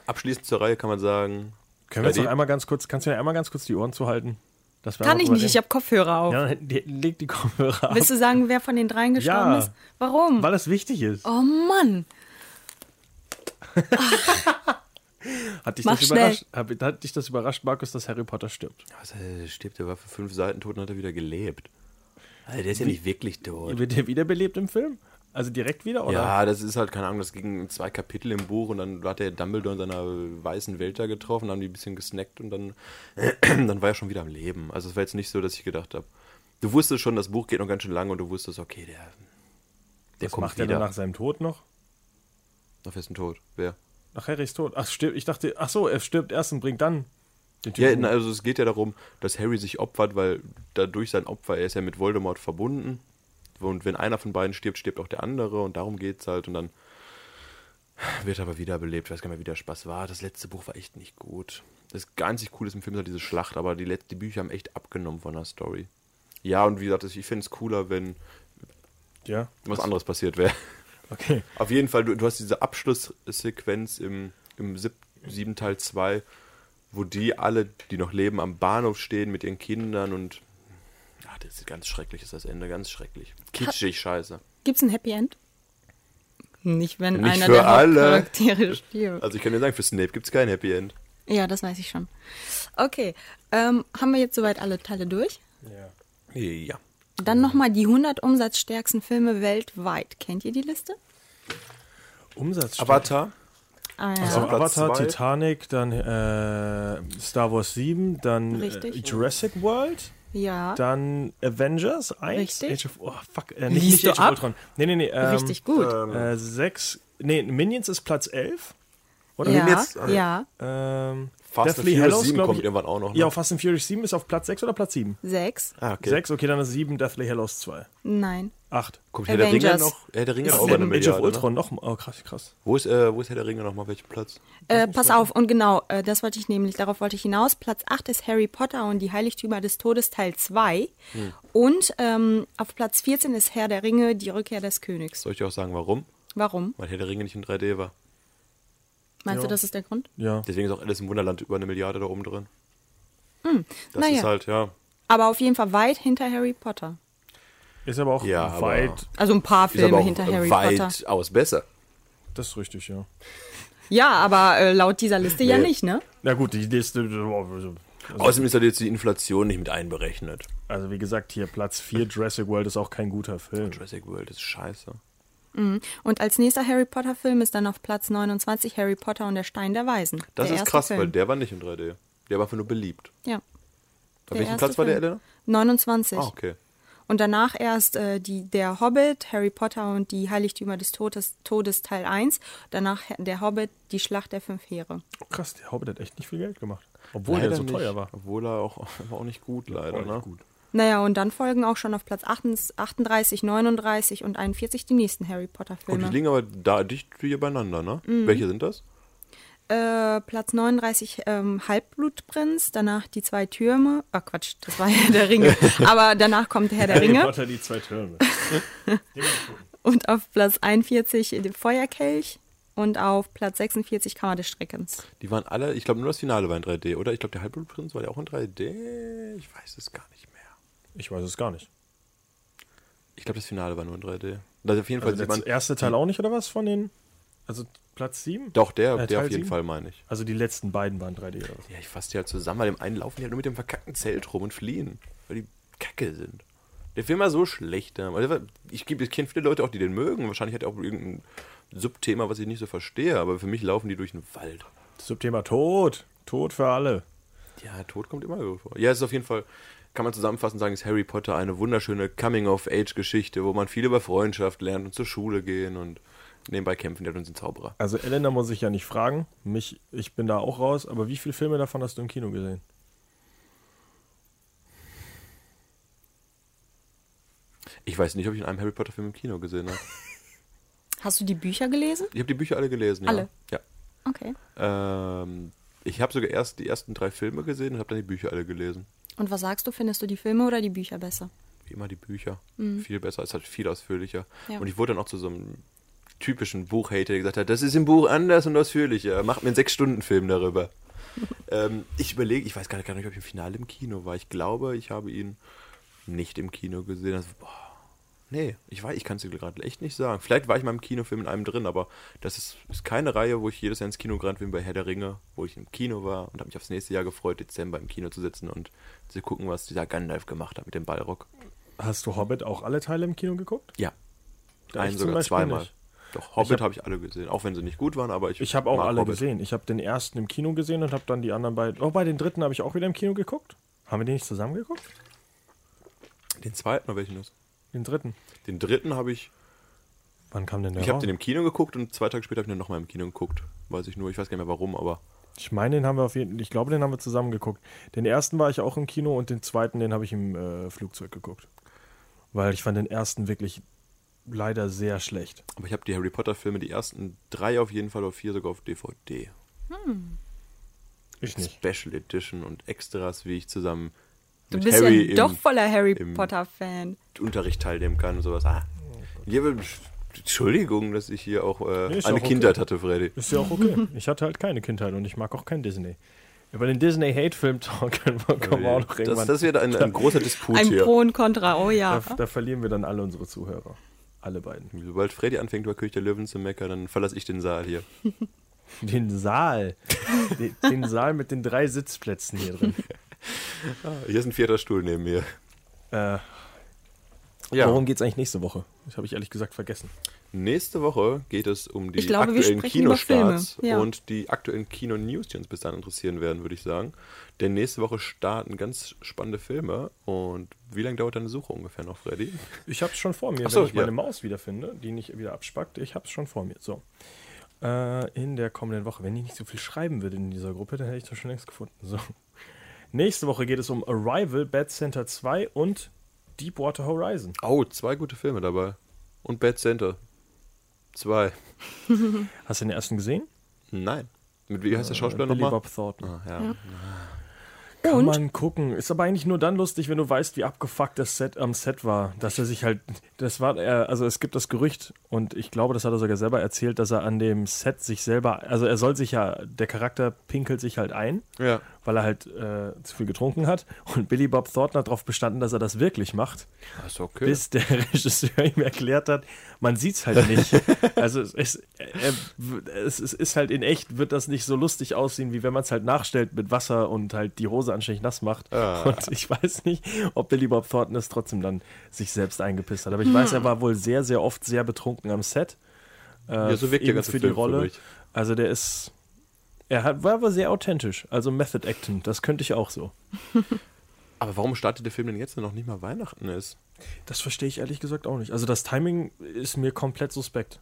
F: Abschließend zur Reihe kann man sagen.
E: Können wir jetzt
F: Ja,
E: noch
F: die-
E: einmal ganz kurz, kannst du mir einmal ganz kurz die Ohren zuhalten? Dass wir
G: Kann
E: einmal
G: ich
E: drüber
G: nicht, ich habe Kopfhörer auf.
E: reden? Ja, dann hätten die- leg die Kopfhörer ab,
G: Willst du sagen, wer von den dreien gestorben
E: Ja.
G: ist? Warum?
E: weil das wichtig ist.
G: Oh Mann.
E: Hat dich,
G: Mach
E: das überrascht, hat, hat dich das überrascht, Markus, dass Harry Potter stirbt?
F: Was, äh, stirbt, der war für fünf Seiten tot und hat er wieder gelebt. Also der ist ja nicht wirklich tot.
E: Wird er wiederbelebt im Film? Also direkt wieder, oder?
F: Ja, das ist halt, keine Ahnung, das ging in zwei Kapitel im Buch und dann hat der Dumbledore in seiner weißen Welt da getroffen, haben die ein bisschen gesnackt und dann, dann war er schon wieder am Leben. Also es war jetzt nicht so, dass ich gedacht habe. Du wusstest schon, das Buch geht noch ganz schön lange und du wusstest, okay, der, der
E: das
F: kommt
E: macht er
F: wieder.
E: dann nach seinem Tod noch?
F: Auf ist denn tot? Wer?
E: Ach, Harry ist tot. Ach, stirb, ich dachte, ach so, er stirbt erst und bringt dann den Typen. um.
F: Ja, na, also es geht ja darum, dass Harry sich opfert, weil dadurch sein Opfer, er ist ja mit Voldemort verbunden. Und wenn einer von beiden stirbt, stirbt auch der andere und darum geht's halt und dann wird aber wiederbelebt. Ich weiß gar nicht mehr, wie der Spaß war. Das letzte Buch war echt nicht gut. Das einzig Coole ist im Film ist halt diese Schlacht, aber die, Let die Bücher haben echt abgenommen von der Story. Ja, und wie gesagt, ich finde es cooler, wenn
E: ja.
F: was anderes passiert wäre.
E: Okay.
F: Auf jeden Fall, du, du hast diese Abschlusssequenz im, im sieb, sieben Teil 2, wo die alle, die noch leben, am Bahnhof stehen mit ihren Kindern und. Ah, das ist ganz schrecklich, ist das Ende, ganz schrecklich. Kitschig, scheiße.
G: Gibt's ein Happy End? Nicht, wenn
F: Nicht
G: einer
F: für
G: der
F: alle.
G: Hauptcharaktere stirbt.
F: Also ich kann dir sagen, für Snape gibt es kein Happy End.
G: Ja, das weiß ich schon. Okay, ähm, haben wir jetzt soweit alle Teile durch?
F: Ja.
G: Dann nochmal die 100 umsatzstärksten Filme weltweit. Kennt ihr die Liste?
E: Umsatz.
F: Avatar,
G: Ah,
E: Also
F: Auf Platz
E: Avatar,
F: zwei.
E: Titanic, dann äh, Star Wars 7, dann äh,
G: Richtig.
E: Jurassic World,
G: ja.
E: dann Avengers 1,
G: Richtig.
E: Age of, oh, fuck, äh, nicht,
G: Liest
E: nicht
G: du
E: Age
G: ab?
E: of Ultron. Nee, nee, nee. Ähm,
G: Richtig gut.
E: Äh, 6, nee, Minions ist Platz 11. Oder?
G: ja,
F: jetzt-
G: ja.
E: Ähm,
F: Fast and
E: Deathly
F: Furious
E: Hallows,
F: 7
E: glaub
F: kommt
E: ich.
F: irgendwann auch noch. Ne?
E: Ja, Fast and Furious 7 ist auf Platz 6 oder Platz 7?
G: Sechs?
F: ah, okay.
E: 6, okay, dann ist 7 Deathly Hallows 2.
G: Nein.
E: 8.
F: Kommt Herr der Ringe
G: Avengers.
F: noch? Herr der Ringe
E: Ist
F: auch über eine
E: in Age of
F: Milliarde, ne?
E: Ultron noch, oh krass, krass.
F: Wo ist, äh, wo ist Herr der Ringe noch mal? auf welchem Platz?
G: Äh, pass auf, und genau, äh, das wollte ich nämlich, darauf wollte ich hinaus. Platz 8 ist Harry Potter und die Heiligtümer des Todes Teil 2.
F: Hm.
G: Und ähm, auf Platz 14 ist Herr der Ringe, die Rückkehr des Königs.
F: Soll ich dir auch sagen, warum?
G: Warum?
F: Weil Herr der Ringe nicht in 3D war.
G: Meinst
E: Ja.
G: du, das ist der Grund?
E: Ja.
F: Deswegen ist auch Alice im Wunderland über eine Milliarde da oben drin. Das
G: naja.
F: ist halt, ja.
G: Aber auf jeden Fall weit hinter Harry Potter.
E: Ist aber auch
F: Ja, aber-
E: weit,
G: Also ein paar
F: Ist aber
G: Filme
F: auch
G: hinter Harry Potter.
F: weitaus besser.
E: das ist richtig, ja.
G: Ja, aber äh, laut dieser Liste ja
F: Nee.
G: nicht, ne?
E: Na gut, die Liste, also,
F: Außerdem ist halt jetzt die Inflation nicht mit einberechnet.
E: also wie gesagt, hier Platz 4 Jurassic World ist auch kein guter Film.
F: Jurassic World ist scheiße.
G: Und als nächster Harry Potter Film ist dann auf Platz 29 Harry Potter und der Stein der Weisen.
F: Das
G: der
F: ist
G: erste
F: krass,
G: Film.
F: weil der war nicht in 3D. Der war einfach nur beliebt.
G: Ja.
F: Auf
G: Der
F: welchem
G: erste
F: Platz war der,
G: Film.
F: Elena?
G: 29.
F: Ah, okay.
G: Und danach erst äh, die, der Hobbit, Harry Potter und die Heiligtümer des Todes, Todes Teil 1. Danach Herr- der Hobbit, die Schlacht der fünf Heere.
E: Oh, krass, der Hobbit hat echt nicht viel Geld gemacht. Obwohl der so
F: nicht.
E: teuer war.
F: Obwohl er auch, war auch nicht gut, leider.
E: War
F: Ne?
E: nicht gut.
G: Naja, und dann folgen auch schon auf Platz 38, 38 39 und 41 die nächsten Harry Potter
F: Und Oh, die
G: Filme. Mhm.
F: liegen aber da dicht hier beieinander, ne? Welche sind das?
G: Äh, Platz 39 ähm, Halbblutprinz, danach die zwei Türme. Ach Quatsch, das war Herr der Ringe. Aber danach kommt Herr der
E: Harry
G: Ringe.
E: Potter, die zwei Türme.
G: Und auf Platz 41 den Feuerkelch und auf Platz 46 Kammer des Schreckens.
F: Die waren alle, ich glaube nur das Finale war in 3D, oder? Ich glaube, der Halbblutprinz war der auch in 3D. Ich weiß es gar nicht mehr.
E: Ich weiß es gar nicht.
F: Ich glaube, das Finale war nur in 3D. Also auf jeden Fall
E: Also
F: sieht
E: der
F: man
E: erste Teil auch nicht, oder was, von den Also Platz 7?
F: Doch, der,
E: Äh,
F: der auf
E: Teil
F: jeden
E: sieben?
F: Fall, meine ich.
E: Also die letzten beiden waren 3D. oder was?
F: Ja, ich fasse die halt zusammen, weil dem einen laufen die halt nur mit dem verkackten Zelt rum und fliehen, weil die kacke sind. Der Film war so schlecht. damals. Der war- Ich, geb- ich kenne viele Leute auch, die den mögen. Wahrscheinlich hat er auch irgendein Subthema, was ich nicht so verstehe, aber für mich laufen die durch den Wald.
E: Zum Thema Tod. Tod für alle.
F: Ja, Tod kommt immer irgendwo vor. Ja, es ist auf jeden Fall, kann man zusammenfassend sagen, ist Harry Potter eine wunderschöne Coming-of-Age-Geschichte, wo man viel über Freundschaft lernt und zur Schule gehen und nebenbei kämpfen der hat uns den Zauberer.
E: Also Elena muss ich ja nicht fragen. Mich, ich bin da auch raus. Aber wie viele Filme davon hast du im Kino gesehen?
F: Ich weiß nicht, ob ich in einem Harry Potter-Film im Kino gesehen habe.
G: Hast du die Bücher gelesen?
F: Ich habe die Bücher alle gelesen.
G: Alle?
F: Ja. ja.
G: Okay.
F: Ähm, ich habe sogar erst die ersten drei Filme gesehen und habe dann die Bücher alle gelesen.
G: Und was sagst du, findest du die Filme oder die Bücher besser?
F: Wie immer die Bücher. Viel besser, ist halt viel ausführlicher.
G: Ja.
F: Und ich wurde dann auch zu so einem typischen Buchhater, der gesagt hat, das ist im Buch anders und ausführlicher. Macht mir einen Sechs-Stunden-Film darüber. ähm, ich überlege, ich weiß gar nicht, gar nicht, ob ich im Finale im Kino war. Ich glaube, ich habe ihn nicht im Kino gesehen. Also, boah, nee, ich weiß, ich kann es dir gerade echt nicht sagen. Vielleicht war ich mal im Kinofilm in einem drin, aber das ist, ist keine Reihe, wo ich jedes Jahr ins Kino gerannt bin bei Herr der Ringe, wo ich im Kino war und habe mich aufs nächste Jahr gefreut, Dezember im Kino zu sitzen und zu gucken, was dieser Gandalf gemacht hat mit dem Ballrock.
E: Hast du Hobbit auch alle Teile im Kino geguckt?
F: Ja.
E: Da
F: Einen
E: ich zum
F: sogar
E: Beispiel
F: zweimal.
E: nicht.
F: Doch, Hobbit habe ich alle gesehen, auch wenn sie nicht gut waren, aber ich.
E: Ich habe auch
F: mag
E: alle
F: Hobbit.
E: gesehen. Ich habe den ersten im Kino gesehen und habe dann die anderen beiden. Oh, bei den dritten habe ich auch wieder im Kino geguckt. Haben wir den nicht zusammen geguckt?
F: Den zweiten oder welchen ist?
E: Den dritten.
F: Den dritten habe ich.
E: Wann kam denn der
F: Ich habe
E: raus?
F: den im Kino geguckt und zwei Tage später habe ich den nochmal im Kino geguckt. Weiß ich nur, ich weiß gar nicht mehr warum, aber.
E: Ich meine, den haben wir auf jeden Ich glaube, den haben wir zusammen geguckt. Den ersten war ich auch im Kino und den zweiten, den habe ich im äh, Flugzeug geguckt. Weil ich fand den ersten wirklich leider sehr schlecht.
F: Aber ich habe die Harry Potter-Filme, die ersten drei auf jeden Fall oder vier sogar auf DVD.
E: Ich
F: Special Edition und Extras, wie ich zusammen
G: Du
F: mit
G: bist
F: Harry
G: ja doch
F: im
G: voller Harry
F: im-
G: Potter-Fan.
F: Unterricht teilnehmen kann und sowas. Ah. Ja, aber Entschuldigung, dass ich hier auch äh,
E: Nee, ist
F: eine
E: auch okay.
F: Kindheit hatte, Freddy.
E: Ist ja auch okay. Ich hatte halt keine Kindheit und ich mag auch kein Disney. Über den Disney-Hate-Film-Talk können wir, können wir auch noch
F: Oh Das,
E: irgendwann.
F: das wird ein, ein großer Disput
G: Ein
F: hier.
G: Pro und Contra, oh ja.
E: da, da verlieren wir dann alle unsere Zuhörer. Alle beiden.
F: Sobald Freddy anfängt, über König der Löwen zu meckern, dann verlasse ich den Saal hier.
E: Den Saal. den, den Saal mit den drei Sitzplätzen hier drin.
F: Hier ist ein vierter Stuhl neben mir.
E: Äh,
F: Ja.
E: Worum geht es eigentlich nächste Woche? Das habe ich ehrlich gesagt vergessen.
F: Nächste Woche geht es um die
G: Ich glaube, wir
F: aktuellen
G: sprechen über
F: Kinostarts
G: Filme, ja.
F: und die aktuellen Kino-News, die uns bis dahin interessieren werden, würde ich sagen. Denn nächste Woche starten ganz spannende Filme. Und wie lange dauert deine Suche ungefähr noch, Freddy?
E: Ich habe es schon vor mir,
F: Ach so,
E: wenn ich meine
F: ja.
E: Maus wiederfinde, die nicht wieder abspackt. Ich habe es schon vor mir. So. Äh, in der kommenden Woche. Wenn ich nicht so viel schreiben würde in dieser Gruppe, dann hätte ich das schon längst gefunden. So. Nächste Woche geht es um Arrival, Bad Center 2 und Deepwater Horizon.
F: Oh, zwei gute Filme dabei. Und Bad Center. Zwei.
E: Hast du den ersten gesehen?
F: Nein. Mit wie heißt der Schauspieler
E: Billy
F: nochmal?
E: Bob Thornton.
F: Ah, ja.
E: Kann man gucken. Ist aber eigentlich nur dann lustig, wenn du weißt, wie abgefuckt das Set am Set war. Dass er sich halt, das war, er, also es gibt das Gerücht und ich glaube, das hat er sogar selber erzählt, dass er an dem Set sich selber, also er soll sich ja, der Charakter pinkelt sich halt ein,
F: Ja.
E: weil er halt äh, zu viel getrunken hat und Billy Bob Thornton hat darauf bestanden, dass er das wirklich macht,
F: Das Ah, ist okay.
E: bis der Regisseur ihm erklärt hat, man sieht's halt nicht. also es, es, er, es, es ist halt in echt, wird das nicht so lustig aussehen, wie wenn man es halt nachstellt mit Wasser und halt die Hose anständig nass macht.
F: Ah.
E: Und ich weiß nicht, ob Billy Bob Thornton es trotzdem dann sich selbst eingepisst hat. Aber ich weiß,
F: Hm.
E: er war wohl sehr, sehr oft sehr betrunken am Set. Äh,
F: Ja, so wirkt der
E: eben
F: ganze
E: für die
F: Film für
E: Rolle.
F: mich.
E: Also der ist. Er hat, war aber sehr authentisch. Also Method Acting, das könnte ich auch so.
F: Aber warum startet der Film denn jetzt, wenn noch nicht mal Weihnachten ist?
E: Das verstehe ich ehrlich gesagt auch nicht. Also das Timing ist mir komplett suspekt.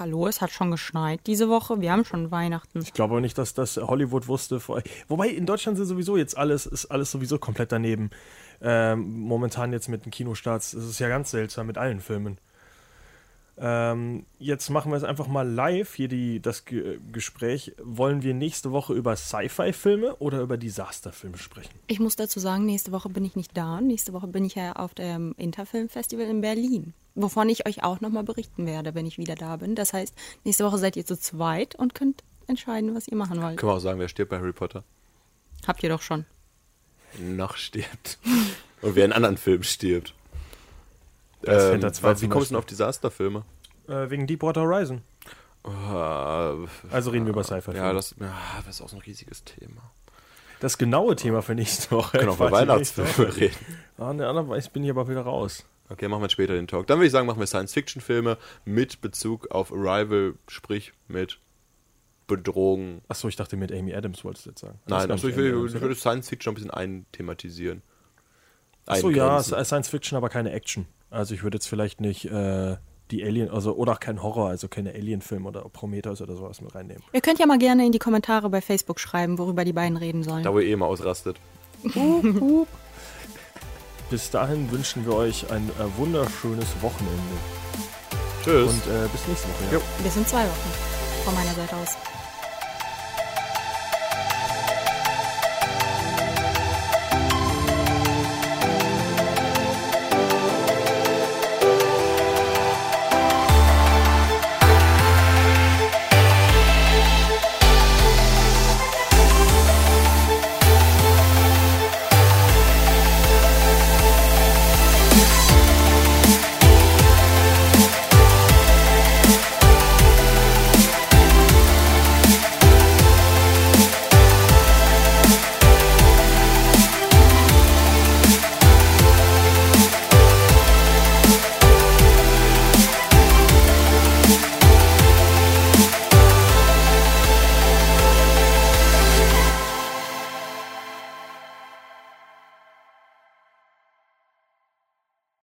G: Hallo, es hat schon geschneit diese Woche. Wir haben schon Weihnachten.
E: Ich glaube aber nicht, dass das Hollywood wusste. Vor, wobei in Deutschland sind sowieso jetzt alles, ist alles sowieso komplett daneben. Ähm, momentan jetzt mit den Kinostarts. Es ist ja ganz seltsam mit allen Filmen. Ähm, jetzt machen wir es einfach mal live, hier die, das Ge Gespräch. Wollen wir nächste Woche über Sci-Fi-Filme oder über Disasterfilme sprechen?
G: Ich muss dazu sagen, nächste Woche bin ich nicht da. Nächste Woche bin ich ja auf dem Interfilm-Festival in Berlin. Wovon ich euch auch nochmal berichten werde, wenn ich wieder da bin. Das heißt, nächste Woche seid ihr zu zweit und könnt entscheiden, was ihr machen wollt.
F: Können wir auch sagen, wer stirbt bei Harry Potter?
G: Habt ihr doch schon.
F: noch stirbt. Und wer in anderen Filmen stirbt.
E: Bad
F: Ähm,
E: Center 2
F: wie
E: zum
F: kommst du denn
E: Beispiel.
F: auf Disasterfilme?
E: Äh, wegen Deepwater Horizon. Also reden wir über Sci-Fi.
F: Ja, das, ja, das ist auch so ein riesiges Thema.
E: Das genaue Thema für nächste Woche.
F: Können auch über Weihnachtsfilme reden.
E: Ah, ne, andererseits bin ich aber wieder raus.
F: Okay, machen wir später den Talk. Dann würde ich sagen, machen wir Science-Fiction-Filme mit Bezug auf Arrival, sprich mit Bedrohung.
E: Achso, ich dachte, mit Amy Adams wolltest du jetzt sagen.
F: Nein,
E: Das
F: also ich,
E: gab's nicht Amy
F: will,
E: Adams,
F: ich
E: oder?
F: würde Science-Fiction ein bisschen einthematisieren.
E: Achso, ja,
F: Eingrenzen.
E: Sci- Science-Fiction, aber keine Action. Also ich würde jetzt vielleicht nicht äh, die Alien, also oder auch kein Horror, also keine Alien-Film oder Prometheus oder sowas mit reinnehmen.
G: Ihr könnt ja mal gerne in die Kommentare bei Facebook schreiben, worüber die beiden reden sollen.
F: Da, wo ihr eh mal ausrastet.
E: Bis dahin wünschen wir euch ein äh, wunderschönes Wochenende
F: Tschüss.
E: und äh, bis nächste Woche. Ja.
G: Bis in zwei Wochen. Von meiner Seite aus.